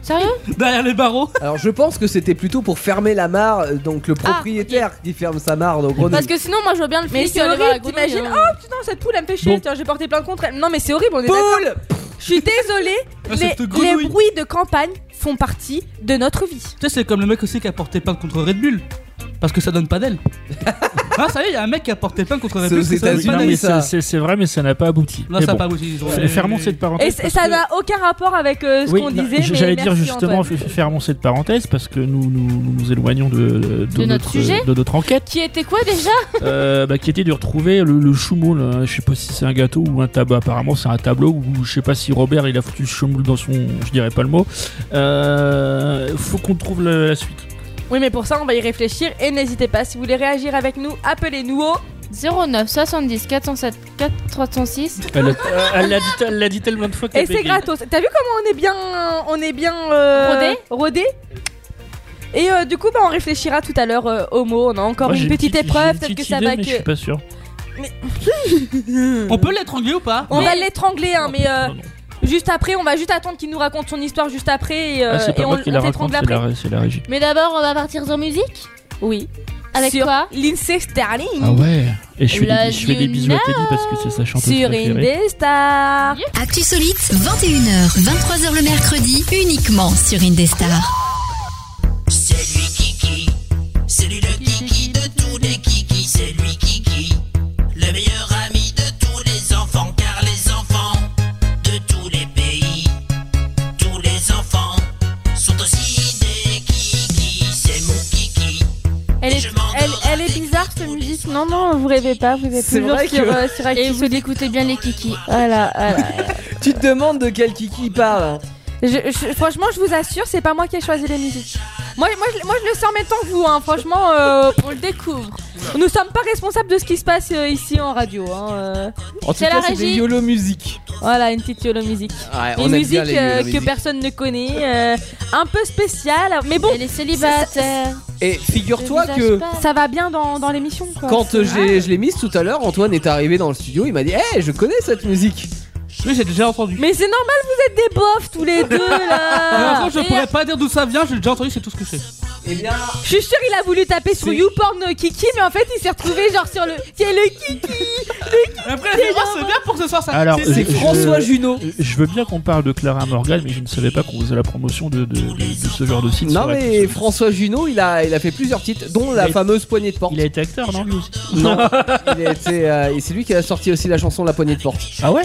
Speaker 8: Sérieux
Speaker 9: Derrière les barreaux.
Speaker 7: Alors je pense que c'était plutôt pour fermer la mare, euh, donc le
Speaker 8: Ah,
Speaker 7: propriétaire qui ferme sa mare aux grenouilles.
Speaker 8: Parce que sinon, moi, je vois bien le
Speaker 5: Mais
Speaker 8: flic
Speaker 5: c'est
Speaker 8: aller voir la
Speaker 5: horrible,
Speaker 8: grenouille.
Speaker 5: t'imagines
Speaker 8: hein.
Speaker 5: Oh putain, cette poule elle me fait chier,
Speaker 6: Bon.
Speaker 5: tiens, j'ai porté plainte contre elle. Non, mais c'est horrible, on est d'accord.
Speaker 7: Poule
Speaker 5: Je suis désolée,
Speaker 9: Ah,
Speaker 5: les,
Speaker 9: cette grenouille.
Speaker 5: les bruits de campagne font partie de notre vie.
Speaker 9: Tu sais, c'est comme le mec aussi qui a porté plainte contre Red Bull. Parce que ça donne pas d'aile. ah, ça y est, il y a un mec qui a porté plainte contre Red
Speaker 7: C'est
Speaker 9: Bull.
Speaker 7: aux
Speaker 9: parce que ça donne
Speaker 7: États-Unis,
Speaker 9: pas
Speaker 6: Non,
Speaker 9: d'aile.
Speaker 6: mais
Speaker 7: ça.
Speaker 6: c'est- c'est c'est vrai, mais ça n'a pas abouti.
Speaker 9: Non,
Speaker 6: Mais
Speaker 9: ça n'a
Speaker 6: bon.
Speaker 9: pas abouché. ils ont-
Speaker 6: F- Fermons cette parenthèse.
Speaker 5: Et c'est-
Speaker 6: parce
Speaker 5: ça
Speaker 6: que-
Speaker 5: n'a aucun rapport avec euh, ce
Speaker 6: Oui,
Speaker 5: qu'on
Speaker 6: non,
Speaker 5: disait.
Speaker 6: j-
Speaker 5: mais
Speaker 6: J'allais dire
Speaker 5: merci,
Speaker 6: justement,
Speaker 5: Antoine.
Speaker 6: f- fermons cette parenthèse parce que nous nous, nous nous éloignons de, de,
Speaker 8: notre sujet
Speaker 6: de notre
Speaker 5: Oh
Speaker 6: enquête,
Speaker 8: Qui était quoi déjà
Speaker 6: euh, bah, qui était de retrouver le, le choumoule. hein. Je sais pas si c'est un gâteau ou un tabac. Apparemment, c'est un tableau où je sais pas si Robert il a foutu le choumoule dans son. Je dirais pas le mot. Euh, faut qu'on trouve la, la suite.
Speaker 5: Oui, mais pour ça, on va y réfléchir et n'hésitez pas, si vous voulez réagir avec nous, appelez-nous au.
Speaker 8: 09 70 407 4 306.
Speaker 6: Elle l'a- elle l'a dit, elle l'a dit tellement de fois que
Speaker 5: Et
Speaker 6: t'as
Speaker 5: c'est
Speaker 6: bégayé.
Speaker 5: gratos. T'as vu comment on est bien. On est bien. euh, rodé Et euh, du coup, bah, on réfléchira tout à l'heure euh, aux mots. On a encore
Speaker 6: Moi, j'ai
Speaker 5: une petite
Speaker 6: j'ai
Speaker 5: épreuve,
Speaker 6: une
Speaker 5: peut-être que
Speaker 6: petite
Speaker 5: ça
Speaker 6: idée,
Speaker 5: va
Speaker 6: mais Je suis
Speaker 5: que.
Speaker 6: pas sûr.
Speaker 9: On peut l'étrangler ou pas
Speaker 5: On
Speaker 6: Non.
Speaker 5: va l'étrangler, hein, mais euh,
Speaker 6: Non, non.
Speaker 5: juste après, on va juste attendre qu'il nous raconte son histoire juste après et, euh,
Speaker 6: Ah, c'est
Speaker 5: et
Speaker 6: pas
Speaker 5: on,
Speaker 6: moi qui la
Speaker 5: on t'étrangle
Speaker 6: raconte, c'est
Speaker 5: après.
Speaker 6: la, c'est la régie.
Speaker 8: Mais d'abord, on va partir en musique
Speaker 5: Oui.
Speaker 8: Avec
Speaker 5: Sur
Speaker 8: quoi
Speaker 5: Lindsay Sterling.
Speaker 6: Ah
Speaker 9: Mm.
Speaker 6: ouais Et je fais,
Speaker 8: La
Speaker 6: des, je fais des bisous à Teddy parce que c'est sa chanteuse
Speaker 5: Sur
Speaker 6: préférée.
Speaker 5: Indestar.
Speaker 3: Actu Solite, 21h, 23h le mercredi, uniquement sur Indestar.
Speaker 8: elle est, elle, elle est bizarre cette musique. Non, non, vous rêvez pas. Vous êtes
Speaker 7: C'est
Speaker 8: toujours
Speaker 7: vrai
Speaker 8: sur,
Speaker 7: que-
Speaker 8: euh, sur Et vous écoutez bien les kikis. Voilà, voilà.
Speaker 7: Tu te demandes de quel kiki il parle. hein.
Speaker 5: Je- je- franchement, je vous assure, c'est pas moi qui ai choisi les musiques. Moi, moi, je, moi, je le sais en même temps que vous. hein. Franchement, euh,
Speaker 8: On le découvre.
Speaker 5: nous sommes pas responsables de ce qui se passe euh, ici en radio. hein, euh.
Speaker 7: En tout
Speaker 8: C'est
Speaker 7: cas,
Speaker 8: la
Speaker 7: c'est des
Speaker 8: régie.
Speaker 7: YOLO musique.
Speaker 5: Voilà, une petite yolo musique.
Speaker 7: Ah
Speaker 9: Eh,
Speaker 7: Ouais,
Speaker 5: Une musique euh, que personne ne connaît, euh, un peu spéciale, mais bon,
Speaker 8: Elle est célibataire.
Speaker 7: Et figure-toi
Speaker 8: Le
Speaker 7: que
Speaker 8: visage pâle.
Speaker 5: ça va bien dans, dans l'émission. quoi.
Speaker 7: quand euh, j'ai- je l'ai mise tout à l'heure, Antoine est arrivé dans le studio, il m'a dit Hey, je connais cette musique
Speaker 9: Oui, j'ai déjà entendu.
Speaker 5: Mais c'est normal, vous êtes des bofs tous les deux
Speaker 9: Mais
Speaker 5: là.
Speaker 9: en fait, je pourrais pas dire d'où ça vient, j'ai déjà entendu, c'est tout ce que je sais.
Speaker 7: Eh bien,
Speaker 5: Je suis sûre il a voulu taper sur
Speaker 9: C'est-
Speaker 5: YouPorn euh, Kiki, mais en fait il s'est retrouvé genre sur le. Tiens le Kiki
Speaker 9: Après, c'est oh, c'est bien pour ce soir, ça.
Speaker 6: Alors,
Speaker 9: c'est-
Speaker 7: c'est
Speaker 6: je-
Speaker 7: François
Speaker 6: je-
Speaker 7: Junot.
Speaker 6: Je veux bien qu'on parle de Clara Morgan, mais je ne savais pas qu'on faisait la promotion de, de- de- de ce genre de site.
Speaker 7: Non,
Speaker 6: sur la-
Speaker 7: mais François Junot, il a, il a fait plusieurs titres, dont la
Speaker 6: Il est-
Speaker 7: fameuse Poignée de Porte.
Speaker 6: Il a été acteur, non lui aussi
Speaker 7: Non, il a été, euh, et c'est lui qui a sorti aussi la chanson La Poignée de Porte.
Speaker 6: Ah ouais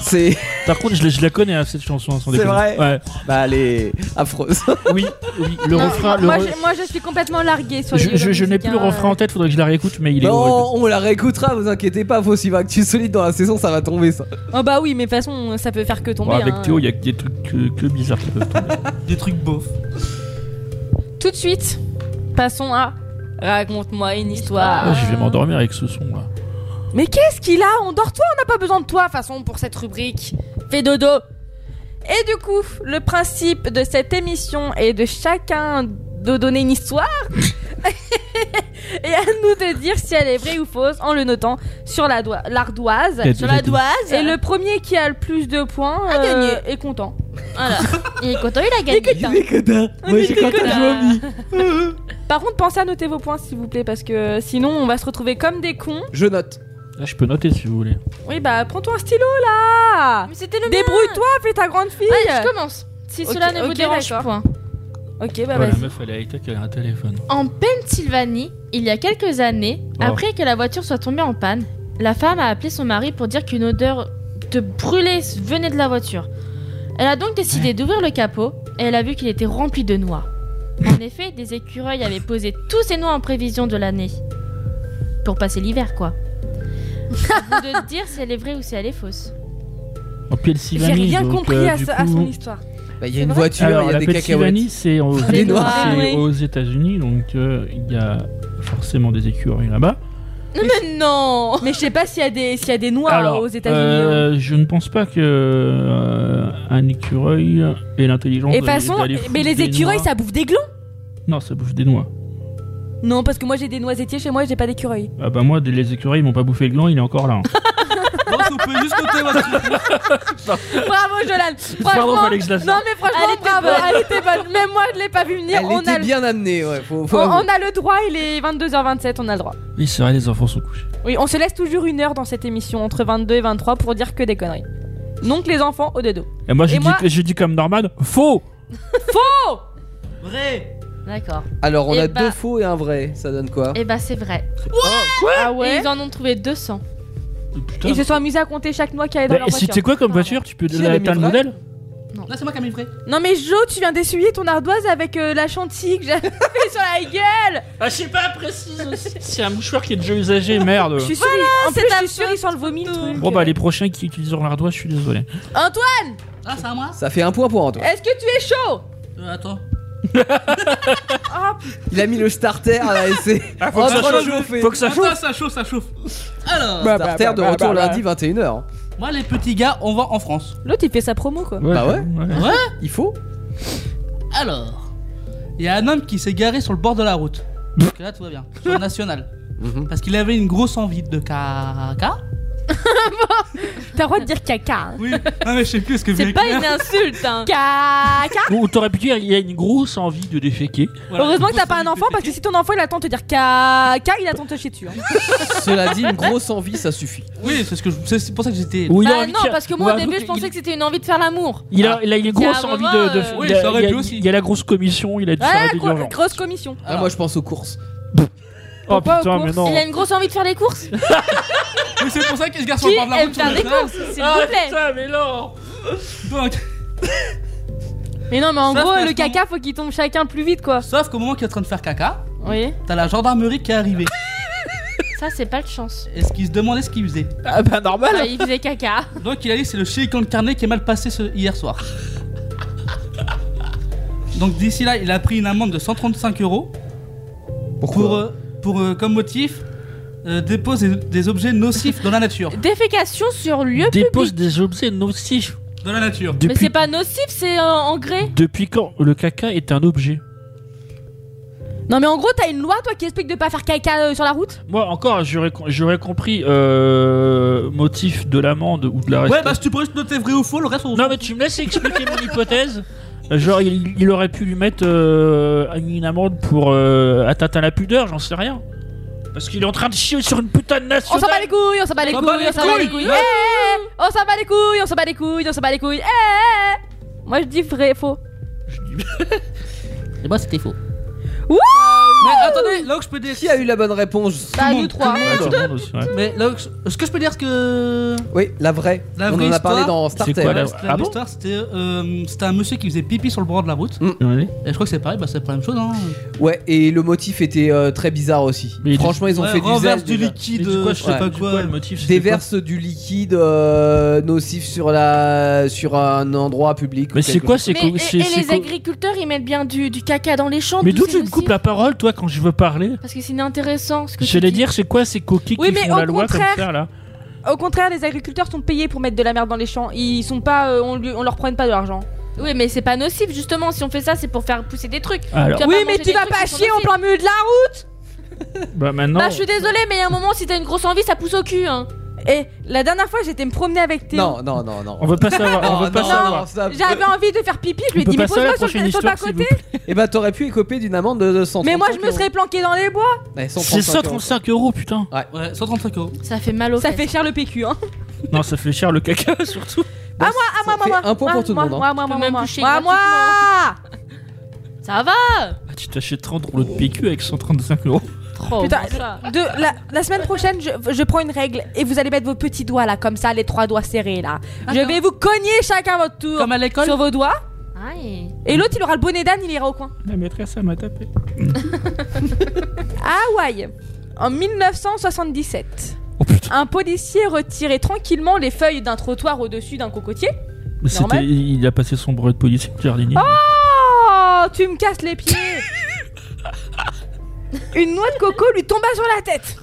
Speaker 7: C'est.
Speaker 6: Par contre, je, la- je la connais, hein, cette chanson, sans
Speaker 7: C'est
Speaker 6: déconner.
Speaker 7: vrai
Speaker 6: Ouais.
Speaker 7: Bah, elle est affreuse.
Speaker 6: Oui, oui, le
Speaker 5: Non,
Speaker 6: refrain... Ah, le
Speaker 5: moi,
Speaker 6: re-
Speaker 5: je, moi, je suis complètement larguée sur les euh,
Speaker 6: Je, je- je n'ai plus le
Speaker 5: Euromillésiens,
Speaker 6: refrain en tête, faudrait que je la réécoute, mais il est horrible.
Speaker 7: non, Bah, on la réécoutera, vous inquiétez pas, faut suivre Actu Solide dans la saison, ça va tomber ça.
Speaker 5: euh. Oh bah oui, mais de toute façon, ça peut faire que tomber.
Speaker 6: Bon, avec
Speaker 5: hein.
Speaker 6: Théo, il y a que des trucs que, que bizarres qui peuvent tomber.
Speaker 9: Des trucs beaufs.
Speaker 5: Tout de suite, passons à raconte-moi une
Speaker 6: Ah,
Speaker 5: histoire.
Speaker 6: je vais m'endormir avec ce son là.
Speaker 5: Mais qu'est-ce qu'il a Endors-toi, on n'a pas besoin de toi, de toute façon, pour cette rubrique. Fais dodo Et du coup, le principe de cette émission est de chacun de donner une histoire et à nous de dire si elle est vraie ou fausse en le notant sur la doi- l'ardoise.
Speaker 6: Et-
Speaker 8: Sur la doise.
Speaker 5: Et le premier qui a le plus de points euh,
Speaker 8: A gagné.
Speaker 5: est content.
Speaker 8: Voilà. Et quand on il a gagné.
Speaker 5: Ah,
Speaker 7: Moi, j'ai quand
Speaker 8: Nicolas.
Speaker 5: Par contre, pensez à noter vos points s'il vous plaît parce que sinon on va se retrouver comme des cons.
Speaker 7: Je note.
Speaker 6: Là, Ah, je peux noter si vous voulez.
Speaker 5: Oui, bah prends-toi un stylo là
Speaker 8: Mais c'était le mien.
Speaker 5: Débrouille-toi, fais ta grande fille
Speaker 8: Allez, je commence. Si
Speaker 5: Ok,
Speaker 8: cela ne vous
Speaker 5: ok,
Speaker 8: dérange
Speaker 5: d'accord.
Speaker 8: point.
Speaker 5: Ok, bah
Speaker 6: Ouais, la
Speaker 5: vas-y.
Speaker 6: meuf, elle est high-tech, elle a un téléphone.
Speaker 8: En Pennsylvanie, il y a quelques années,
Speaker 6: Oh.
Speaker 8: après que la voiture soit tombée en panne, la femme a appelé son mari pour dire qu'une odeur de brûlé venait de la voiture. Elle a donc décidé d'ouvrir le capot et elle a vu qu'il était rempli de noix. En effet, des écureuils avaient posé tous ces noix en prévision de l'année. Pour passer l'hiver, quoi. À vous de dire si elle est vraie ou si elle est fausse.
Speaker 6: En
Speaker 5: J'ai
Speaker 6: Pennsylvanie.
Speaker 5: rien
Speaker 6: donc,
Speaker 5: compris
Speaker 6: euh,
Speaker 5: à,
Speaker 6: du
Speaker 5: ce- à
Speaker 6: coup-
Speaker 5: son histoire.
Speaker 7: Bah, Il y a une
Speaker 5: vrai
Speaker 7: voiture,
Speaker 6: Alors,
Speaker 7: il y a
Speaker 6: la
Speaker 7: des cacahuètes.
Speaker 6: Pennsylvanie, c'est aux,
Speaker 5: Les
Speaker 6: c'est
Speaker 5: noirs,
Speaker 8: oui.
Speaker 6: aux États-Unis, donc euh, il y a forcément des écureuils là-bas.
Speaker 8: Mais non
Speaker 5: Mais je sais pas s'il y a des s'il y a des noirs aux États-Unis. hein.
Speaker 6: euh, je ne pense pas que euh, un écureuil ait l'intelligence.
Speaker 5: Et de toute
Speaker 6: d'aller-
Speaker 5: façon,
Speaker 6: d'aller foutre
Speaker 5: mais les
Speaker 6: des
Speaker 5: écureuils,
Speaker 6: noix.
Speaker 5: ça bouffe des glands
Speaker 6: Non, ça bouffe des noix.
Speaker 5: Non, parce que moi j'ai des noisettiers chez moi et j'ai pas d'écureuils.
Speaker 6: Ah bah moi, des- les écureuils ils m'ont pas bouffé le gland, il est encore là. hein.
Speaker 9: Non, s'il vous plaît, juste côté, moi, s'il vous plaît.
Speaker 5: Bravo Jolan
Speaker 6: Pardon,
Speaker 5: Franchement,
Speaker 6: Félix Lassalle.
Speaker 5: non mais franchement,
Speaker 8: Elle était
Speaker 5: bravo,
Speaker 8: bonne.
Speaker 5: elle était bonne. Même moi, je l'ai pas vu venir.
Speaker 7: Elle
Speaker 5: on, a
Speaker 7: était
Speaker 5: le...
Speaker 7: bien amenée, ouais. Faut,
Speaker 5: on,
Speaker 7: faut avouer.
Speaker 5: on a le droit, il est 22h27, on a le droit.
Speaker 6: Oui, c'est vrai, les enfants sont couchés.
Speaker 5: Oui, on se laisse toujours une heure dans cette émission, entre 22 et 23, pour dire que des conneries. Donc les enfants, au dodo.
Speaker 6: Et moi, j'ai
Speaker 5: Et
Speaker 6: dit,
Speaker 5: moi-
Speaker 6: j'ai dit comme Norman, faux
Speaker 9: Vrai
Speaker 8: D'accord.
Speaker 7: Alors, on
Speaker 8: Eh
Speaker 7: a
Speaker 8: bah-
Speaker 7: deux faux et un vrai. Ça donne quoi Oh,
Speaker 8: Eh bah c'est vrai.
Speaker 5: Ah
Speaker 8: Et ils en ont trouvé 200.
Speaker 6: Putain.
Speaker 5: Ils se sont amusés à compter chaque noix qui allait dans
Speaker 6: Bah,
Speaker 5: leur
Speaker 6: et si
Speaker 5: voiture. Ah.
Speaker 6: c'est quoi comme voiture Tu peux
Speaker 7: Qui a
Speaker 6: la-
Speaker 7: les
Speaker 6: t'as le
Speaker 7: mille
Speaker 6: modèle
Speaker 9: Non, c'est moi qui ai mis le vrai.
Speaker 5: Non mais Jo, tu viens d'essuyer ton ardoise avec euh, la chantilly que j'avais fait sur la gueule.
Speaker 6: Ah, je sais pas précise aussi. C'est un mouchoir qui est déjà usagé, merde.
Speaker 5: Je suis sûre, il- en plus, je suis sûre, ils sont le vomi le truc.
Speaker 6: Bon bah les prochains qui utiliseront l'ardoise, je suis désolé.
Speaker 5: Antoine,
Speaker 9: Ah, c'est à moi
Speaker 7: Ça fait un point pour Antoine.
Speaker 5: est-ce que tu es chaud
Speaker 9: Euh, Attends.
Speaker 7: Il a mis le starter à la SC.
Speaker 6: Ah,
Speaker 7: faut que ça chauffe.
Speaker 6: Faut que Bah, ça chauffe.
Speaker 9: Attends, ça chauffe, Bah. ça chauffe. Alors,
Speaker 7: Starter de retour lundi 21h.
Speaker 9: moi, les petits gars, on va en France.
Speaker 5: L'autre, il fait sa promo quoi.
Speaker 7: Bah ouais.
Speaker 9: Ouais
Speaker 7: Il faut
Speaker 9: Alors, il y a un homme qui s'est garé sur le bord de la route. Parce que là, tout va bien. Sur le national.
Speaker 7: Mhm.
Speaker 9: Parce qu'il avait une grosse envie de caca.
Speaker 5: T'as le droit de dire caca. hein.
Speaker 9: Oui. Non, mais je sais plus ce que
Speaker 8: C'est pas une insulte, hein.
Speaker 5: Caca.
Speaker 6: Ou t'aurais pu dire, il y a une grosse envie de déféquer.
Speaker 5: Heureusement que t'as pas un enfant parce que si ton enfant il attend de te dire caca, il attend de te chier dessus. hein.
Speaker 7: Cela dit, une grosse envie, ça suffit.
Speaker 9: Oui, c'est ce que je- c'est c'est pour ça que j'étais.
Speaker 6: Ou il a
Speaker 8: Bah
Speaker 6: envie
Speaker 8: non,
Speaker 6: de faire-
Speaker 8: parce que moi
Speaker 6: ou
Speaker 8: au
Speaker 6: un
Speaker 8: début
Speaker 6: truc,
Speaker 8: je pensais
Speaker 6: il-
Speaker 8: que Ah, c'était une envie de faire l'amour.
Speaker 6: Il a, il a une
Speaker 8: Il y a
Speaker 6: grosse
Speaker 8: un
Speaker 6: envie
Speaker 8: moment,
Speaker 6: de. de-
Speaker 8: euh,
Speaker 9: Oui,
Speaker 6: il, a,
Speaker 9: ça aurait
Speaker 6: il a-
Speaker 9: pu aussi.
Speaker 6: il y a la grosse commission, il a dû faire
Speaker 5: Ouais,
Speaker 6: des
Speaker 5: gros-
Speaker 6: urgences.
Speaker 5: grosse commission.
Speaker 7: Ah, moi, je pense aux courses.
Speaker 6: Oh
Speaker 5: Pourquoi
Speaker 6: putain,
Speaker 5: aux
Speaker 6: mais
Speaker 5: courses
Speaker 6: non.
Speaker 8: Il a une grosse envie de faire les courses
Speaker 9: Oui, c'est pour ça qu'il se garde sur
Speaker 8: Qui
Speaker 9: le bord de la
Speaker 8: aime
Speaker 9: route. sur
Speaker 8: faire
Speaker 9: le
Speaker 8: des
Speaker 9: national.
Speaker 8: courses S'il vous plaît
Speaker 6: mais non.
Speaker 9: Donc,
Speaker 5: Mais non, mais en
Speaker 9: Ça,
Speaker 5: gros,
Speaker 9: c'est
Speaker 5: le
Speaker 9: à ce moment-
Speaker 5: caca, faut qu'il tombe chacun plus vite quoi.
Speaker 9: Sauf qu'au moment qu'il est en train de faire caca,
Speaker 5: Oui.
Speaker 9: t'as la gendarmerie qui est arrivée.
Speaker 8: Ça c'est pas de chance.
Speaker 9: Est-ce qu'il se demandait ce qu'il faisait
Speaker 6: Ah bah normal.
Speaker 8: Ah, il faisait caca.
Speaker 9: Donc il a dit c'est le chilicon de carnet qui est mal passé ce- hier soir. Donc d'ici là, il a pris une amende de 135 euros pour, euh, pour euh, comme motif euh, dépose des, des objets nocifs dans la nature.
Speaker 8: Défécation sur lieu
Speaker 6: Dépose
Speaker 8: public.
Speaker 6: des objets nocifs.
Speaker 9: Dans la nature.
Speaker 8: Mais
Speaker 6: Depuis,
Speaker 8: c'est pas nocif, c'est euh, en grès.
Speaker 6: depuis quand le caca est un objet
Speaker 5: Non, mais en gros, t'as une loi toi qui explique de pas faire caca euh, sur la route
Speaker 6: Moi encore, j'aurais com- j'aurais compris euh, motif de l'amende ou de la
Speaker 9: Ouais,
Speaker 6: resta-
Speaker 9: bah si tu pourrais juste noter vrai ou faux, le reste on
Speaker 6: Non mais tu me laisses expliquer mon hypothèse. Genre il, il aurait pu lui mettre euh, une amende pour euh, atteinte à la pudeur, j'en sais rien. Parce qu'il est en train de chier sur une putain de nation.
Speaker 5: On s'en bat les couilles, on s'en bat les
Speaker 9: On
Speaker 5: couilles,
Speaker 9: s'en bat les
Speaker 5: on s'en bat les
Speaker 9: couilles.
Speaker 5: couilles. Eh, eh, On s'en bat les couilles, on s'en bat les couilles, on s'en bat les couilles. Eh, eh. Moi, je dis vrai, faux.
Speaker 9: Et moi Eh ben, c'était faux.
Speaker 5: Wouh
Speaker 9: Mais attendez, là où je peux dire.
Speaker 7: Qui a eu la bonne réponse
Speaker 5: Bah,
Speaker 9: le
Speaker 5: nous
Speaker 9: monde,
Speaker 5: trois.
Speaker 9: Mais là où je- ce que je peux dire, c'est que.
Speaker 7: Oui, la vraie.
Speaker 9: La
Speaker 7: on
Speaker 9: vraie
Speaker 7: en a parlé
Speaker 9: histoire.
Speaker 7: dans
Speaker 6: C'est quoi,
Speaker 7: Starter.
Speaker 6: la-
Speaker 9: L'histoire,
Speaker 6: Ah bon
Speaker 9: l'histoire, c'était euh, c'était un monsieur qui faisait pipi sur le bord de la route. Et je crois que c'est pareil, bah c'est pas la même chose. Hein.
Speaker 7: Ouais, et le motif était euh, très bizarre aussi.
Speaker 6: Mais il-
Speaker 7: Franchement, ils ont
Speaker 9: Ouais,
Speaker 7: fait du
Speaker 9: renverse
Speaker 7: zèle.
Speaker 9: du
Speaker 7: déjà.
Speaker 9: liquide, euh, je sais pas quoi.
Speaker 6: le motif
Speaker 7: Déverse du liquide euh, nocif sur la sur un endroit public.
Speaker 6: Mais
Speaker 7: ou
Speaker 6: c'est
Speaker 7: quelque
Speaker 6: quoi
Speaker 7: chose.
Speaker 6: c'est
Speaker 8: Mais,
Speaker 6: co-
Speaker 8: et,
Speaker 6: c'est-
Speaker 8: et
Speaker 6: c'est
Speaker 8: les
Speaker 6: co-
Speaker 8: agriculteurs ils mettent bien du, du caca dans les champs.
Speaker 6: Mais d'où
Speaker 8: tous ces
Speaker 6: tu me coupes
Speaker 8: nocifs.
Speaker 6: la parole toi quand je veux parler
Speaker 8: Parce que c'est inintéressant ce que tu
Speaker 6: J'allais
Speaker 8: dis.
Speaker 6: dire c'est quoi ces coquilles
Speaker 5: Oui,
Speaker 6: qui
Speaker 5: mais
Speaker 6: font
Speaker 5: au
Speaker 6: la loi comme
Speaker 5: contraire-
Speaker 6: ça là
Speaker 5: Au contraire, les agriculteurs sont payés pour mettre de la merde dans les champs. Ils sont pas, euh, on, lui- on leur prenne pas de l'argent.
Speaker 8: Oui, mais c'est pas nocif justement. Si on fait ça, c'est pour faire pousser des trucs.
Speaker 6: Alors
Speaker 8: Tu vas
Speaker 5: Oui,
Speaker 8: pas
Speaker 5: mais
Speaker 8: manger
Speaker 5: tu
Speaker 8: des
Speaker 5: vas
Speaker 8: trucs
Speaker 5: pas
Speaker 8: qui sont
Speaker 5: chier en
Speaker 8: nocifs.
Speaker 5: plein milieu de la route.
Speaker 6: bah maintenant
Speaker 8: Bah, je suis désolée, mais il y a un moment, si t'as une grosse envie, ça pousse au cul. Hein.
Speaker 5: Et la dernière fois, j'étais me promener avec Théo.
Speaker 7: Non, non, non, non.
Speaker 6: on veut pas savoir, on veut pas
Speaker 7: Oh, non,
Speaker 6: savoir.
Speaker 7: non, stop.
Speaker 5: J'avais envie de faire pipi, je lui ai
Speaker 6: On peut
Speaker 5: dit, mais
Speaker 6: passer à la
Speaker 5: pose-moi sur,
Speaker 6: prochaine
Speaker 5: le- sur le
Speaker 6: histoire s'il vous
Speaker 5: bas-côté.
Speaker 6: plaît.
Speaker 7: Eh ben, t'aurais pu écoper d'une amende de 100.
Speaker 5: Mais moi, je me serais planqué dans les bois.
Speaker 6: C'est 135 euros putain.
Speaker 9: Ouais, 135 euros.
Speaker 8: Ça fait mal au
Speaker 5: Ça fait cher le PQ,
Speaker 6: Bah,
Speaker 5: hein.
Speaker 6: Non, ça fait cher le caca surtout.
Speaker 5: Ah, moi, moi,
Speaker 7: fait
Speaker 5: moi.
Speaker 7: un point
Speaker 5: moi,
Speaker 7: pour tout le
Speaker 5: moi, Bah,
Speaker 7: monde,
Speaker 5: Moi,
Speaker 7: hein.
Speaker 5: moi,
Speaker 8: Tu
Speaker 5: moi,
Speaker 8: peux même
Speaker 5: moi.
Speaker 8: coucher
Speaker 5: Moi, moi.
Speaker 8: Ça va
Speaker 6: Ah, tu t'achètes 30 rouleaux de PQ avec 135 euros.
Speaker 8: Trop
Speaker 5: Putain,
Speaker 8: bon, ça.
Speaker 5: De, la, la semaine prochaine, je, je prends une règle et vous allez mettre vos petits doigts là, comme ça, les trois doigts serrés là.
Speaker 8: Ah,
Speaker 5: Je vais vous cogner chacun votre tour
Speaker 9: Comme à l'école
Speaker 5: sur vos doigts.
Speaker 8: Aïe.
Speaker 5: Et l'autre, il aura le bonnet d'âne, il ira au coin.
Speaker 6: La maîtresse, elle m'a tapé.
Speaker 5: À Hawaï, Ah en 1977,
Speaker 6: Oh putain.
Speaker 5: un policier retirait tranquillement les feuilles d'un trottoir au-dessus d'un cocotier.
Speaker 6: Mais c'était,
Speaker 5: Normal. Ah
Speaker 6: il a passé son brevet de policier de jardinier.
Speaker 5: Oh, tu me casses les pieds Une noix de coco lui tomba sur la tête.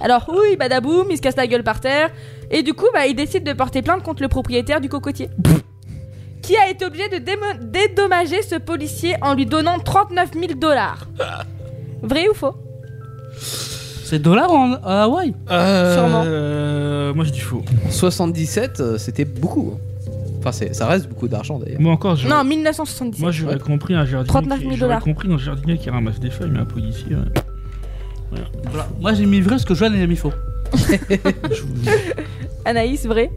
Speaker 5: Alors oui, badaboum, il se casse la gueule par terre. Et du coup, bah, il décide de porter plainte contre le propriétaire du cocotier. qui a été obligé de démo- dédommager ce policier en lui donnant 39 000 dollars. Vrai ou faux
Speaker 9: C'est dollars en, à Hawaï
Speaker 5: Sûrement.
Speaker 6: Euh, moi je dis faux.
Speaker 7: 77, euh, c'était beaucoup. hein. Enfin, c'est- ça reste beaucoup d'argent d'ailleurs.
Speaker 6: Moi encore, je...
Speaker 5: Non, 1977.
Speaker 6: moi j'aurais compris un jardinier.
Speaker 5: 39 000
Speaker 6: qui... J'aurais
Speaker 5: dollars.
Speaker 6: compris un jardinier qui ramasse des feuilles, mais un policier. ouais.
Speaker 9: Voilà. Moi j'ai mis vrai parce que Joanne elle a mis faux.
Speaker 6: Je vous-
Speaker 5: Anaïs, vrai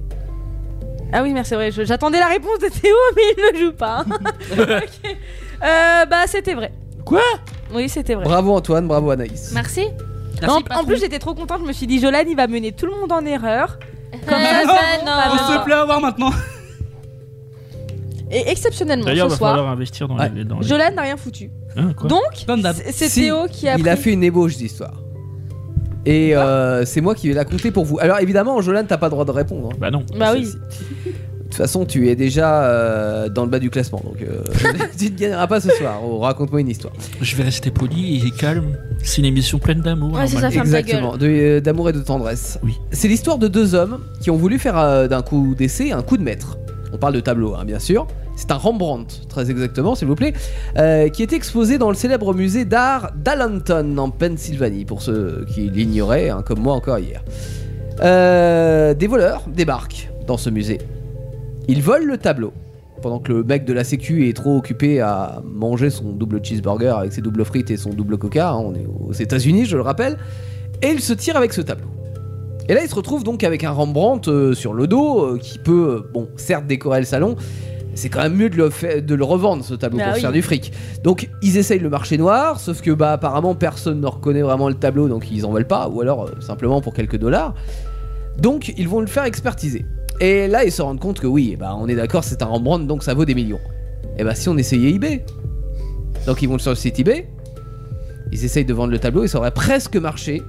Speaker 5: Ah oui, merci, c'est vrai. je- J'attendais la réponse de Théo, mais il ne joue pas. hein. Ok. Euh, bah, c'était vrai.
Speaker 6: Quoi
Speaker 5: Oui, c'était vrai.
Speaker 7: Bravo Antoine, bravo Anaïs.
Speaker 8: Merci.
Speaker 9: Merci,
Speaker 5: en, en
Speaker 9: patron.
Speaker 5: plus, j'étais trop contente. Je me suis dit, Jolan, il va mener tout le monde en erreur. Comme ça, c'est
Speaker 8: Eh ben
Speaker 5: bon,
Speaker 8: non.
Speaker 5: pas
Speaker 9: On
Speaker 5: mal.
Speaker 9: se plaît à voir maintenant.
Speaker 5: Et exceptionnellement,
Speaker 6: D'ailleurs,
Speaker 5: ce
Speaker 6: va
Speaker 5: soir,
Speaker 6: falloir investir dans les. Dans les...
Speaker 5: Jolan n'a rien foutu.
Speaker 6: Hein, quoi
Speaker 5: Donc,
Speaker 9: Comme d'hab.
Speaker 5: c'est- c'est
Speaker 7: Si,
Speaker 5: Théo qui a
Speaker 7: Il
Speaker 5: pris-
Speaker 7: a fait une ébauche d'histoire. Et euh, c'est moi qui vais la compter pour vous. Alors évidemment, Jolan, t'as pas le droit de répondre. hein.
Speaker 6: Bah non.
Speaker 5: Bah
Speaker 7: C'est-
Speaker 5: oui.
Speaker 7: c'est- De toute façon, tu es déjà euh, dans le bas du classement, donc euh, tu ne gagneras pas ce soir. Oh, Raconte-moi une histoire.
Speaker 6: Je vais rester poli et calme. C'est une émission pleine d'amour. hein,
Speaker 8: Ouais, c'est
Speaker 6: normalement.
Speaker 8: Ferme ta
Speaker 7: Exactement, de- euh, d'amour et de tendresse.
Speaker 6: Oui.
Speaker 7: C'est l'histoire de deux hommes qui ont voulu faire euh, d'un coup d'essai un coup de maître. On parle de tableau, hein, bien sûr. C'est un Rembrandt, très exactement, s'il vous plaît, euh, qui est exposé dans le célèbre musée d'art d'Allenton, en Pennsylvanie, pour ceux qui l'ignoraient, hein, comme moi encore hier. Euh, des voleurs débarquent dans ce musée. Ils volent le tableau. Pendant que le mec de la sécu est trop occupé à manger son double cheeseburger avec ses doubles frites et son double coca, hein, on est aux États-Unis, je le rappelle, et il se tire avec ce tableau. Et là, il se retrouve donc avec un Rembrandt euh, sur le dos euh, qui peut, euh, bon, certes décorer le salon, c'est quand même mieux de le, fa- de le revendre ce tableau
Speaker 5: Bah
Speaker 7: pour se
Speaker 5: oui.
Speaker 7: faire du fric. Donc, ils essayent le marché noir, sauf que bah apparemment personne ne reconnaît vraiment le tableau, donc ils en veulent pas, ou alors euh, simplement pour quelques dollars. Donc, ils vont le faire expertiser. Et là, ils se rendent compte que oui, bah on est d'accord, c'est un Rembrandt, donc ça vaut des millions. Et bah si on essayait eBay, donc ils vont sur le site eBay, ils essayent de vendre le tableau et ça aurait presque marché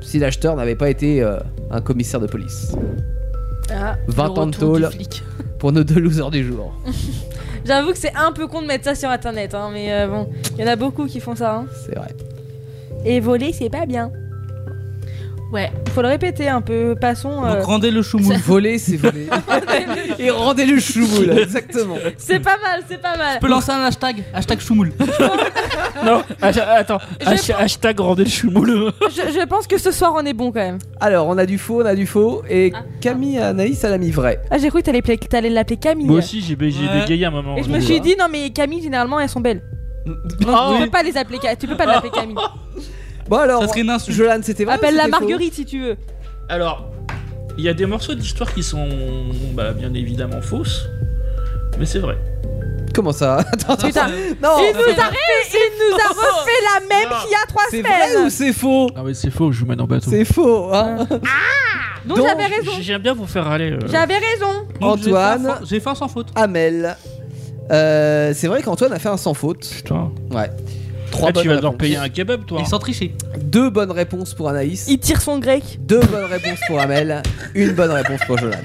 Speaker 7: si l'acheteur n'avait pas été euh, un commissaire de police.
Speaker 5: Ah,
Speaker 7: 20
Speaker 5: le
Speaker 7: ans de
Speaker 5: retour du
Speaker 7: tôle
Speaker 5: flic.
Speaker 7: pour nos deux losers du jour.
Speaker 5: J'avoue que c'est un peu con de mettre ça sur internet, hein, mais euh, bon, il y en a beaucoup qui font ça. hein.
Speaker 7: C'est vrai.
Speaker 5: Et voler, c'est pas bien.
Speaker 8: Ouais.
Speaker 5: Faut le répéter un peu. Passons. euh,
Speaker 9: Donc rendez le choumoule.
Speaker 7: Voler, c'est voler. et rendez le choumoule, exactement.
Speaker 5: C'est pas mal, c'est pas mal.
Speaker 9: On peut lancer un hashtag, hashtag choumoule.
Speaker 6: Non,
Speaker 9: Ah,
Speaker 6: ach- attends. Ach- hashtag rendez le choumouleux.
Speaker 5: Je, je pense que ce soir on est bon quand même.
Speaker 7: Alors, on a du faux, on a du faux, et
Speaker 8: Ah.
Speaker 7: Camille et Anaïs, elle a mis vrai.
Speaker 5: Ah, j'ai cru que t'allais pla- t'allais l'appeler Camille.
Speaker 6: Moi aussi, j'ai j'ai
Speaker 9: Ouais.
Speaker 6: bégayé à un moment. hein,
Speaker 5: Et je me suis dit,
Speaker 7: hein.
Speaker 5: non mais Camille, généralement, elles sont belles. Donc
Speaker 7: Ah
Speaker 9: Oh.
Speaker 5: tu peux pas les appeler, Ca- tu peux pas l'appeler Camille.
Speaker 7: Bon alors, euh,
Speaker 9: Ça serait une insulte.
Speaker 7: Jolan, c'était Ah, vrai. ou
Speaker 5: Appelle la
Speaker 7: c'était faux
Speaker 5: Marguerite si tu veux.
Speaker 6: Alors, il y a des morceaux d'histoire qui sont bah, bien évidemment fausses, mais c'est vrai.
Speaker 7: Comment ça Attends,
Speaker 5: Putain.
Speaker 7: non
Speaker 5: il nous a refait, il nous a refait la même qu'il y a trois
Speaker 7: Ah, C'est vrai
Speaker 5: semaines.
Speaker 7: ou c'est faux
Speaker 6: Ah mais c'est faux, je vous mène en bateau.
Speaker 7: C'est faux, hein
Speaker 5: Ah. Donc,
Speaker 7: Donc,
Speaker 5: j'avais raison.
Speaker 6: J'aime bien vous faire aller. euh,
Speaker 5: J'avais raison.
Speaker 9: Donc, j'ai fait un
Speaker 7: Antoine.
Speaker 9: fa- J'ai fait un sans faute.
Speaker 7: Amel. Euh, c'est vrai qu'Antoine a fait un sans faute.
Speaker 6: Putain.
Speaker 7: Ouais. Trois
Speaker 6: Là, tu vas
Speaker 7: bonnes
Speaker 6: devoir
Speaker 7: réponses.
Speaker 6: payer un kebab, toi.
Speaker 9: Ils sont trichés.
Speaker 7: Deux bonnes réponses pour Anaïs.
Speaker 5: Il tire son grec.
Speaker 7: Deux bonnes réponses pour Amel. Une bonne réponse pour Jolan.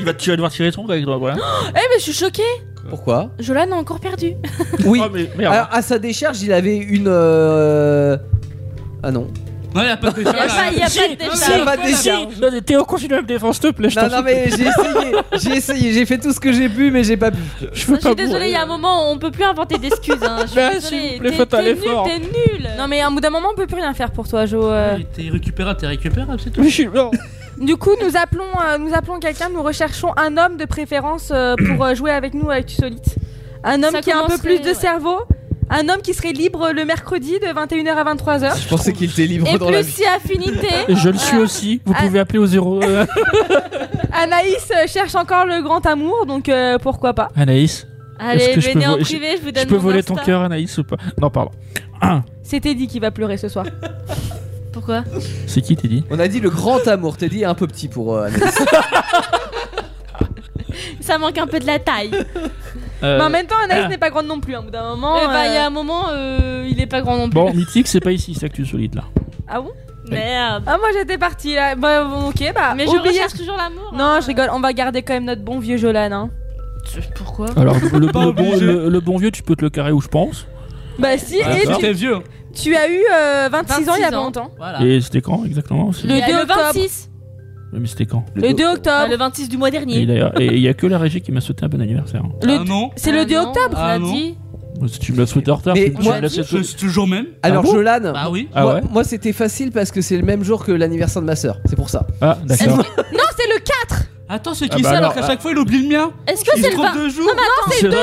Speaker 6: Il va, tu vas devoir tirer ton avec toi, voilà.
Speaker 8: Eh mais je suis choquée.
Speaker 7: Pourquoi
Speaker 8: Jolan a encore perdu.
Speaker 7: Oui.
Speaker 6: Oh, mais merde.
Speaker 7: Alors à sa décharge, il avait une. euh, Ah non.
Speaker 9: Non, il a pas de
Speaker 8: Il y a
Speaker 6: Ah,
Speaker 8: pas, il y a pas de
Speaker 7: si,
Speaker 8: décharge.
Speaker 7: pas de décharge.
Speaker 6: Non, mais Théo, continue à me défendre, s'il te plaît. je
Speaker 7: Non,
Speaker 6: t'en
Speaker 7: non,
Speaker 6: supplie.
Speaker 7: mais j'ai essayé. J'ai essayé. J'ai fait tout ce que j'ai pu, mais j'ai pas pu.
Speaker 6: Je
Speaker 8: Non,
Speaker 6: veux
Speaker 8: Je
Speaker 6: pas
Speaker 8: suis désolée, il y a un moment, on peut plus inventer d'excuses. Hein. Je suis
Speaker 6: euh. Bah, s'il
Speaker 8: désolée.
Speaker 6: vous plaît,
Speaker 8: T'es-
Speaker 6: faites un
Speaker 8: t'es nul,
Speaker 6: effort.
Speaker 8: T'es nul.
Speaker 5: Non mais à un bout d'un moment, on peut plus rien faire pour toi, Jo. euh.
Speaker 9: T'es récupérable, t'es récupérable, c'est tout.
Speaker 6: Mais je suis mort.
Speaker 5: Du coup, nous appelons, euh, nous appelons quelqu'un, nous recherchons un homme de préférence euh, pour euh, jouer avec nous avec tu solite. Un homme
Speaker 8: Ça
Speaker 5: qui a un peu
Speaker 8: commencerait,
Speaker 5: plus de
Speaker 8: ouais.
Speaker 5: cerveau, un homme qui serait libre le mercredi de 21h à 23h.
Speaker 7: Je pensais qu'il était libre
Speaker 8: Et
Speaker 7: dans la
Speaker 8: plus
Speaker 7: vie.
Speaker 8: si affinité.
Speaker 6: Je le suis aussi. Vous
Speaker 5: Ah.
Speaker 6: pouvez appeler au zéro. euh,
Speaker 5: Anaïs euh, cherche encore le grand amour, donc euh, pourquoi pas.
Speaker 6: Anaïs,
Speaker 8: Allez,
Speaker 6: que je peux
Speaker 8: venez en
Speaker 6: vo-
Speaker 8: privé, je vous donne
Speaker 6: Je peux
Speaker 8: mon
Speaker 6: voler ton
Speaker 8: Insta.
Speaker 6: cœur, Anaïs, ou pas Non, pardon. Ah,
Speaker 5: C'est Teddy qui va pleurer ce soir.
Speaker 6: Euh,
Speaker 8: Pourquoi
Speaker 6: c'est qui, Teddy
Speaker 7: On a dit le grand amour. Teddy est un peu petit pour euh, Anaïs.
Speaker 8: Ça manque un peu de la taille.
Speaker 6: Euh,
Speaker 5: Mais Bah, en même temps, Anaïs
Speaker 6: ah.
Speaker 5: n'est pas grande non plus. hein. Au bout d'un moment.
Speaker 8: Eh bah, il y
Speaker 5: euh,
Speaker 8: a un moment, euh, il est pas grand non plus.
Speaker 6: Bon, Mythique, c'est pas ici, c'est Actu Solide, là.
Speaker 5: Ah bon
Speaker 8: Merde.
Speaker 5: Ah, moi j'étais partie là. Bah, bon, ok, bah.
Speaker 8: Mais je
Speaker 5: oubliez-
Speaker 8: recherche toujours l'amour. hein.
Speaker 5: Non, je rigole, on va garder quand même notre bon vieux Jolan. Hein.
Speaker 8: Pourquoi
Speaker 6: Alors, le, le-
Speaker 9: Pas
Speaker 6: le bon,
Speaker 9: obligé.
Speaker 6: le- le bon vieux, tu peux te le carrer où je pense.
Speaker 5: Bah, si,
Speaker 6: Ah,
Speaker 5: et
Speaker 6: ça.
Speaker 5: tu,
Speaker 9: T'es vieux. hein.
Speaker 5: tu as eu euh, 26, ans il y a
Speaker 8: 26
Speaker 5: pas
Speaker 8: ans.
Speaker 5: longtemps.
Speaker 9: Voilà.
Speaker 6: Et c'était quand, exactement aussi
Speaker 5: Le
Speaker 8: Il y a
Speaker 5: 2
Speaker 8: le
Speaker 5: octobre. Ah,
Speaker 8: 26.
Speaker 6: Mais c'était quand
Speaker 5: Le 2
Speaker 8: Enfin,
Speaker 5: octobre.
Speaker 8: le 26 du mois
Speaker 6: Et
Speaker 8: dernier.
Speaker 6: d'ailleurs, et il y a que la régie qui m'a souhaité un bon anniversaire. hein.
Speaker 5: Le-
Speaker 9: Ah non,
Speaker 5: C'est le 2
Speaker 8: Ah non,
Speaker 5: octobre.
Speaker 8: on l'a
Speaker 9: Ah non.
Speaker 8: dit.
Speaker 6: Si tu me l'as souhaité en retard,
Speaker 7: Mais
Speaker 6: tu tu
Speaker 7: moi-
Speaker 6: me l'as souhaité-
Speaker 9: je suis toujours même.
Speaker 7: Alors,
Speaker 6: Ah bon
Speaker 7: Jolan.
Speaker 9: Bah oui.
Speaker 6: Ah
Speaker 7: moi,
Speaker 6: ouais
Speaker 7: moi, c'était facile parce que c'est le même jour que l'anniversaire de ma sœur. C'est pour ça.
Speaker 6: Ah, d'accord.
Speaker 5: Non, c'est le 4.
Speaker 9: Attends, c'est
Speaker 6: Ah
Speaker 9: qui
Speaker 6: bah
Speaker 9: ça
Speaker 6: alors,
Speaker 9: alors qu'à
Speaker 6: ah.
Speaker 9: chaque fois il oublie le mien
Speaker 8: Est-ce que
Speaker 9: Il se
Speaker 8: c'est le
Speaker 9: trompe
Speaker 8: 20
Speaker 9: de jour
Speaker 6: C'est vrai.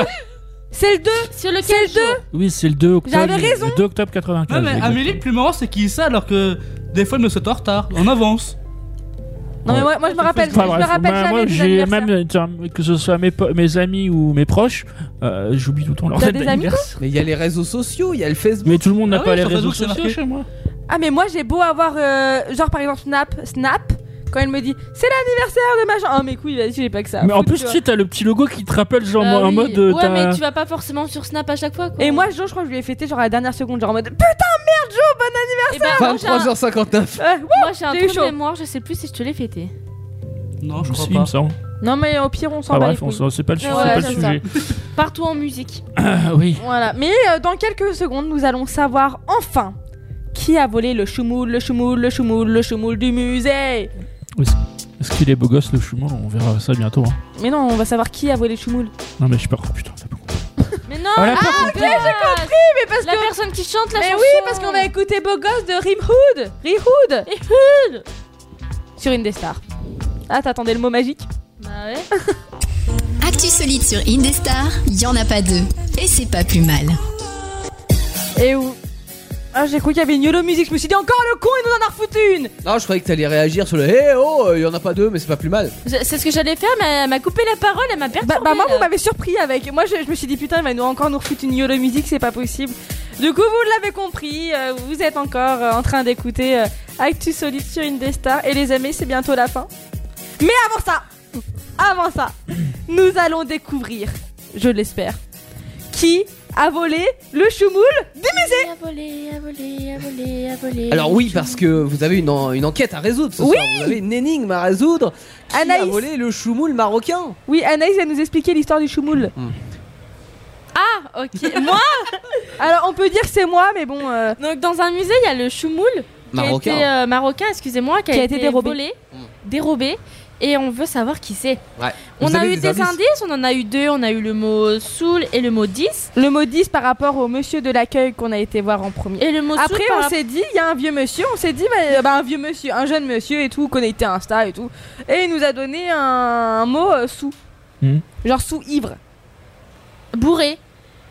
Speaker 5: C'est le 2.
Speaker 8: Sur lequel
Speaker 5: C'est le
Speaker 8: jour
Speaker 6: Oui, c'est le 2 octobre.
Speaker 5: J'avais raison.
Speaker 6: Le 2 octobre
Speaker 9: Non
Speaker 6: 95.
Speaker 9: Ah, mais
Speaker 6: exactement.
Speaker 9: Amélie, le plus marrant c'est qui ça alors que des fois elle me saute en retard, en avance.
Speaker 5: Non, mais moi, moi je me rappelle, je
Speaker 6: Enfin,
Speaker 5: me
Speaker 6: bref,
Speaker 5: rappelle
Speaker 6: moi-
Speaker 5: jamais
Speaker 6: moi,
Speaker 5: des
Speaker 6: j'ai
Speaker 5: anniversaires.
Speaker 6: même euh, que ce soit mes, po- mes amis ou mes proches, euh, j'oublie tout le temps leur
Speaker 5: T'as
Speaker 6: date
Speaker 5: des amis,
Speaker 6: d'anniversaire.
Speaker 7: Mais il y a les réseaux sociaux, il y a le Facebook.
Speaker 6: Mais tout le monde n'a
Speaker 9: Ah
Speaker 6: pas
Speaker 9: oui,
Speaker 6: les
Speaker 9: sur
Speaker 6: réseaux
Speaker 9: Facebook, c'est
Speaker 6: sociaux
Speaker 9: marqué.
Speaker 6: chez moi.
Speaker 5: Ah, mais moi j'ai beau avoir. euh, genre par exemple, Snap. Snap. Quand il me dit c'est l'anniversaire de machin. Ah, mais couilles, vas-y, j'ai pas que ça. à
Speaker 6: Mais en
Speaker 5: foutre,
Speaker 6: plus,
Speaker 5: tu
Speaker 6: tu
Speaker 5: vois.
Speaker 6: sais, t'as le petit logo qui te rappelle, genre
Speaker 8: Bah
Speaker 6: en
Speaker 8: oui.
Speaker 6: mode. euh,
Speaker 8: Ouais,
Speaker 6: t'as-
Speaker 8: mais tu vas pas forcément sur Snap à chaque fois. Quoi.
Speaker 5: Et moi, Joe, je crois que je lui ai fêté genre à la dernière seconde, genre en mode.
Speaker 8: Eh ben, moi, j'ai un-
Speaker 7: 23h59.
Speaker 5: Ouais.
Speaker 8: Moi j'ai un
Speaker 5: J'ai eu
Speaker 8: trou de
Speaker 5: chaud.
Speaker 8: mémoire, je sais plus si je te l'ai fêté.
Speaker 9: Non, je
Speaker 6: Si,
Speaker 9: crois
Speaker 6: il me
Speaker 9: pas.
Speaker 6: semble.
Speaker 5: Non, mais au pire, on s'en
Speaker 6: Ah,
Speaker 5: bat les
Speaker 6: hein. bref, on
Speaker 5: couilles.
Speaker 6: s'en- c'est pas le su-
Speaker 8: Ouais,
Speaker 6: c'est pas le
Speaker 8: c'est
Speaker 6: sujet.
Speaker 8: Partout en musique.
Speaker 6: Ah oui.
Speaker 5: Voilà, mais euh, dans quelques secondes, nous allons savoir enfin qui a volé le choumoul, le choumoul, le choumoul, le choumoul du musée.
Speaker 6: Est-ce qu'il est beau gosse le chumon On verra ça bientôt. hein.
Speaker 5: Mais non, on va savoir qui a volé le choumoul.
Speaker 6: Non, mais je pars. Putain, t'as pas compris.
Speaker 8: Mais non
Speaker 6: Ah, la porte.
Speaker 8: j'ai compris
Speaker 5: Mais parce
Speaker 8: La
Speaker 5: que.
Speaker 8: personne qui chante la
Speaker 5: Mais
Speaker 8: chanson.
Speaker 5: oui, parce qu'on va écouter Beau Gosse de Rimhood. Rimhood. Rimhood. Sur une des stars. Ah, t'attendais le mot magique
Speaker 8: Bah ouais.
Speaker 3: Actu solide sur Indestar, il y en a pas deux. Et c'est pas plus mal.
Speaker 5: Et où Ah, j'ai cru qu'il y avait une YOLO musique. Je me suis dit encore le con, il nous en a refoutu une.
Speaker 7: Non, je croyais que t'allais réagir sur le. Eh oh, il y en a pas deux, mais c'est pas plus mal.
Speaker 8: Je- C'est ce que j'allais faire, mais elle m'a coupé la parole, elle m'a perturbé.
Speaker 5: Bah, bah, moi, vous m'avez surpris avec. Moi, je, je me suis dit, putain, il va nous, encore nous refoutre une YOLO musique, c'est pas possible. Du coup, vous l'avez compris, euh, vous êtes encore euh, en train d'écouter euh, Actu Solide sur Indestar. Et les amis, c'est bientôt la fin. Mais avant ça, avant ça, nous allons découvrir, je l'espère, qui a volé le choumoul.
Speaker 8: À voler, à voler, à voler, à voler.
Speaker 7: Alors oui, parce que vous avez une, en- une enquête à résoudre ce
Speaker 5: Oui.
Speaker 7: soir. Vous avez une énigme à résoudre. Qui a
Speaker 5: Anaïs.
Speaker 7: volé le choumoul marocain
Speaker 5: Oui, Anaïs va nous expliquer l'histoire du choumoul.
Speaker 8: Ah, ok. moi,
Speaker 5: Alors, on peut dire que c'est moi, mais bon. euh,
Speaker 8: donc dans un musée, il y a le choumoul qui a été
Speaker 7: Marocain.
Speaker 8: euh, marocain, excusez-moi, qui, a été dérobé. Volé,
Speaker 7: Mm.
Speaker 8: dérobé. Et on veut savoir qui c'est.
Speaker 7: Ouais.
Speaker 8: euh, On
Speaker 7: Vous
Speaker 8: a
Speaker 7: avez
Speaker 8: eu des, indices.
Speaker 7: indices
Speaker 8: on en a eu deux. On a eu le mot soul et le mot 10.
Speaker 5: le mot 10 par rapport au monsieur de l'accueil qu'on a été voir en premier.
Speaker 8: Et le mot soul.
Speaker 5: Après,
Speaker 8: par
Speaker 5: on
Speaker 8: rapport-
Speaker 5: s'est dit, il y a un vieux monsieur, on s'est dit, bah, bah, un vieux monsieur, un jeune monsieur et tout, connecté à Insta et tout. Et il nous a donné un, un mot euh, sous.
Speaker 6: Hmm.
Speaker 5: Genre sous ivre.
Speaker 8: bourré.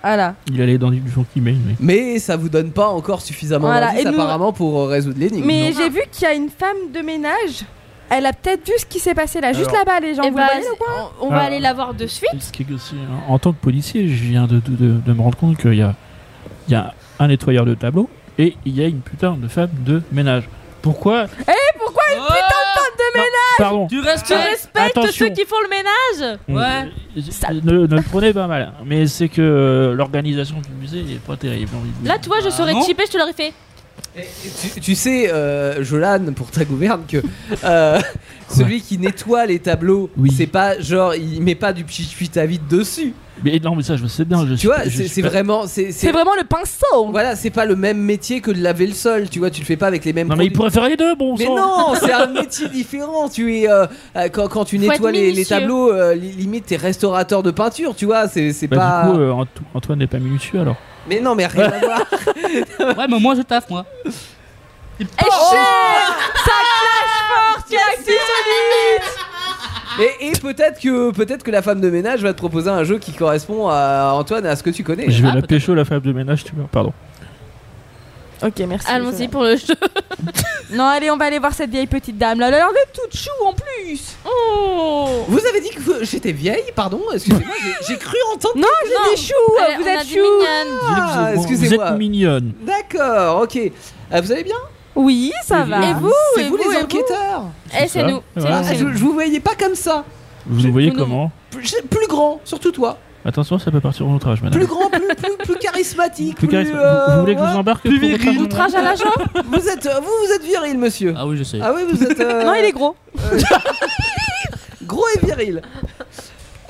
Speaker 5: Voilà.
Speaker 6: Il allait dans du qui mais.
Speaker 7: Mais ça vous donne pas encore suffisamment
Speaker 5: Voilà,
Speaker 7: d'indices
Speaker 5: et nous-
Speaker 7: apparemment pour euh, résoudre l'énigme.
Speaker 5: Mais
Speaker 7: non
Speaker 5: j'ai vu qu'il y a une femme de ménage. Elle a peut-être vu ce qui s'est passé là, juste
Speaker 6: Alors.
Speaker 5: là-bas, les gens.
Speaker 8: Eh
Speaker 5: vous
Speaker 8: bah,
Speaker 5: le voyez, ou quoi
Speaker 8: on, on va
Speaker 6: Ah.
Speaker 8: aller la voir de suite.
Speaker 6: Parce que aussi, hein, En tant que policier, je viens de, de- de- de me rendre compte qu'il y a, il y a un nettoyeur de tableau et il y a une putain de femme de ménage. Pourquoi Pardon.
Speaker 9: Oh, Tu restes
Speaker 8: Tu respectes
Speaker 6: Attention. Mm.
Speaker 8: ceux qui font le ménage.
Speaker 9: Ouais.
Speaker 6: Ne, ne le prenez pas mal. hein. Mais c'est que euh, l'organisation du musée n'est pas terrible. j'ai envie de vous
Speaker 8: Là,
Speaker 6: dire.
Speaker 8: tu vois, je
Speaker 9: Ah,
Speaker 8: serais
Speaker 9: non.
Speaker 8: chipé, je te l'aurais fait.
Speaker 7: Tu, tu sais, euh, Jolan, pour ta gouverne, que euh, celui qui nettoie les tableaux,
Speaker 6: Oui.
Speaker 7: c'est pas genre, il met pas du pchit à vide dessus.
Speaker 6: Mais non, mais ça, je sais bien. Je
Speaker 7: Tu
Speaker 6: suis pas-
Speaker 7: vois,
Speaker 6: je
Speaker 7: c'est
Speaker 6: suis
Speaker 7: c'est
Speaker 6: pas-
Speaker 7: vraiment. c'est-
Speaker 5: C'est
Speaker 7: c'est-
Speaker 5: vraiment le pinceau.
Speaker 7: Voilà, c'est pas le même métier que de laver le sol, tu vois, tu le fais pas avec les mêmes
Speaker 6: Non, mais il
Speaker 7: produits.
Speaker 6: pourrait faire les deux, bon
Speaker 7: Mais
Speaker 6: sang.
Speaker 7: non, c'est un métier différent. Tu es euh, euh, quand, quand tu
Speaker 8: Faut être
Speaker 7: nettoies les, les
Speaker 8: minutieux.
Speaker 7: tableaux, euh, li- limite t'es restaurateur de peinture, tu vois. C'est c'est
Speaker 6: Bah,
Speaker 7: pas.
Speaker 6: Du coup, euh, Anto- Antoine n'est pas minutieux alors.
Speaker 7: Mais non, mais rien à voir.
Speaker 9: Ouais, mais moi je taffe moi. Il
Speaker 5: Et
Speaker 9: Oh
Speaker 7: Et, et peut-être que peut-être que la femme de ménage va te proposer un jeu qui correspond à Antoine à ce que tu connais.
Speaker 6: Je vais la
Speaker 9: peut-être.
Speaker 6: pécho, la femme de ménage, tu vois. Pardon.
Speaker 10: Ok, merci.
Speaker 8: Allons-y pour le jeu.
Speaker 5: Non, allez, on va aller voir cette vieille petite dame là. Elle a l'air d'être toute chou en plus.
Speaker 8: Oh
Speaker 7: Vous avez dit que vous- j'étais vieille, pardon, excusez-moi, j'ai- j'ai cru entendre.
Speaker 5: Non, j'ai des choux.
Speaker 7: hein,
Speaker 8: Allez,
Speaker 5: vous
Speaker 8: on a
Speaker 5: êtes
Speaker 8: des
Speaker 5: choux.
Speaker 8: mignonnes.
Speaker 7: Ah,
Speaker 6: vous, êtes- vous
Speaker 7: excusez-moi.
Speaker 6: êtes mignonne.
Speaker 7: D'accord, ok. Euh, vous allez bien
Speaker 5: Oui, ça va.
Speaker 8: Et vous
Speaker 7: C'est
Speaker 8: Et
Speaker 7: vous,
Speaker 8: vous,
Speaker 7: les
Speaker 8: et vous
Speaker 7: enquêteurs
Speaker 8: Eh, c'est
Speaker 6: Ça,
Speaker 8: nous. C'est
Speaker 6: voilà.
Speaker 8: nous,
Speaker 7: Ah,
Speaker 8: c'est
Speaker 7: je,
Speaker 8: nous.
Speaker 7: je vous voyais pas comme ça.
Speaker 6: Vous vous voyez
Speaker 8: Vous nous-
Speaker 6: comment
Speaker 7: Plus, plus grand, surtout toi.
Speaker 6: Attention, ça peut partir en outrage, madame.
Speaker 7: Plus grand, plus, plus, plus charismatique.
Speaker 6: Plus
Speaker 7: Plus,
Speaker 6: charisme-
Speaker 7: euh,
Speaker 6: vous, vous voulez que je vous
Speaker 7: ouais.
Speaker 6: embarque
Speaker 9: Plus
Speaker 6: pour votre
Speaker 9: viril.
Speaker 6: amendement
Speaker 5: Outrage à l'agent
Speaker 7: vous êtes, vous, vous êtes viril, monsieur.
Speaker 6: Ah oui, je sais.
Speaker 7: Ah oui, vous êtes. euh,
Speaker 5: Non, il est gros.
Speaker 7: Gros et viril.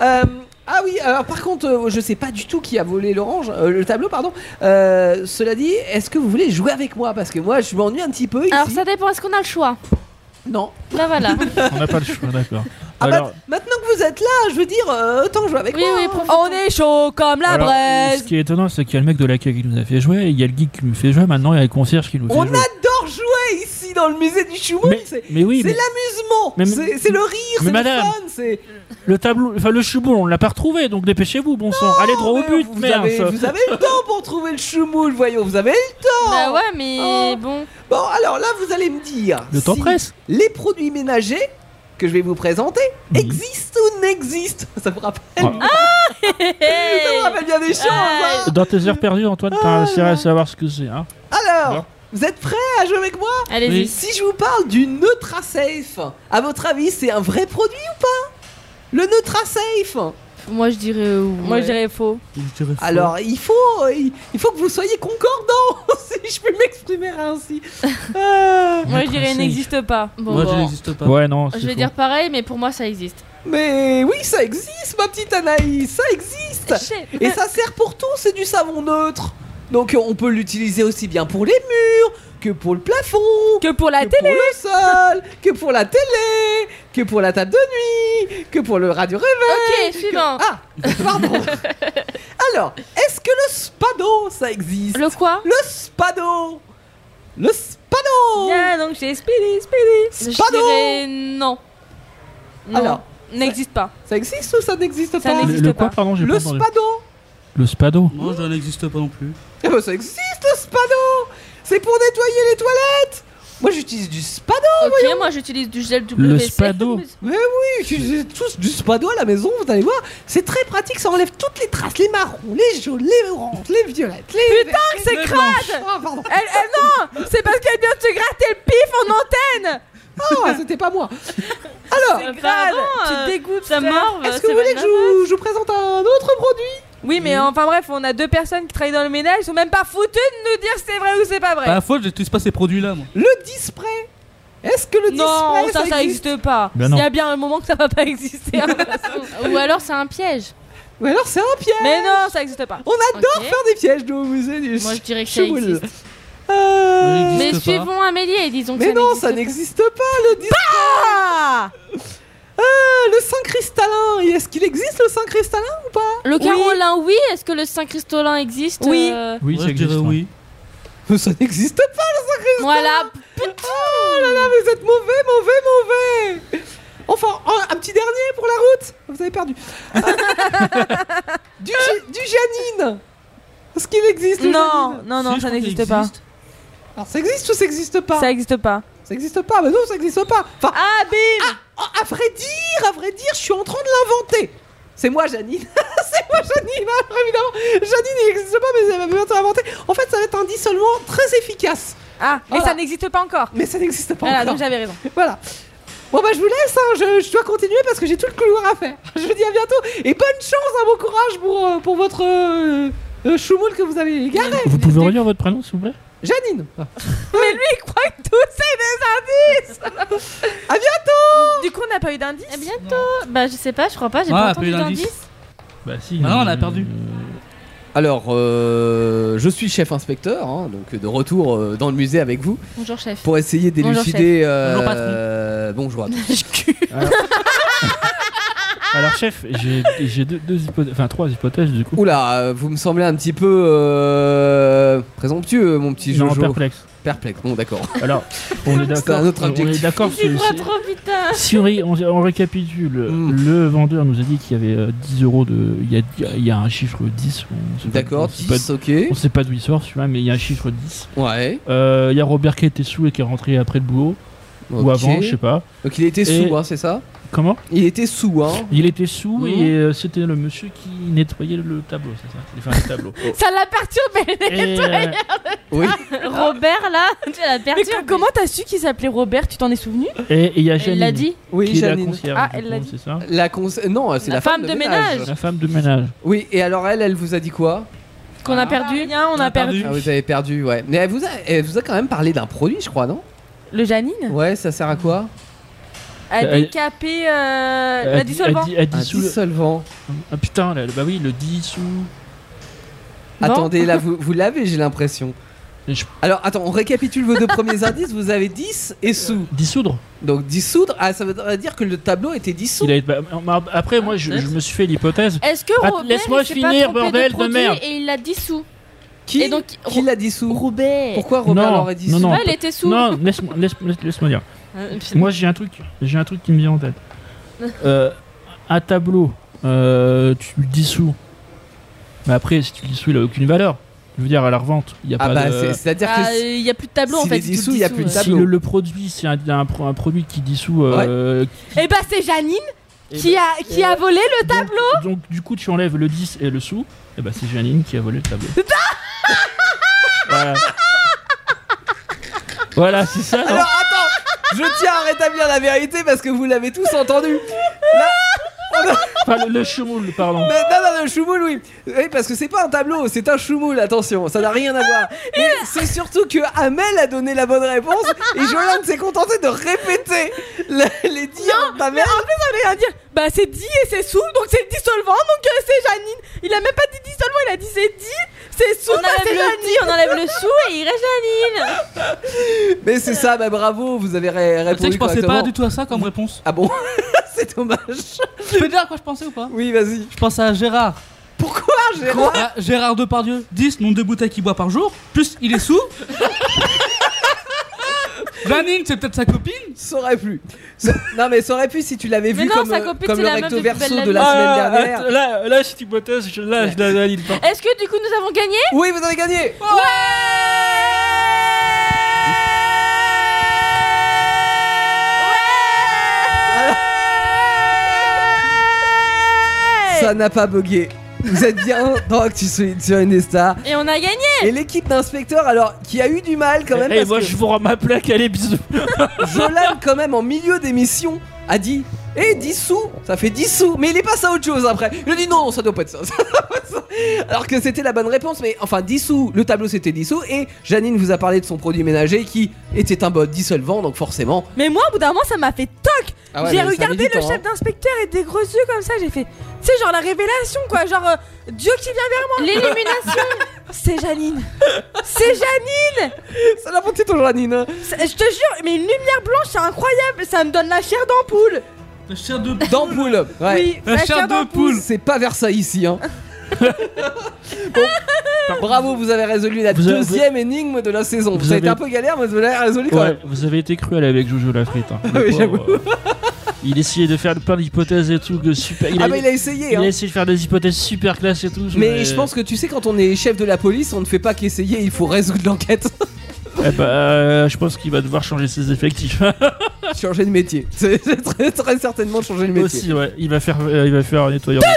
Speaker 7: Euh, ah oui, alors par contre, euh, je sais pas du tout qui a volé l'orange, euh, le tableau, pardon. Euh, cela dit, est-ce que vous voulez jouer avec moi Parce que moi, je m'ennuie un petit peu ici.
Speaker 8: Alors, ça dépend, est-ce qu'on a le choix
Speaker 7: Non.
Speaker 8: Là, voilà.
Speaker 6: On n'a pas le choix, d'accord.
Speaker 7: Ah,
Speaker 6: Alors,
Speaker 7: Maintenant que vous êtes là, je veux dire, euh, autant jouer avec
Speaker 8: Oui,
Speaker 7: moi.
Speaker 8: oui,
Speaker 5: Oh, On est chaud comme la
Speaker 6: alors,
Speaker 5: braise.
Speaker 6: ce qui est étonnant, c'est qu'il y a le mec de l'accueil qui nous a fait jouer, il y a le geek qui nous fait jouer, maintenant il y a le concierge qui nous fait
Speaker 7: Oh, On
Speaker 6: jouer.
Speaker 7: adore jouer ici dans le musée du Chumon.
Speaker 6: Mais-
Speaker 7: C'est
Speaker 6: Mais oui,
Speaker 7: c'est
Speaker 6: mais
Speaker 7: l'amusement,
Speaker 6: Mais-
Speaker 7: c'est c'est le rire,
Speaker 6: mais
Speaker 7: c'est le
Speaker 6: madame,
Speaker 7: fun, c'est.
Speaker 6: le tableau, enfin le chubou, on l'a pas retrouvé, donc dépêchez-vous, bon sang. Allez droit au
Speaker 7: Oh, Mais
Speaker 6: but,
Speaker 7: vous,
Speaker 6: merde.
Speaker 7: avez, vous avez le temps pour trouver le Chumon, voyons. Vous avez.
Speaker 5: Oh.
Speaker 8: Bah ouais, mais bon.
Speaker 7: Bon, alors là, vous allez me dire.
Speaker 6: Le temps
Speaker 7: si
Speaker 6: presse.
Speaker 7: les produits ménagers que je vais vous présenter
Speaker 6: Oui.
Speaker 7: existent ou n'existent Ça vous rappelle
Speaker 6: Ah.
Speaker 7: Ça vous rappelle bien des choses hein
Speaker 6: Dans tes heures perdues, Antoine,
Speaker 7: Ah.
Speaker 6: t'as intérêt à savoir ce que c'est, hein.
Speaker 7: Alors,
Speaker 6: Non.
Speaker 7: vous êtes prêts à jouer avec moi
Speaker 8: Allez-y.
Speaker 7: Si je vous parle du NeutraSafe, à votre avis, c'est un vrai produit ou pas Le NeutraSafe
Speaker 8: Moi, je dirais. euh,
Speaker 5: Moi,
Speaker 8: ouais.
Speaker 5: je dirais faux.
Speaker 7: Alors, il faut, euh, il il faut que vous soyez concordants, si je peux m'exprimer ainsi. Euh,
Speaker 5: Moi, je dirais n'existe pas.
Speaker 8: Bon,
Speaker 9: Moi, je
Speaker 8: bon.
Speaker 9: n'existe pas.
Speaker 6: Ouais, non, c'est
Speaker 8: Je vais
Speaker 6: faux.
Speaker 8: dire pareil, mais pour moi, ça existe.
Speaker 7: mais oui, ça existe, ma petite Anaïs, ça existe Et ça sert pour tout, c'est du savon neutre. Donc euh, on peut l'utiliser aussi bien pour les murs que pour le plafond,
Speaker 5: Que pour la
Speaker 7: que
Speaker 5: télé.
Speaker 7: pour le sol, que pour la télé, que pour la table de nuit, que pour le radio réveil.
Speaker 8: Ok,
Speaker 7: que-
Speaker 8: suivant.
Speaker 7: Ah, pardon. Alors, est-ce que le spado, ça existe
Speaker 8: Le quoi
Speaker 7: Le spado Le spado
Speaker 5: Bien, donc chez Speedy, Speedy.
Speaker 8: Je
Speaker 7: Spado
Speaker 8: dirais non.
Speaker 5: Non,
Speaker 7: Alors,
Speaker 5: n'existe pas.
Speaker 7: ça existe ou ça n'existe
Speaker 5: Ça
Speaker 7: pas
Speaker 6: Le,
Speaker 5: n'existe
Speaker 6: le quoi,
Speaker 5: pas.
Speaker 6: pardon, j'ai pas
Speaker 7: Le
Speaker 6: entendu.
Speaker 7: spado
Speaker 6: Le spado.
Speaker 9: Moi, je n'existe pas non plus.
Speaker 7: Eh ben, Ça existe, le spado C'est pour nettoyer les toilettes Moi, j'utilise du spado
Speaker 5: Oh,
Speaker 8: Ok, moi, j'utilise du gel WC.
Speaker 6: Le Spado.
Speaker 7: J'ai tous du spado à la maison, vous allez voir, c'est très pratique, ça enlève toutes les traces, les marrons, les jaunes, les oranges, les violettes, les. Putain,
Speaker 5: c'est crade
Speaker 7: Ah, pardon,
Speaker 5: Elle, elle- non C'est parce qu'elle vient de se gratter le pif en antenne
Speaker 7: Ah, c'était pas moi Alors,
Speaker 5: C'est hein, grave
Speaker 8: Ah, Pardon,
Speaker 5: Tu
Speaker 8: euh,
Speaker 5: te dégoûtes,
Speaker 8: ça
Speaker 5: frère.
Speaker 8: mord,
Speaker 7: est-ce que
Speaker 8: c'est
Speaker 7: vous voulez que
Speaker 8: pas
Speaker 7: je,
Speaker 8: normal.
Speaker 7: vous- je vous présente un autre produit
Speaker 5: Oui, mais enfin bref, on a deux personnes qui travaillent dans le ménage, ils sont même pas foutues de nous dire si c'est vrai ou c'est pas vrai.
Speaker 9: Pas faute, j'utilise pas ces produits-là, moi.
Speaker 7: Le dispray Est-ce que le
Speaker 5: non,
Speaker 7: dispray
Speaker 5: ça, ça existe pas.
Speaker 6: Ben non.
Speaker 5: Il y a bien un moment que ça va pas exister. hein.
Speaker 8: Ou alors, c'est un piège.
Speaker 7: Ou alors c'est un piège
Speaker 5: mais non, ça existe pas.
Speaker 7: On adore
Speaker 8: Ok.
Speaker 7: faire des pièges nous, au musée du
Speaker 8: Moi, je dirais que ça
Speaker 7: Choumoul.
Speaker 8: existe.
Speaker 7: Euh,
Speaker 9: Ça
Speaker 8: Mais
Speaker 9: n'existe pas.
Speaker 8: suivons Amélie et disons que
Speaker 7: Mais
Speaker 8: ça
Speaker 7: non, ça
Speaker 8: n'existe
Speaker 7: n'existe pas le dispray
Speaker 5: Ah
Speaker 7: Ah, Le Saint Cristallin Et Est-ce qu'il existe le Saint Cristallin
Speaker 8: pas. Le Carolin, oui. Est-ce que le Saint-Cristolin existe
Speaker 5: Oui.
Speaker 8: Euh,
Speaker 6: Oui,
Speaker 9: Moi,
Speaker 6: ça
Speaker 9: je dirais
Speaker 6: existe. hein.
Speaker 9: oui.
Speaker 7: Ça n'existe pas
Speaker 8: Voilà.
Speaker 7: Oh là là, vous êtes mauvais, mauvais, mauvais Enfin, oh, un, un petit dernier pour la route Vous avez perdu. Euh, du, Gi- du Janine Est-ce qu'il existe le
Speaker 5: Non,
Speaker 7: Janine
Speaker 5: non, non, ça
Speaker 9: Si, je crois qu'il
Speaker 5: n'existe pas.
Speaker 9: existe.
Speaker 7: Alors, ça existe ou ça existe pas
Speaker 5: Ça existe pas.
Speaker 7: Ça existe pas, mais non, ça existe pas Enfin,
Speaker 5: Ah, bim
Speaker 7: oh, à, à vrai dire, à vrai dire, je suis en train de l'inventer c'est moi Janine, c'est moi Janine, alors évidemment. Janine il n'existe pas, mais elle va bientôt l'inventer. En fait, ça va être un dissolvant très efficace,
Speaker 5: Ah, mais
Speaker 7: Voilà.
Speaker 5: ça n'existe pas encore.
Speaker 7: mais ça n'existe pas.
Speaker 5: Voilà,
Speaker 7: encore.
Speaker 5: Ah, donc j'avais raison.
Speaker 7: Voilà. Bon bah je vous laisse, hein. je, je dois continuer parce que j'ai tout le couloir à faire. Je vous dis à bientôt et bonne chance, hein, bon courage pour, euh, pour votre euh, euh, choumoule que vous avez égaré.
Speaker 6: Vous pouvez redire votre prénom, s'il vous plaît
Speaker 7: Janine,
Speaker 5: Mais lui, il croit que tout c'est des indices
Speaker 7: À
Speaker 5: bientôt Du coup, on n'a pas eu d'indices
Speaker 8: À bientôt. Bah, je sais pas, je crois pas. J'ai
Speaker 9: Ah,
Speaker 8: pas
Speaker 9: pas
Speaker 8: entendu
Speaker 9: eu
Speaker 8: d'indice.
Speaker 9: d'indice.
Speaker 6: Bah si.
Speaker 9: Ah non, on a perdu.
Speaker 7: Alors, euh, je suis chef inspecteur, hein, donc de retour euh, dans le musée avec vous
Speaker 8: Bonjour, chef.
Speaker 7: pour essayer euh,
Speaker 8: Bonjour, d'élucider,
Speaker 7: Bonjour,
Speaker 9: Bonjour, patron.
Speaker 7: Bonjour à
Speaker 6: Alors, Alors, chef, j'ai j'ai deux, deux hypothèses, enfin trois hypothèses du coup.
Speaker 7: Oula, euh, vous me semblez un petit peu euh, présomptueux, mon petit
Speaker 6: Non,
Speaker 7: Jojo.
Speaker 6: perplexe.
Speaker 7: Perplexe, bon d'accord.
Speaker 6: Alors, on est d'accord.
Speaker 7: un autre
Speaker 6: on- On est
Speaker 7: objectif.
Speaker 6: d'accord.
Speaker 8: Tu
Speaker 6: sur-
Speaker 8: vois trop putain
Speaker 6: Si on, ré- on- on récapitule,
Speaker 7: Mm.
Speaker 6: le vendeur nous a dit qu'il y avait euh, 10 euros de. Il y a, il y a un chiffre 10. on sait pas-
Speaker 7: D'accord,
Speaker 6: on sait pas-
Speaker 7: 10, ok.
Speaker 6: On sait pas d'où il sort celui-là, mais il y a un chiffre 10.
Speaker 7: Ouais.
Speaker 6: Euh, Il y a Robert qui était sous et qui est rentré après le boulot,
Speaker 7: ok.
Speaker 6: ou avant, je sais pas.
Speaker 7: Donc il était
Speaker 6: Et-
Speaker 7: sous, hein, c'est ça
Speaker 6: Comment
Speaker 7: Il était sous, hein.
Speaker 6: Il était sous
Speaker 7: Mhm.
Speaker 6: et euh, c'était le monsieur qui nettoyait le tableau, c'est ça Enfin, le tableau.
Speaker 5: Ça l'a perturbé.
Speaker 6: et, euh,
Speaker 7: Oui.
Speaker 5: Euh,
Speaker 8: Robert là, tu l'as perdu.
Speaker 10: Mais co- comment t'as su qu'il s'appelait Robert Tu t'en es souvenu
Speaker 6: et- et il y a
Speaker 8: Elle
Speaker 6: Janine.
Speaker 8: l'a dit.
Speaker 7: Oui,
Speaker 6: Qui est la
Speaker 7: Janine.
Speaker 6: concierge,
Speaker 5: Ah,
Speaker 6: je
Speaker 5: elle l'a
Speaker 6: pense, c'est ça
Speaker 7: La cons- Non, c'est la,
Speaker 8: La femme de ménage.
Speaker 6: La femme de ménage.
Speaker 7: Oui, et alors elle, elle vous a dit quoi
Speaker 10: Qu'on a perdu Rien, on a perdu.
Speaker 7: Ah, vous avez perdu, ouais. Mais elle vous a, elle vous a quand même parlé d'un produit, je crois, non
Speaker 10: Le Janine
Speaker 7: Ouais, ça sert à quoi
Speaker 10: A
Speaker 6: Elle-
Speaker 10: décapé euh, la
Speaker 6: Elle dit- elle
Speaker 10: dissolvant.
Speaker 6: dit- elle
Speaker 7: Un
Speaker 6: dissout le-
Speaker 7: dissolvant.
Speaker 6: Ah putain, là, bah oui, le dissous.
Speaker 10: Bon.
Speaker 7: Attendez, là, vous, vous l'avez, j'ai l'impression.
Speaker 6: Et je-
Speaker 7: Alors, attends, on récapitule vos deux premiers indices. Vous avez 10 et sous.
Speaker 6: Dissoudre
Speaker 7: Donc, dissoudre, ah, ça veut dire que le tableau était dissous.
Speaker 6: Il a- bah, bah, Après, moi, je, je me suis fait l'hypothèse.
Speaker 8: Est-ce que
Speaker 6: Att-
Speaker 8: Robert
Speaker 6: laisse-moi
Speaker 8: il s'est
Speaker 6: finir,
Speaker 8: pas trompé
Speaker 6: bordel de
Speaker 8: de, produit
Speaker 6: merde.
Speaker 8: et il l'a dissous.
Speaker 7: Qui,
Speaker 8: et donc
Speaker 7: qui
Speaker 8: Ro-
Speaker 7: l'a dissous
Speaker 8: Robert.
Speaker 7: Pourquoi Robert
Speaker 6: Non,
Speaker 7: l'aurait dissous
Speaker 6: non, non.
Speaker 8: Ouais, il était sous.
Speaker 6: Non, laisse-moi laisse, laisse, laisse-moi dire.
Speaker 8: Euh, pff,
Speaker 6: Moi, j'ai un truc, j'ai un truc qui me vient en tête. Euh, un tableau, euh, tu le dissous. Mais après, si tu le dissous, il a aucune valeur. Je veux dire, à la revente, il n'y a
Speaker 7: Ah,
Speaker 6: pas
Speaker 7: bah,
Speaker 6: de.
Speaker 7: c'est- c'est-à-dire
Speaker 8: ah,
Speaker 7: que.
Speaker 8: il y a plus de tableau en
Speaker 7: s'il
Speaker 8: fait.
Speaker 7: est
Speaker 8: il est
Speaker 7: dissous,
Speaker 8: tout
Speaker 7: il y a plus de
Speaker 5: euh.
Speaker 8: ouais.
Speaker 6: Si
Speaker 7: tableau.
Speaker 6: le, le produit, c'est un, un pro- un produit qui dissout. euh,
Speaker 5: Et bah c'est Janine
Speaker 6: Et
Speaker 5: qui a qui a volé le
Speaker 6: donc- donc, du coup, tu enlèves le 10 et le sous. Et bah, c'est Janine qui a volé le tableau. voilà. Voilà, c'est ça. non
Speaker 7: Alors, attends, je tiens à rétablir la vérité parce que vous l'avez tous entendu.
Speaker 6: Enfin, le, le choumoule, pardon.
Speaker 7: Mais non, non, le choumoule, oui. Oui, parce que c'est pas un tableau, c'est un choumoule, attention, ça n'a rien à voir. Mais c'est surtout que Amel a donné la bonne réponse et Jolande s'est contentée de répéter le- les dires de ta mère.
Speaker 5: à dire bah c'est dit et c'est sous donc c'est le dissolvant donc euh, c'est Janine il a même pas dit dissolvant il a dit c'est dit c'est sous
Speaker 8: On
Speaker 5: bah, c'est
Speaker 8: enlève le
Speaker 5: Janine
Speaker 8: dit, on enlève le sous et il reste Janine.
Speaker 7: Mais c'est
Speaker 8: euh,
Speaker 7: ça, bah bravo, vous avez ré-
Speaker 9: Ah, Tu sais que
Speaker 7: répondu
Speaker 9: je pensais
Speaker 7: correctement.
Speaker 9: pas du tout à ça comme réponse.
Speaker 7: Ah bon C'est dommage.
Speaker 9: Je peux dire à quoi je pensais ou pas
Speaker 7: Oui, vas-y.
Speaker 9: Je pense à Gérard.
Speaker 7: Pourquoi, Gérard
Speaker 9: Ah, Gérard Depardieu, 10 nombre de bouteilles qu'il boit par jour, plus il est sous. Janine, c'est peut-être sa copine
Speaker 7: Ça aurait pu. Ça- Non, mais ça aurait pu si tu l'avais
Speaker 8: Mais
Speaker 7: vu
Speaker 8: non,
Speaker 7: comme,
Speaker 8: sa copine,
Speaker 7: comme
Speaker 8: c'est
Speaker 7: le
Speaker 8: la meuf
Speaker 7: recto
Speaker 8: de
Speaker 7: verso
Speaker 8: Plus belle la
Speaker 7: de la
Speaker 8: vie.
Speaker 7: semaine
Speaker 9: Ah,
Speaker 7: dernière.
Speaker 6: là, là, cette hypothèse, je, là, je la valide pas.
Speaker 8: Est-ce que du coup nous avons gagné
Speaker 7: Oui, vous avez gagné Ça n'a pas bugué. Vous êtes bien dans Actu Solide sur Indestar.
Speaker 8: Et on a gagné
Speaker 7: Et l'équipe d'inspecteurs, alors, qui a eu du mal quand même,
Speaker 6: Et
Speaker 7: parce
Speaker 6: Eh, moi, je
Speaker 7: que
Speaker 6: vous rends ma plaque, allez, bisous.
Speaker 7: Jolan, quand même, en milieu d'émission, a dit Eh, 10 sous Ça fait 10 sous Mais il est passé à autre chose après Il a dit Non, ça doit pas être ça. ça doit pas être ça. alors que c'était la bonne réponse, mais enfin, 10 sous, le tableau c'était 10 sous. Et Janine vous a parlé de son produit ménager qui était un bot dissolvant, donc forcément.
Speaker 5: mais moi au bout d'un moment ça m'a fait toc
Speaker 7: Ah
Speaker 6: Ah
Speaker 5: j'ai regardé
Speaker 6: hein.
Speaker 5: le chef
Speaker 7: chef
Speaker 5: d'inspecteur et des gros yeux comme ça j'ai fait tu sais genre la révélation quoi genre euh, Dieu qui vient
Speaker 8: L'élimination
Speaker 5: vers c'est Janine c'est Janine
Speaker 7: Ça l'a monté ton Janine. hein.
Speaker 5: C'est- je te jure mais une lumière blanche c'est incroyable ça me donne la chair d'ampoule
Speaker 9: La chair de
Speaker 7: D'ampoule. Ouais.
Speaker 5: oui
Speaker 9: La chair de poule.
Speaker 7: C'est pas Versailles ici, hein. Bon. Bravo, vous avez résolu la
Speaker 6: Vous avez-
Speaker 7: deuxième énigme de la saison.
Speaker 6: Vous
Speaker 7: ça a été
Speaker 6: avez-
Speaker 7: un peu galère, mais vous l'avez résolu quand
Speaker 6: Ouais,
Speaker 7: même.
Speaker 6: vous avez été cruel avec Jojo la frite. hein. Le
Speaker 7: Ah Oui,
Speaker 6: pauvre, euh, il essayait de faire plein d'hypothèses et tout, que super. Il,
Speaker 7: ah,
Speaker 6: a,
Speaker 7: mais il a essayé,
Speaker 6: il a
Speaker 7: hein.
Speaker 6: essayé de faire des hypothèses super classe et tout.
Speaker 7: Mais je pense que tu sais, quand on est chef de la police, on ne fait pas qu'essayer, il faut résoudre l'enquête.
Speaker 6: Eh bah, euh, je pense qu'il va devoir changer ses effectifs.
Speaker 7: changer de métier. C'est c'est très, très certainement changer de métier.
Speaker 6: Aussi, ouais. Il va faire, euh, il va faire un nettoyeur. de-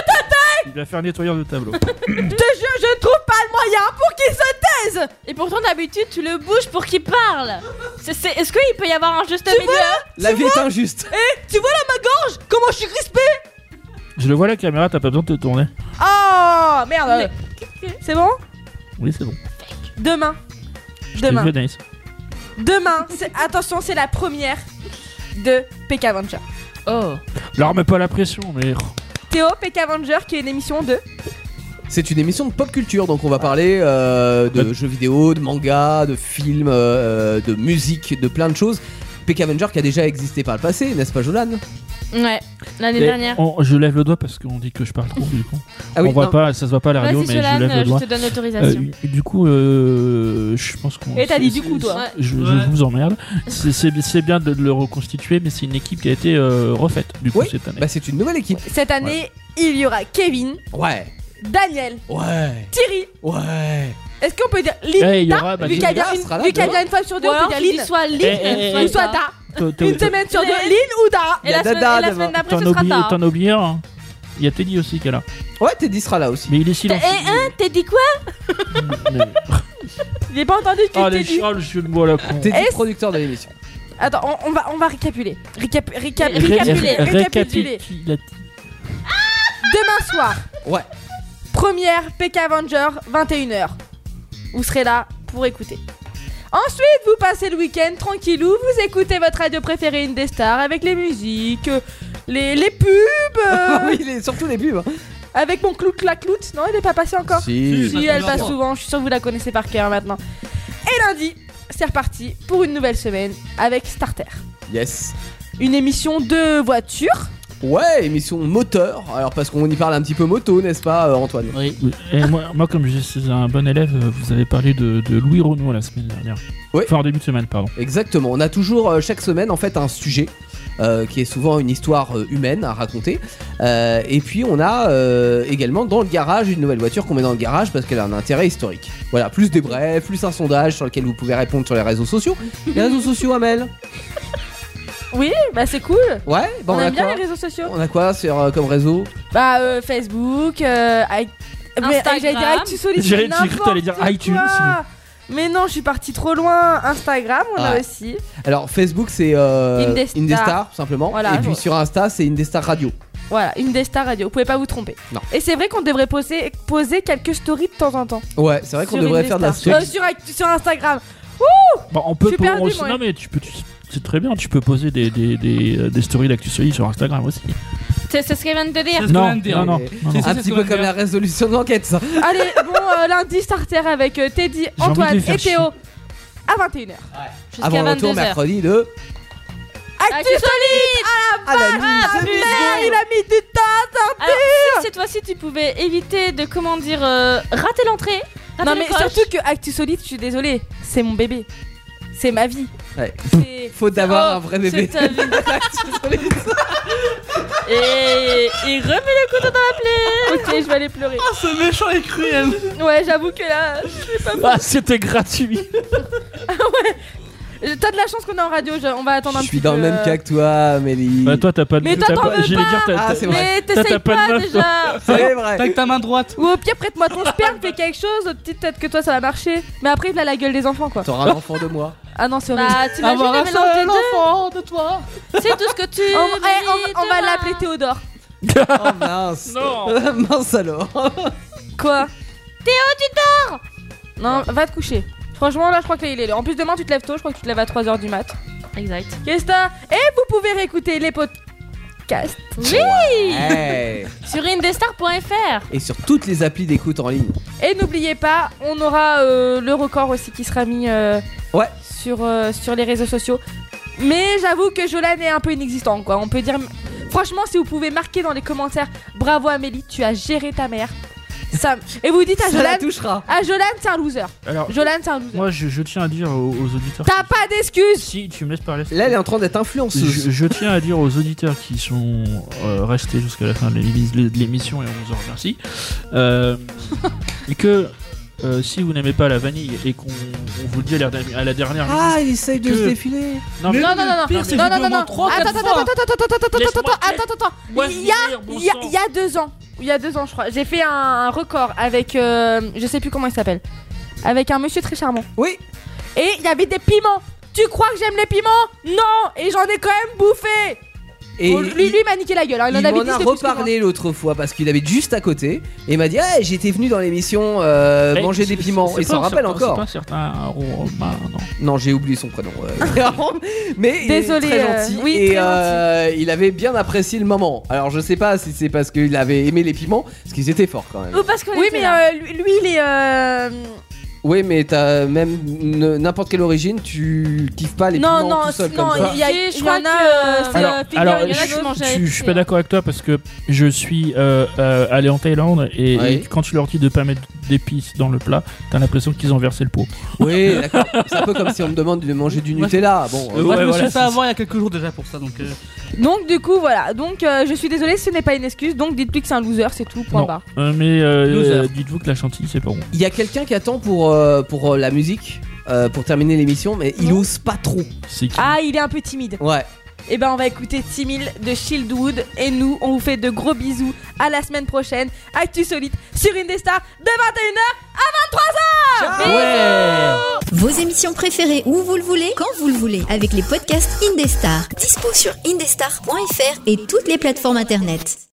Speaker 6: Il va faire un nettoyeur de tableau.
Speaker 5: je te jure je ne trouve pas le moyen pour qu'il se
Speaker 8: Et pourtant d'habitude tu le bouges pour qu'il parle C'est- c'est- Est-ce qu'il peut y avoir un Ah, juste milieu
Speaker 7: La vie est injuste.
Speaker 5: gorge comment je suis crispée
Speaker 6: Je le vois à la caméra, t'as pas besoin de te tourner.
Speaker 5: oh merde c'est bon
Speaker 6: Oui, c'est bon.
Speaker 5: Demain.
Speaker 6: Je t'ai
Speaker 5: Demain.
Speaker 6: vu, Anaïs.
Speaker 5: Demain. c'est- Attention, c'est la première de PK Avenger.
Speaker 8: Oh
Speaker 6: Leur mets pas la pression, mais. oh.
Speaker 5: Théo, PK Avenger, qui est une émission de.
Speaker 7: C'est une émission de pop culture, donc on va parler euh, de
Speaker 6: Bah-
Speaker 7: jeux vidéo, de manga, de films, euh, de musique, de plein de choses. Peck Avenger qui a déjà existé par le passé, n'est-ce pas Jolan
Speaker 8: Ouais, l'année
Speaker 6: Et
Speaker 8: dernière.
Speaker 6: on- je lève le doigt parce qu'on dit que je parle trop du coup.
Speaker 7: Ah oui,
Speaker 6: on voit
Speaker 7: non.
Speaker 6: pas, ça se voit pas à la radio,
Speaker 8: Vas-y,
Speaker 6: mais je
Speaker 8: Solane,
Speaker 6: lève le
Speaker 8: je
Speaker 6: doigt.
Speaker 8: te donne l'autorisation.
Speaker 6: Euh, du coup, euh, je pense qu'on.
Speaker 5: Et t'as dit du coup, toi.
Speaker 8: Ouais.
Speaker 6: Je, je
Speaker 9: Ouais.
Speaker 6: vous emmerde. C'est- C'est c'est bien de le reconstituer, mais c'est une équipe qui a été euh, refaite du coup
Speaker 7: Oui.
Speaker 6: cette année.
Speaker 7: Bah, c'est une nouvelle équipe.
Speaker 5: Cette année, il y aura Kevin,
Speaker 7: Ouais.
Speaker 5: Daniel,
Speaker 7: Ouais.
Speaker 5: Thierry.
Speaker 7: Ouais.
Speaker 5: Est-ce qu'on peut dire Lynn
Speaker 6: Eh, il y aura, bah,
Speaker 5: Vu qu'il y
Speaker 7: Linda
Speaker 5: a bien
Speaker 7: sera
Speaker 5: une,
Speaker 7: là
Speaker 5: vu qu'il y a
Speaker 7: demain.
Speaker 5: bien une fois sur deux,
Speaker 8: Ou
Speaker 5: on
Speaker 8: alors,
Speaker 5: peut dire
Speaker 8: tu dis
Speaker 5: Lynn.
Speaker 8: soit Lynn, euh,
Speaker 6: eh, eh,
Speaker 5: Ou
Speaker 8: soit
Speaker 5: soit
Speaker 8: ça.
Speaker 5: Ta.
Speaker 6: T'en- t'en-
Speaker 5: Une semaine sur deux,
Speaker 8: Lynn.
Speaker 5: Lynn ou Da.
Speaker 8: Et la
Speaker 7: Dada
Speaker 8: semaine, et la
Speaker 7: demain.
Speaker 8: semaine d'après,
Speaker 6: T'en
Speaker 8: ce sera
Speaker 6: oublies,
Speaker 8: ta.
Speaker 6: t'en oublies un. hein. Il y a Teddy aussi qui est là.
Speaker 7: Ouais, Teddy sera là aussi.
Speaker 6: Mais il est
Speaker 8: T'as-
Speaker 6: silencieux.
Speaker 8: Eh, hein, t'as dit quoi
Speaker 5: Eh,
Speaker 6: Mais-
Speaker 5: J'ai pas entendu ce
Speaker 6: Ah,
Speaker 5: que tu
Speaker 6: les
Speaker 5: as dit.
Speaker 6: chiens, le jeu de bois la con.
Speaker 7: Teddy,
Speaker 5: Est-ce-
Speaker 7: producteur de l'émission.
Speaker 5: Attends, on, on va, on va récapituler. Récap, récap,
Speaker 8: Ré-
Speaker 5: récapituler.
Speaker 8: ré-
Speaker 5: récapituler. Demain soir,
Speaker 7: Ouais.
Speaker 5: première PK Avenger, 21h. Vous serez là pour écouter. Ensuite, vous passez le week-end tranquillou, vous écoutez votre radio préférée Indestar avec les musiques, euh, les, les pubs, euh,
Speaker 7: Ah oui, il est surtout les pubs.
Speaker 5: avec mon clou la cloute. Non, il n'est pas passé encore.
Speaker 9: Si.
Speaker 5: Si, elle
Speaker 9: D'accord.
Speaker 5: passe souvent, je suis sûre que vous la connaissez par cœur maintenant. Et lundi, c'est reparti pour une nouvelle semaine avec Starter.
Speaker 7: Yes.
Speaker 5: Une émission de voiture.
Speaker 7: Ouais, émission moteur. Alors, parce qu'on y parle un petit peu moto, n'est-ce pas, euh, Antoine
Speaker 6: Oui. Et moi, moi, comme je suis un bon élève, euh, vous avez parlé de, de Louis Renault la semaine dernière.
Speaker 7: Oui.
Speaker 6: Enfin, en début de semaine, pardon.
Speaker 7: Exactement. On a toujours euh, chaque semaine, en fait, un sujet. euh, qui est souvent une histoire euh, humaine à raconter. Euh, et puis on a euh, également dans le garage une nouvelle voiture qu'on met dans le garage parce qu'elle a un intérêt historique. Voilà, plus des brèves, plus un sondage sur lequel vous pouvez répondre sur les réseaux sociaux. Les réseaux sociaux, Amel
Speaker 5: Oui, bah c'est cool.
Speaker 7: Ouais, bah,
Speaker 5: on,
Speaker 7: on, a
Speaker 5: aime bien
Speaker 7: quoi
Speaker 5: les réseaux sociaux.
Speaker 7: On a quoi sur, euh, comme réseau
Speaker 5: Bah euh, Facebook, euh, i- mais,
Speaker 8: Instagram.
Speaker 5: J'allais dire iTunes Solid,
Speaker 6: J'ai- j'ai
Speaker 5: mais
Speaker 6: cru que t'allais dire
Speaker 5: n'importe
Speaker 6: iTunes.
Speaker 5: quoi. Mais non, je suis partie trop loin. Instagram, on a
Speaker 6: Ah.
Speaker 7: Ouais.
Speaker 5: aussi.
Speaker 7: Alors Facebook c'est euh,
Speaker 5: Indestar.
Speaker 7: Indestar, simplement.
Speaker 5: Voilà,
Speaker 7: et puis
Speaker 5: ouais.
Speaker 7: sur Insta c'est Indestar Radio.
Speaker 5: Voilà, une des stars radio. Vous pouvez pas vous tromper.
Speaker 7: Non.
Speaker 5: Et c'est vrai qu'on devrait poser, poser quelques stories de temps en temps.
Speaker 7: Ouais, c'est vrai qu'on
Speaker 5: Sur
Speaker 7: devrait
Speaker 5: Indestar.
Speaker 7: faire de la story.
Speaker 5: Euh, sur, iTunes- sur Instagram.
Speaker 6: Bon, Bah, on peut
Speaker 5: Je suis
Speaker 6: po-
Speaker 5: perdue,
Speaker 6: on s-
Speaker 5: moi.
Speaker 6: Non, mais tu peux. tu- C'est très bien, tu peux poser des, des, des, euh, des stories d'actu solide sur Instagram aussi.
Speaker 8: C'est c'est ce qu'elle vient de te dire.
Speaker 9: C'est ce qu'on
Speaker 6: Non,
Speaker 9: vient de dire.
Speaker 6: non, non.
Speaker 5: hein.
Speaker 6: non, non.
Speaker 9: C'est-
Speaker 7: Un
Speaker 9: c'est
Speaker 7: petit
Speaker 9: ce
Speaker 7: peu
Speaker 9: qu'on
Speaker 7: comme
Speaker 9: aime
Speaker 7: la résolution de l'enquête, ça.
Speaker 5: Allez, bon, euh, lundi starter avec euh, Teddy,
Speaker 6: envie de
Speaker 5: Antoine
Speaker 6: les
Speaker 5: et
Speaker 6: faire
Speaker 5: Théo
Speaker 6: chier.
Speaker 5: à 21h.
Speaker 7: Avant
Speaker 8: Jusqu'à
Speaker 7: le retour
Speaker 8: 22h.
Speaker 7: mercredi de.
Speaker 5: Actu
Speaker 8: Actu
Speaker 5: solide
Speaker 7: Ah, la nuit, c'est
Speaker 5: Merde, il a mis du temps
Speaker 8: Alors, si cette fois-ci tu pouvais éviter de, comment dire, euh, rater l'entrée. rater
Speaker 5: Non
Speaker 8: le
Speaker 5: mais
Speaker 8: coche.
Speaker 5: surtout que Actu solide, je suis désolée, c'est mon bébé. C'est ma vie.
Speaker 7: Ouais.
Speaker 5: C'est...
Speaker 7: Faut d'avoir
Speaker 8: Oh,
Speaker 7: un vrai bébé.
Speaker 8: c'est ta vie.
Speaker 7: Désolé.
Speaker 8: Et il remet le couteau dans la plaie.
Speaker 5: Ok, je vais aller pleurer.
Speaker 9: Ah, ce méchant est cruel.
Speaker 5: Ouais, j'avoue que là,
Speaker 6: Ah, c'était gratuit.
Speaker 5: euh, t'as de la chance qu'on est en radio, je- on va attendre un
Speaker 7: Je
Speaker 5: petit
Speaker 7: suis dans le
Speaker 5: peu,
Speaker 7: même
Speaker 5: euh,
Speaker 7: cas que toi, Amélie.
Speaker 6: Bah, toi, t'as pas de.
Speaker 5: Mais toi,
Speaker 6: t'as
Speaker 5: t'en veux
Speaker 6: J'allais dire, t'as-
Speaker 7: Ah,
Speaker 6: t'as-
Speaker 7: c'est vrai.
Speaker 5: Mais
Speaker 6: t'as
Speaker 5: t'essayes
Speaker 6: pas de
Speaker 5: pas
Speaker 6: meuf, toi.
Speaker 5: déjà.
Speaker 7: C'est vrai.
Speaker 9: T'as que ta main droite.
Speaker 5: Ou au pire, prête-moi ton sperme, fais quelque chose, peut-être peut-être que toi ça va marcher. Mais après, il a la gueule des enfants quoi.
Speaker 7: T'auras un enfant de moi.
Speaker 5: Ah non, c'est horrible.
Speaker 8: Bah, t'imagines
Speaker 9: Avoir
Speaker 8: le
Speaker 9: un
Speaker 8: mélange des
Speaker 9: seul
Speaker 8: deux.
Speaker 9: enfant de toi.
Speaker 8: C'est tout ce que tu.
Speaker 5: On, eh,
Speaker 8: mérites,
Speaker 5: on- on va
Speaker 8: Thomas.
Speaker 5: l'appeler Théodore.
Speaker 7: Oh mince.
Speaker 6: Non.
Speaker 7: mince alors.
Speaker 5: Quoi Théo, tu dors Non, va te coucher. Franchement, là, je crois que là, il est là. En plus, demain, tu te lèves tôt. Je crois que tu te lèves à 3h du mat.
Speaker 8: Exact.
Speaker 5: Qu'est-ce que t'as Et vous pouvez réécouter les podcasts.
Speaker 7: Hey.
Speaker 8: Sur indestar.fr.
Speaker 7: Eh, Et sur toutes les applis d'écoute en ligne.
Speaker 5: Et n'oubliez pas, on aura euh, le record aussi qui sera mis euh,
Speaker 7: Ouais.
Speaker 5: sur, euh, sur les réseaux sociaux. Mais j'avoue que Jolan est un peu inexistant, quoi. On peut dire. Franchement, si vous pouvez marquer dans les commentaires, bravo Amélie, tu as géré ta mère. Ça... Et vous dites à
Speaker 7: Ça la
Speaker 5: Jolan,
Speaker 7: touchera.
Speaker 5: à Jolan, c'est un loser.
Speaker 6: Alors,
Speaker 5: Jolan, c'est un loser.
Speaker 6: moi, je, je tiens à dire aux, aux auditeurs.
Speaker 5: T'as pas d'excuses
Speaker 6: Si tu me laisses parler.
Speaker 7: Là, elle est en train d'être influenceuse.
Speaker 6: Je, je tiens à dire aux auditeurs qui sont euh, restés jusqu'à la fin de l'émi- de l'émission et on vous en remercie euh, que euh, si vous n'aimez pas la vanille et qu'on on vous le dit à la, à la dernière
Speaker 7: Ah, il essaye de
Speaker 6: Que-
Speaker 7: se défiler.
Speaker 6: non,
Speaker 9: mais-
Speaker 5: Non, non, non, non,
Speaker 9: Le pire, c'est
Speaker 5: non,
Speaker 9: que
Speaker 5: non, non,
Speaker 9: j'ai dit au
Speaker 5: non.
Speaker 9: moins trois,
Speaker 5: Attends,
Speaker 9: quatre
Speaker 5: attends,
Speaker 9: fois.
Speaker 5: attends, attends, attends, attends, attends,
Speaker 6: Laisse-moi
Speaker 5: attends, attends, attends,
Speaker 6: moi,
Speaker 5: Il y a,
Speaker 6: finir, bon
Speaker 5: il y a,
Speaker 6: sang.
Speaker 5: il y a deux ans, il y a deux ans, je crois, j'ai fait un, un record avec, euh, je sais plus comment il s'appelle, avec un monsieur très charmant.
Speaker 7: Oui.
Speaker 5: Et il y avait des piments. Tu crois que j'aime les piments Non. Et j'en ai quand même bouffé.
Speaker 7: Et
Speaker 5: Bon, lui, lui il m'a niqué la gueule. hein, Il en
Speaker 7: Il
Speaker 5: avait
Speaker 7: m'en
Speaker 5: dix
Speaker 7: a
Speaker 5: de plus que moi.
Speaker 7: reparlé l'autre fois parce qu'il habite juste à côté et il m'a dit ah, j'étais venu dans l'émission euh,
Speaker 6: Eh,
Speaker 7: manger
Speaker 6: c'est-
Speaker 7: des piments.
Speaker 6: c'est- c'est
Speaker 7: Il s'en
Speaker 6: pas un
Speaker 7: rappelle
Speaker 6: certain-
Speaker 7: encore.
Speaker 6: C'est pas un certain Romain, non.
Speaker 7: Non j'ai oublié son prénom. euh, Mais
Speaker 5: Désolé,
Speaker 7: il est
Speaker 5: euh,
Speaker 7: très gentil
Speaker 5: oui,
Speaker 7: et
Speaker 5: très
Speaker 7: euh, il avait bien apprécié le moment. Alors je sais pas si c'est parce qu'il avait aimé les piments parce qu'ils étaient forts quand même.
Speaker 8: Ou parce qu'on
Speaker 5: Oui, euh,
Speaker 8: était
Speaker 5: mais
Speaker 8: là.
Speaker 5: euh, lui, lui, il est. euh,
Speaker 7: Oui, mais t'as même n- n'importe quelle origine, tu kiffes pas les
Speaker 5: Non,
Speaker 7: piments
Speaker 5: non,
Speaker 7: tout seul
Speaker 5: non,
Speaker 7: comme ça.
Speaker 5: il y, a-
Speaker 8: Si,
Speaker 5: il
Speaker 8: je
Speaker 5: y
Speaker 8: crois
Speaker 5: en a.
Speaker 8: que-
Speaker 5: euh, c'est,
Speaker 6: Alors-
Speaker 5: euh, figure,
Speaker 7: Ah,
Speaker 6: alors,
Speaker 5: il y en a
Speaker 8: je-
Speaker 5: qui mangent
Speaker 6: Je,
Speaker 5: avec-
Speaker 6: suis- je suis pas d'accord avec toi parce que je suis euh, euh, allé en Thaïlande et,
Speaker 7: Oui.
Speaker 6: et quand tu leur dis de pas mettre d'épices dans le plat, t'as l'impression qu'ils ont versé le pot.
Speaker 7: Oui, d'accord. C'est un peu comme si on me demande de manger du
Speaker 9: Moi,
Speaker 7: Nutella. Bon, euh,
Speaker 9: Moi, je me
Speaker 6: voilà,
Speaker 9: suis fait
Speaker 6: c'est-
Speaker 9: avoir il y a quelques jours déjà pour ça, donc. euh,
Speaker 5: Donc, du coup, voilà. Donc, euh, je suis désolée, ce n'est pas une excuse. Donc, dites-lui que c'est un loser, c'est tout. Point
Speaker 6: Non.
Speaker 5: barre.
Speaker 6: Euh, mais euh,
Speaker 9: Loser.
Speaker 6: euh, dites-vous que la chantilly c'est pas bon.
Speaker 7: il y a quelqu'un qui attend pour, euh, pour euh, la musique, euh, pour terminer l'émission, mais il ose pas trop.
Speaker 6: C'est qui
Speaker 5: Ah, il est un peu timide.
Speaker 7: Ouais.
Speaker 5: Et ben, on va écouter Timil de Shieldwood. Et nous, on vous fait de gros bisous. À la semaine prochaine. Actu Solide sur Indestar de 21h
Speaker 7: Ah Ouais.
Speaker 3: Vos émissions préférées où vous le voulez, quand vous le voulez, avec les podcasts Indestar. Dispo sur indestar.fr et toutes les plateformes internet.